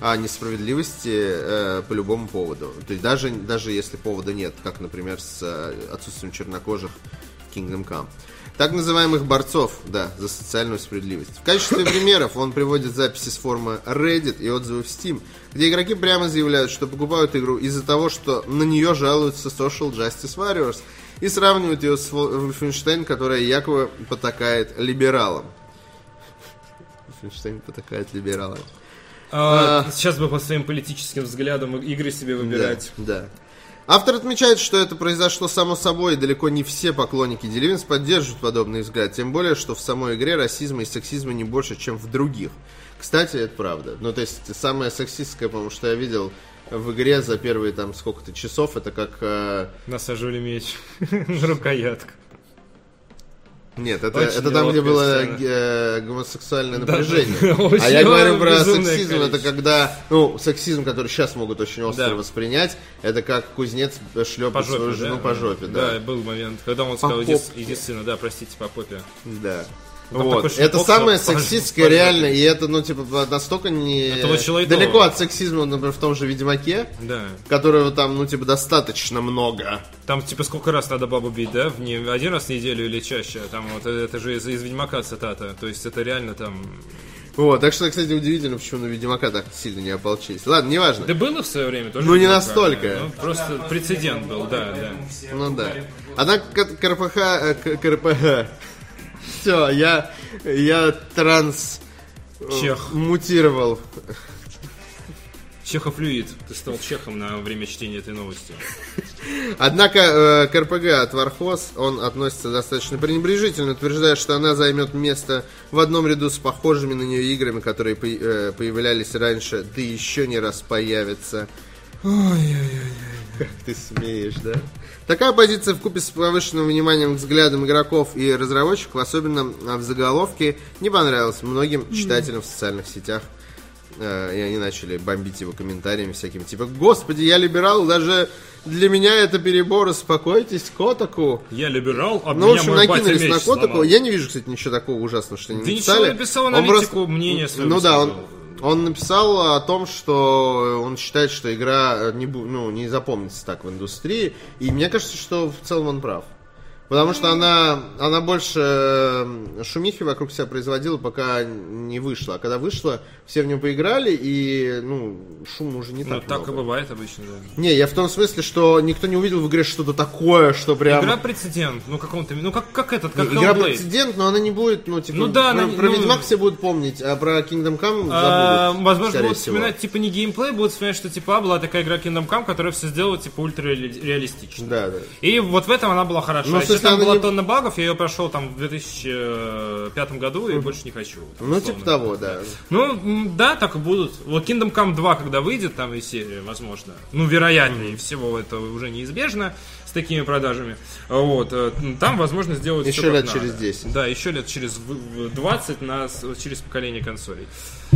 B: о несправедливости э, по любому поводу. То есть даже, даже если повода нет, как, например, с э, отсутствием чернокожих в Kingdom Come. Так называемых борцов, да, за социальную справедливость. В качестве примеров он приводит записи с форума Reddit и отзывы в Steam, где игроки прямо заявляют, что покупают игру из-за того, что на нее жалуются Social Justice Warriors и сравнивают ее с Вол- Wolfenstein, которая якобы потакает либералам. Wolfenstein потакает либералам.
A: А, Сейчас бы по своим политическим взглядам и- игры себе выбирать.
B: Да, да. Автор отмечает, что это произошло само собой, и далеко не все поклонники Deliverance поддерживают подобный взгляд, тем более, что в самой игре расизма и сексизма не больше, чем в других. Кстати, это правда. Ну, то есть, самое сексистское, потому что я видел в игре за первые там сколько-то часов, это как... э,
A: Насаживали меч на рукоятку.
B: Нет, это,
A: Очень
B: это там, где
A: неловкая
B: было
A: сцена.
B: э, гомосексуальное
A: Да,
B: напряжение.
A: да,
B: а
A: очень
B: я говорю про
A: безумное
B: сексизм, это
A: количество.
B: когда, ну, сексизм, который сейчас могут очень остро
A: Да.
B: воспринять, это как кузнец шлепает
A: По жопе,
B: свою
A: да?
B: жену ну, по жопе,
A: Да, был момент, когда он сказал, иди, с- иди, сына, да, простите, по попе.
B: Да.
A: Ну, там
B: Вот.
A: такой
B: Это
A: шлепок,
B: самое
A: что,
B: сексистское
A: пожалуйста,
B: реально, и это, ну, типа, настолько не...
A: Это вот человек
B: Далеко
A: нового.
B: от сексизма, например, в том же «Ведьмаке»,
A: Да.
B: которого там, ну, типа, достаточно много.
A: Там, типа, сколько раз надо бабу бить, да? В не один раз в неделю или чаще. Там вот э, это же из, из Ведьмака цитата. То есть это реально там...
B: Вот, так что, кстати, удивительно, почему на «Ведьмака» так сильно не ополчились. Ладно, неважно.
A: Да было в свое время тоже.
B: Ну, не
A: Ведьмака,
B: настолько.
A: да. Ну, просто прецедент был, да, да.
B: Ну да. Однако К- КРПХ... э, К- КРПХ... Все, я, я транс... э,
A: Чех.
B: Мутировал.
A: Чехофлюид. Ты стал чехом на время чтения этой новости.
B: Однако э, к РПГ от Вархоз он относится достаточно пренебрежительно, утверждая, что она займет место в одном ряду с похожими на нее играми, которые по- э, появлялись раньше, да еще не раз появятся. Как ты смеешь, да? Такая позиция в купе с повышенным вниманием к взглядам игроков и разработчиков, особенно а, в заголовке, не понравилась многим читателям в социальных сетях. Э, И они начали бомбить его комментариями всякими, типа, господи, я либерал, даже для меня это перебор, успокойтесь, Котаку.
A: Я либерал, а
B: Ну, в
A: меня
B: общем,
A: мой батя
B: накинулись на
A: меч
B: Котаку.
A: сломал.
B: Я не вижу, кстати, ничего такого ужасного, что они
A: Да ничего,
B: написали.
A: он написал
B: Он
A: аналитику,
B: просто-
A: мнение своё
B: Ну да, он,
A: высказал.
B: он написал о том, что он считает, что игра э, не, бу- ну, не запомнится так в индустрии. И мне кажется, что в целом он прав. Потому что она, она больше э, шумихи вокруг себя производила, пока не вышла. А когда вышла, все в нее поиграли, и ну, шума уже не
A: Ну,
B: так
A: так и
B: много.
A: бывает обычно, да.
B: Не, я в том смысле, что никто не увидел в игре что-то такое, что прям...
A: Игра прецедент, ну как он-то, ну как, как этот, как
B: Игра
A: Hellblade.
B: прецедент, но она не будет, ну, типа,
A: Ну да,
B: про,
A: она не-
B: про
A: ну-
B: Ведьмак все будут помнить, а про Kingdom Come забудут,
A: А, возможно,
B: скорее
A: будут
B: всего.
A: вспоминать, типа, не геймплей, будут вспоминать, что, типа, а, была такая игра Kingdom Come, которая все сделала, типа, ультра-реалистично.
B: Да, да.
A: И вот в этом она была хороша.
B: Ну,
A: Ну,
B: в смысле,
A: там
B: она
A: была
B: не-
A: тонна багов, я ее прошел там в 2005 году и больше не хочу. там,
B: Ну,
A: условно.
B: типа того, да.
A: Ну, м, да, так и будут. Вот Kingdom Come 2, когда выйдет, там и серия, возможно. Ну, вероятнее всего, это уже неизбежно с такими продажами. Вот. э, Там, возможно, сделают
B: Еще
A: всё как
B: лет
A: надо.
B: через 10.
A: Да, еще лет через в- в 20 на, с- через поколение консолей.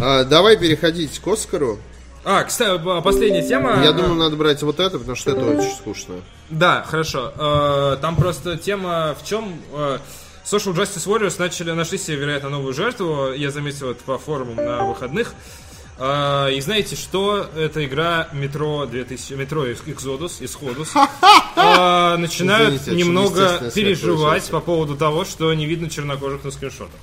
B: А, давай переходить к Оскару.
A: А, кстати, б- последняя тема.
B: Я
A: Э,
B: думаю, надо брать вот это, потому что это очень скучно.
A: Да, хорошо. Э, Там просто тема в чем... э, Social Justice Warriors начали, нашли себе, вероятно, новую жертву. Я заметил это по форумам на выходных. Э, И знаете что? Это игра Метро 2000, Метро Exodus, Исходус. Э, Начинают
B: Извините, очень
A: немного
B: естественный свет
A: переживать
B: получился.
A: по поводу того, что не видно чернокожих на скриншотах.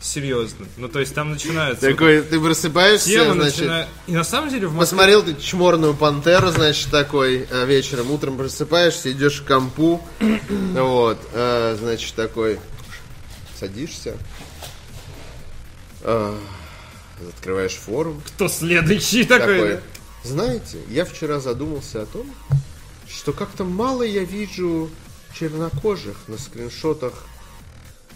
A: Серьезно. Ну, то есть там начинается... вот
B: Такой, ты просыпаешься,
A: тема,
B: значит,
A: начина- И на самом деле в Москве...
B: посмотрел ты чморную пантеру, значит, такой э, вечером, утром просыпаешься, идешь к компу, вот, э, значит, такой, садишься, э, открываешь форум,
A: Кто следующий такой?
B: такой, Знаете, я вчера задумался о том, что как-то мало я вижу чернокожих на скриншотах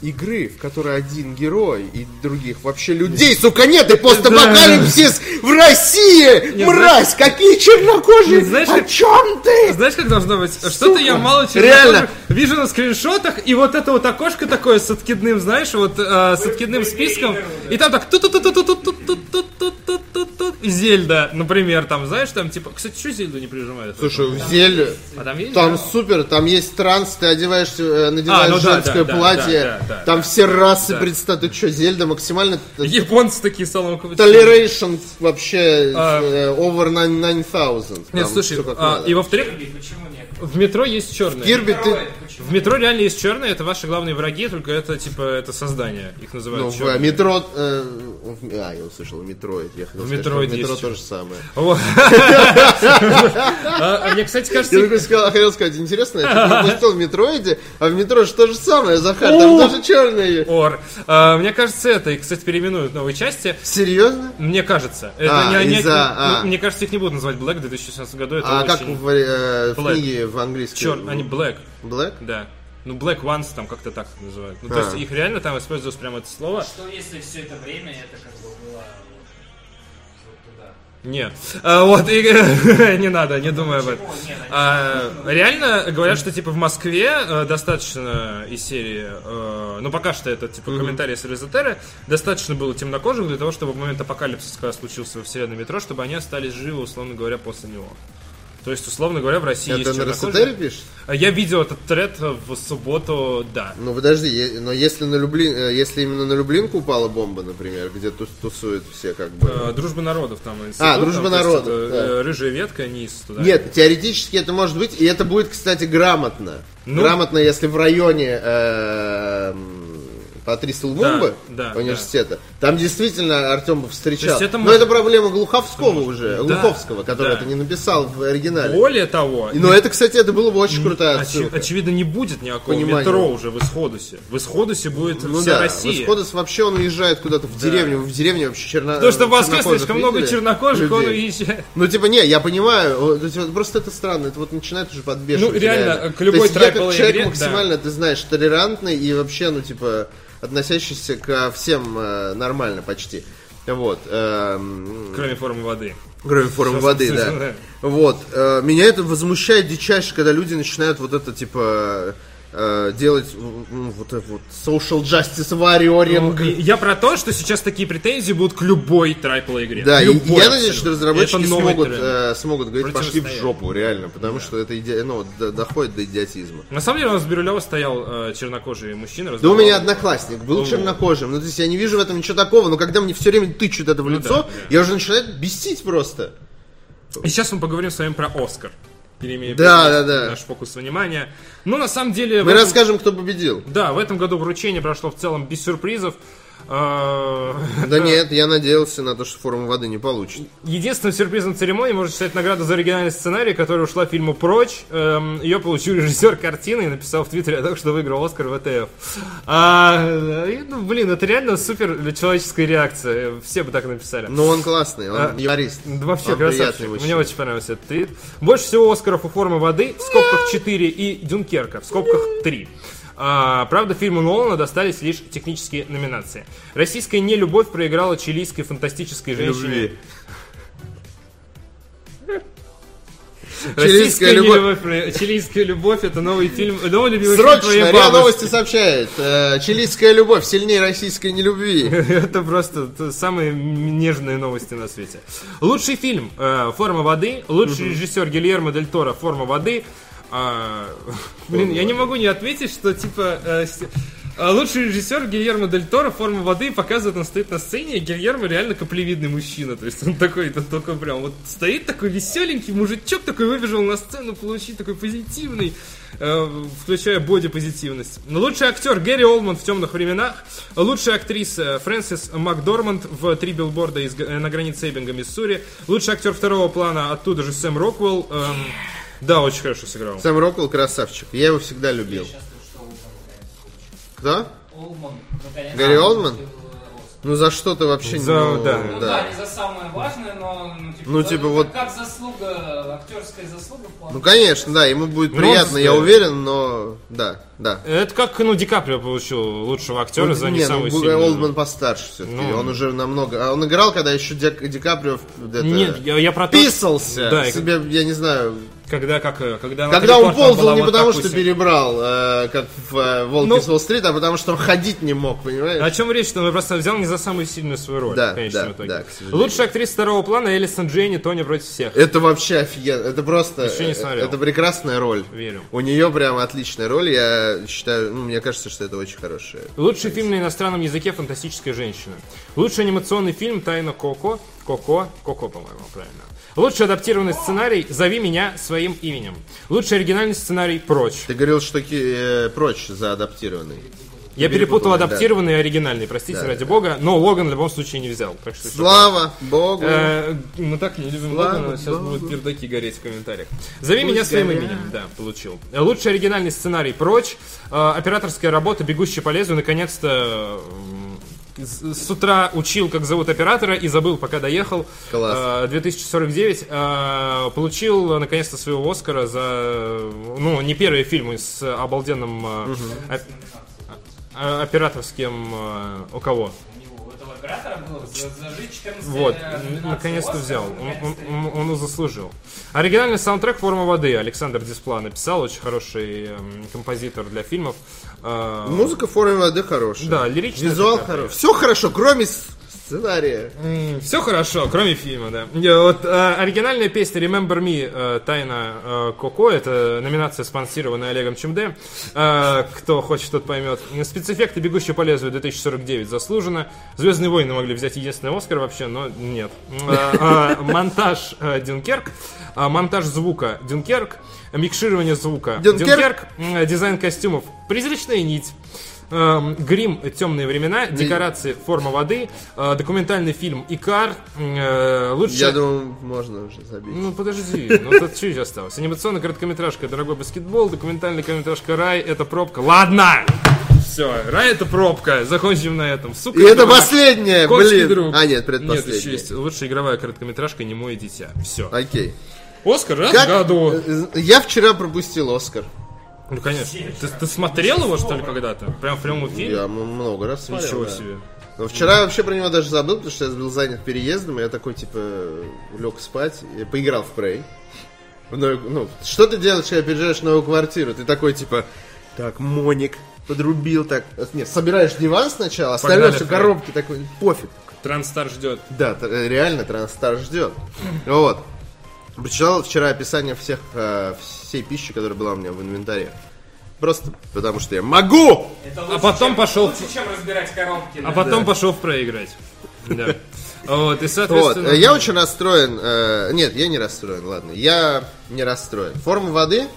B: игры, в которой один герой и других вообще людей, сука, нет, и постапокалипсис в России!
A: Не,
B: Мразь, какие чернокожие?
A: Не, знаешь,
B: о
A: как-
B: чем ты?
A: Знаешь, как должно быть? Что-то я мало чего
B: Реально.
A: вижу на скриншотах, и вот это вот окошко такое с откидным, знаешь, вот э, с откидным списком, и там так тут тут тут тут тут тут тут тут тут тут тут тут Зельда, например, там, знаешь, там типа... Кстати, что Зельду не прижимают?
B: Слушай, в Зелье,
A: А там есть?
B: там
A: да?
B: супер, там есть транс, ты одеваешься, э, надеваешь
A: А, ну да, да,
B: женское
A: да,
B: платье,
A: да, да, да,
B: там
A: да.
B: все расы
A: Да.
B: представлены. Ты что, Зельда максимально э,
A: Японцы такие соломковые.
B: Толерейшн вообще
A: А.
B: э, over 9000.
A: Нет,
B: Там
A: слушай,
B: всё как
A: а,
B: надо.
A: и во-вторых,
C: Почему нет?
A: в метро есть черные.
B: Кирби, ты...
C: Второе, почему?
A: В метро реально есть черные, это ваши главные враги, только это типа это создание, их называют
B: Ну, в
A: чёрные.
B: э, метро... э, в- а, я услышал, метроид. Я хотел
A: В
B: сказать, что
A: метроид
B: в метро
A: есть
B: то же самое.
A: Вот. А а мне, кстати,
B: Я
A: кажется,
B: такой сказал, хотел сказать, интересно, я тут пропустил в метроиде, а в метро же то же самое, Захар, там тоже черные.
A: Ор. А, мне кажется, это, и, кстати, переименуют новые части.
B: Серьезно?
A: Мне кажется. Это
B: А,
A: не- не-
B: из-за, а.
A: ну, Мне кажется, их не будут называть Black в 2017 году. Это
B: А как
A: очень...
B: в, э, в
A: Black.
B: книге в английском?
A: Черт, они Black,
B: Black?
A: да. Ну, Black Ones там как-то так называют. Ну, то
B: А.
A: есть их реально там используется прямо это слово.
C: Что если все это время это как бы было вот туда?
A: Нет. А, вот, и, не надо, не думай об этом.
C: Почему? Нет, они-
A: А, реально говорят, что типа в Москве э, достаточно из серии, э, ну пока что это типа комментарии с Резотеры, достаточно было темнокожих для того, чтобы в момент апокалипсиса, когда случился во вселенной метро, чтобы они остались живы, условно говоря, после него. То есть, условно говоря, в России
B: Это
A: есть
B: на
A: чернокожие.
B: Рассетере пишет?
A: А Я видел этот тред в субботу, да.
B: Ну подожди, е- но если на Люблин, э, если именно на Люблинку упала бомба, например, где тус- тусуют все как бы.
A: Э, Дружба народов там. институт, там,
B: А, «Дружба
A: то есть
B: народов»,
A: это,
B: да.
A: э, Рыжая ветка, низ туда.
B: Нет, теоретически это может быть, и это будет, кстати, грамотно.
A: Ну.
B: Грамотно, если в районе эм, Патрис Лумумбы
A: Да, да,
B: университета, там действительно Артем бы встречал.
A: То есть это
B: Но
A: может-
B: это проблема Глуховского уже,
A: Да,
B: Глуховского, который
A: да.
B: это не написал в оригинале.
A: Более того,
B: Но это, кстати, это было бы очень крутая
A: оч-
B: отсылка.
A: очевидно, не будет никакого
B: Понимание.
A: метро уже в Исходусе. В Исходусе будет
B: Ну
A: вся
B: да,
A: Россия.
B: Восходос вообще он уезжает куда-то в деревню, в деревне вообще черно...
A: Потому что в Москве
B: чернокожих
A: слишком много
B: видели
A: чернокожих, он
B: людей.
A: уезжает.
B: Ну, типа, не, я понимаю, вот, то есть, вот просто это странно, это вот начинает уже подбешивать.
A: Ну, реально, к
B: То
A: любой
B: есть я как
A: AAA
B: человек
A: игре,
B: максимально, ты знаешь, толерантный и вообще, ну, типа, относящийся ко всем э, нормально почти. Вот. эм,
A: Кроме формы воды.
B: Кроме формы воды, да.
A: Совершенно верно.
B: Вот. э, Меня это возмущает дичайше, когда люди начинают вот это, типа, э, делать м, м, вот это вот social justice warrioring.
A: Ну, и- Я про то, что сейчас такие претензии будут к любой трайпл игре.
B: Да, и
A: Любой
B: я надеюсь,
A: абсолютно.
B: что разработчики
A: Это новый
B: смогут,
A: тренд.
B: э, смогут говорить, пошли в
A: Противостояние.
B: жопу, реально, потому что это иде- ну, до- доходит до идиотизма.
A: На самом деле у нас в Бирюлево стоял э, чернокожий мужчина.
B: Да у
A: разговаривал.
B: меня одноклассник был чернокожим, ну то есть я не вижу в этом ничего такого, но когда мне все время тычут это в лицо,
A: Ну да, да.
B: я уже начинаю бесить просто.
A: И сейчас мы поговорим с вами про Оскар. Перемеем
B: Да, да, да.
A: Наш фокус внимания. Ну, на самом деле... в
B: Мы
A: этом-
B: расскажем, кто победил.
A: Да, в этом году вручение прошло в целом без сюрпризов. Э,
B: Да нет, я надеялся на то, что форма воды не получит.
A: Единственным сюрпризом церемонии может считать награду за оригинальный сценарий, которая ушла фильму «Прочь». Эм, ее получил режиссер картины и написал в Твиттере о том, что выиграл «Оскар» ВТФ. А, и, ну, блин, это реально супер человеческая реакция. Все бы так написали.
B: Но он классный, он
A: А,
B: юморист.
A: Да вообще
B: он
A: красавчик.
B: приятный
A: Мне
B: мужчина.
A: очень понравился этот твит. Больше всего Оскаров у формы воды в скобках 4 и Дюнкерка в скобках 3. А, правда, фильму Нолана достались лишь технические номинации. Российская нелюбовь проиграла чилийской фантастической женщине.
B: Любви.
A: Российская
B: Чилийская любовь.
A: нелюбовь про- Чилийская любовь это новый фильм, новый любимый
B: Срочно,
A: фильм твоей
B: РИА
A: бабушки.
B: Новости сообщает. э, Чилийская любовь сильнее российской нелюбви.
A: Это просто т- самые нежные новости на свете. Лучший фильм э, «Форма воды», лучший режиссер Гильермо Дель Торо «Форма воды». А, Блин, я не могу не отметить, что типа э, с- э, лучший режиссер Гильермо Дель Торо «Форма воды» показывает, он стоит на сцене, и Гильермо реально каплевидный мужчина. То есть он такой, он такой прям вот стоит такой веселенький мужичок, такой выбежал на сцену, получил такой позитивный э, включая боди-позитивность. Но Лучший актер Гэри Олман в «Темных временах», лучшая актриса Фрэнсис Макдорманд в «Три билборда из, Г- э, на границе Эббинга, Миссури», лучший актер второго плана оттуда же Сэм Роквелл. эм, да, очень хорошо сыграл.
B: Сам Роквелл красавчик. Я его всегда любил.
C: Сейчас только что Олман.
B: Кто?
C: Олман, наконец-то.
B: Гэри Олман?
C: получил, э, Оскар.
B: Ну за что ты вообще
A: А. За-
B: ну,
A: да.
C: Ну да.
B: да.
C: не за самое важное, но ну типа,
B: Ну,
C: за-
B: типа,
C: как-
B: вот-
C: как заслуга, актерская заслуга вполне.
B: Ну конечно, да, ему будет
A: он
B: приятно, я
A: стоит.
B: уверен, но да, да.
A: Это как, ну, Ди Каприо получил лучшего актера
B: Ну,
A: за не,
B: не, ну,
A: самую
B: Гу-
A: сильную-
B: Олдман постарше все-таки.
A: Ну.
B: Он уже намного. А он играл, когда еще Ди, Ди Каприо в- это,
A: Нет, я, я про то,
B: писался.
A: Да, и-
B: себе, я не знаю.
A: когда, как, э, когда, она
B: Когда он
A: телепортом была
B: ползал не
A: вот
B: потому,
A: такой
B: что
A: себе.
B: перебрал, э, как в э, Волке
A: Ну.
B: с Уолл-стрит, а потому что он ходить не мог, понимаешь?
A: О чем речь, что он просто взял не за самую сильную свою роль.
B: Да,
A: в конечном
B: да,
A: итоге.
B: да, к сожалению.
A: Лучшая актриса второго плана Элисон Джейни, Тони против всех.
B: Это вообще офигенно. Это просто...
A: Еще не смотрел.
B: Это прекрасная роль.
A: Верю.
B: У нее прям отличная роль. Я считаю... Ну, мне кажется, что это очень хорошая.
A: Лучший фильм на иностранном языке «Фантастическая женщина». Лучший анимационный фильм «Тайна Коко». Коко. Коко, по-моему, правильно. Лучший адаптированный сценарий «Зови меня своим именем». Лучший оригинальный сценарий «Прочь».
B: Ты говорил, что ки- э, прочь за адаптированный.
A: Я перепутал
B: перепутал,
A: адаптированный и оригинальный, простите, ради бога, но Логан в любом случае не взял. Так что всё.
B: Слава богу!
A: Э, Мы так не любим
B: Слава
A: Логана, сейчас
B: богу.
A: будут пердаки гореть в комментариях. Зови меня своим
B: горят.
A: именем, да, получил. Э, Лучший оригинальный сценарий «Прочь», э, операторская работа «Бегущий по лезвию», наконец-то м, с с утра учил, как зовут оператора, и забыл, пока доехал.
B: Класс.
A: Э, 2049. э, Получил, э, наконец-то, своего Оскара за, э, ну, не первые фильмы с э, обалденным э, о- о- операторским... э, У кого?
C: У него, у этого оператора было за- зажить 14
A: Вот,
C: э,
A: н-
C: номинаций
A: наконец-то
C: Оскара,
A: взял. Он,
C: наконец-то
A: он- он- он и заслужил. Оригинальный саундтрек «Форма воды» Александр Диспла написал. Очень хороший эм, композитор для фильмов. Э,
B: Музыка в форме воды хорошая.
A: Да, лиричная
B: Ну, Визуал
A: такая.
B: хороший. Все хорошо, кроме с- сценария.
A: Все хорошо, кроме фильма, да. Э, Вот, э, оригинальная песня Remember Me э, Тайна э, Коко это номинация, спонсированная Олегом ЧМД. Э, кто хочет, тот поймет. Спецэффекты бегущие по лезвию 2049 заслуженно. Звездные войны могли взять единственный Оскар вообще, но нет. Э, э, Монтаж э, Дюнкерк. э, Монтаж звука Дюнкерк. Микширование звука
B: Дюнкерк.
A: М, Дизайн костюмов Призрачная нить. эм, грим «Темные времена», декорации «Форма воды», э, документальный фильм «Икар», э, лучше...
B: Я думаю, можно уже забить.
A: Ну подожди, ну тут чуть осталось. Анимационная короткометражка «Дорогой баскетбол», документальная короткометражка «Рай» — это пробка. Ладно! Все, «Рай» — это пробка. Закончим на этом. Сука,
B: И это
A: дурак.
B: последнее,
A: Конский
B: блин.
A: друг.
B: А, нет,
A: Нет, еще
B: предпоследнее.
A: есть лучшая игровая короткометражка «Немое дитя». Все.
B: Окей.
A: Оскар раз
B: А Как-
A: в году.
B: э, э, Я вчера пропустил Оскар.
A: Ну, конечно. Ты, ты смотрел его, что ли, когда-то? Прям в прямом эфире?
B: Я м- много раз смотрел.
A: Ничего
B: да.
A: себе.
B: Но Ну, вчера я вообще про него даже забыл, потому что я был занят переездом, и я такой, типа, лег спать, и поиграл в Prey. В новую- ну, что ты делаешь, когда переезжаешь в новую квартиру? Ты такой, типа, так, Моник, подрубил так. Нет, собираешь диван сначала,
A: Погнали,
B: оставляешь все
A: Prey.
B: коробки, такой, пофиг.
A: Транстар ждет.
B: Да, т- э, реально Транстар ждет. Вот. Прочитал вчера описание всех, э, всей пищи, которая была у меня в инвентаре. Просто потому что я могу!
C: Это
A: А потом
C: чем,
A: пошел-
C: Лучше, чем разбирать коробки.
A: А
C: да.
A: потом пошел в проиграть. Да. Вот, и,
B: Вот,
A: соответственно...
B: э, я очень расстроен. э, нет, я не расстроен, ладно. Я не расстроен. Форма воды.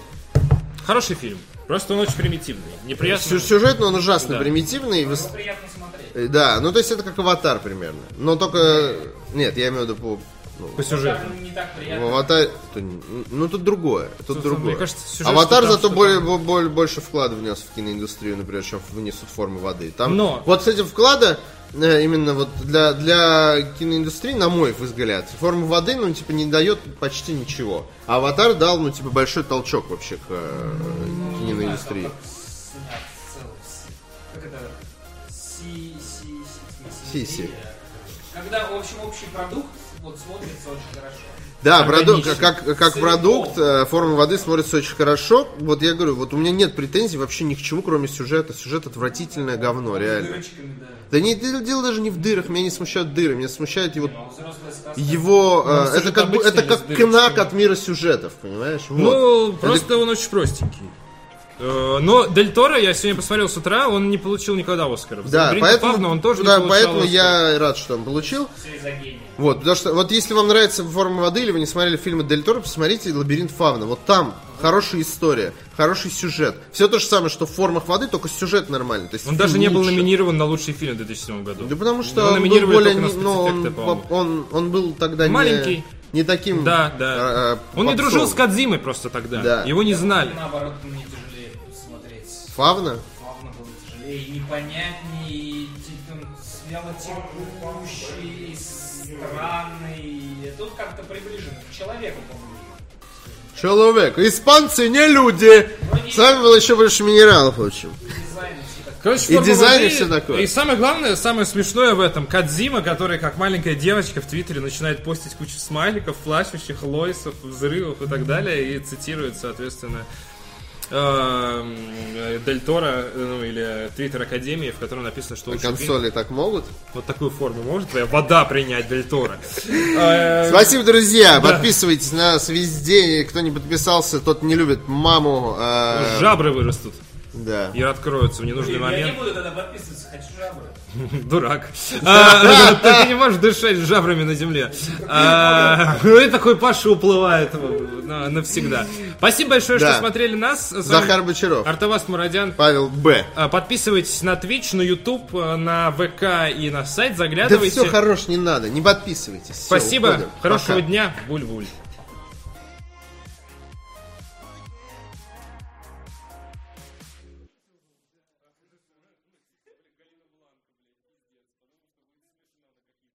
A: Хороший фильм. Просто он очень примитивный. Неприятно.
B: сю- Сюжетно он ужасно
A: Да.
B: примитивный. и выс-
C: Его приятно смотреть.
B: э, Да, ну то есть это как аватар примерно. Но только... Нет, я имею в виду по... ну,
A: По сюжету.
C: Там не так
B: в
C: приятно.
B: аватаре... то не- Ну тут другое. Тут
A: Тут,
B: другое.
A: мне кажется, сюжет,
B: аватар
A: что там,
B: зато
A: что
B: более, бо- более- больше вклада внес в киноиндустрию, например, чем внесут формы воды. Там...
A: Но-
B: Вот с этим вклада э, именно вот для, для киноиндустрии, на мой взгляд, форма воды, ну, типа, не дает почти ничего. А аватар дал, ну, типа, большой толчок вообще к э, киноиндустрии.
C: Как это? Си, си, си,
B: Си-
C: си,
B: си.
C: Когда, в общем, общий продукт вот смотрится очень хорошо.
B: Да, продукт,
A: Органично.
B: как, как
C: Целиком.
B: продукт, э, форма воды смотрится очень хорошо. Вот я говорю, вот у меня нет претензий вообще ни к чему, кроме сюжета. Сюжет отвратительное говно, реально.
C: Дырочками, да.
B: Да не, дело дело даже не в дырах, меня не смущают дыры, меня смущает его...
A: А
C: Но взрослая сказка.
B: Его... э,
A: сюжет
B: это как, бы- это
A: обычный
B: как
A: с дырочками.
B: кнак от мира сюжетов, понимаешь? Вот.
A: Ну,
B: Это-
A: просто он очень простенький. Э, Но Дель Торо, я сегодня посмотрел с утра, он не получил никогда Оскаров. За
B: Да,
A: «Лабиринт
B: поэтому,
A: Павна» он тоже
B: да,
A: не получал
B: поэтому
A: Оскара.
B: я рад, что он получил.
C: Все из-за гения.
B: Вот, потому что, вот если вам нравится «Форма воды» или вы не смотрели фильмы Дель Торо, посмотрите «Лабиринт Фавна». Вот там хорошая история, хороший сюжет. Все то же самое, что в «Формах воды», только сюжет нормальный. То есть
A: Он
B: фильм
A: даже не был
B: лучше.
A: номинирован на лучший фильм в 2007 году.
B: Да потому что
A: Его
B: он был
A: номинировали
B: более...
A: только на
B: не- ну, он,
A: спецэффекты,
B: поп- он, он был тогда не-
A: Маленький.
B: Не, таким...
A: Да, да.
B: э, э,
A: Он не
B: попсовым.
A: дружил с Кадзимой просто тогда.
B: Да.
A: Его не знали.
C: Наоборот, мне тяжелее смотреть.
B: Фавна?
C: Главное было тяжелее и непонятнее, и типа, смело текущий, и странный. И Тут как-то приближено к человеку, по-моему.
B: Человек. Испанцы не люди. С вами было еще больше минералов, в общем.
C: Дизайн и все такое.
A: Короче,
B: И
A: «Форма
B: дизайн,
A: воды»,
B: и всё такое.
A: И самое главное, самое смешное в этом, Кадзима, который как маленькая девочка в Твиттере начинает постить кучу смайликов, плачущих, лойсов, взрывов и так далее, и цитирует, соответственно, эм, э, Дель Торо, э, ну, или Твиттер Академии, в котором написано, что
B: А
A: лучший фильм-
B: Консоли так могут?
A: Вот такую форму может твоя вода принять, Дель Торо? Э,
B: Спасибо, друзья. Подписывайтесь на нас везде. И Кто не подписался, тот не любит маму. э,
A: Жабры вырастут
B: Да.
A: и откроются в ненужный
C: Я не
A: момент.
C: буду тогда подписываться, хочу жабры.
A: Дурак. А, Ты не можешь дышать жабрами на земле. А, Ну и такой Паша уплывает в- на- навсегда. Спасибо большое, что
B: Да.
A: смотрели нас. С вами
B: Захар Бочаров.
A: Артавас Мурадян.
B: Павел Б.
A: А, Подписывайтесь на Twitch, на YouTube, э, на ВК и на сайт.
B: Да
A: Заглядывайте.
B: все, хорош, не надо. Не подписывайтесь. Всё,
A: Спасибо.
B: уходим.
A: Хорошего
B: Пока.
A: дня. Буль-буль.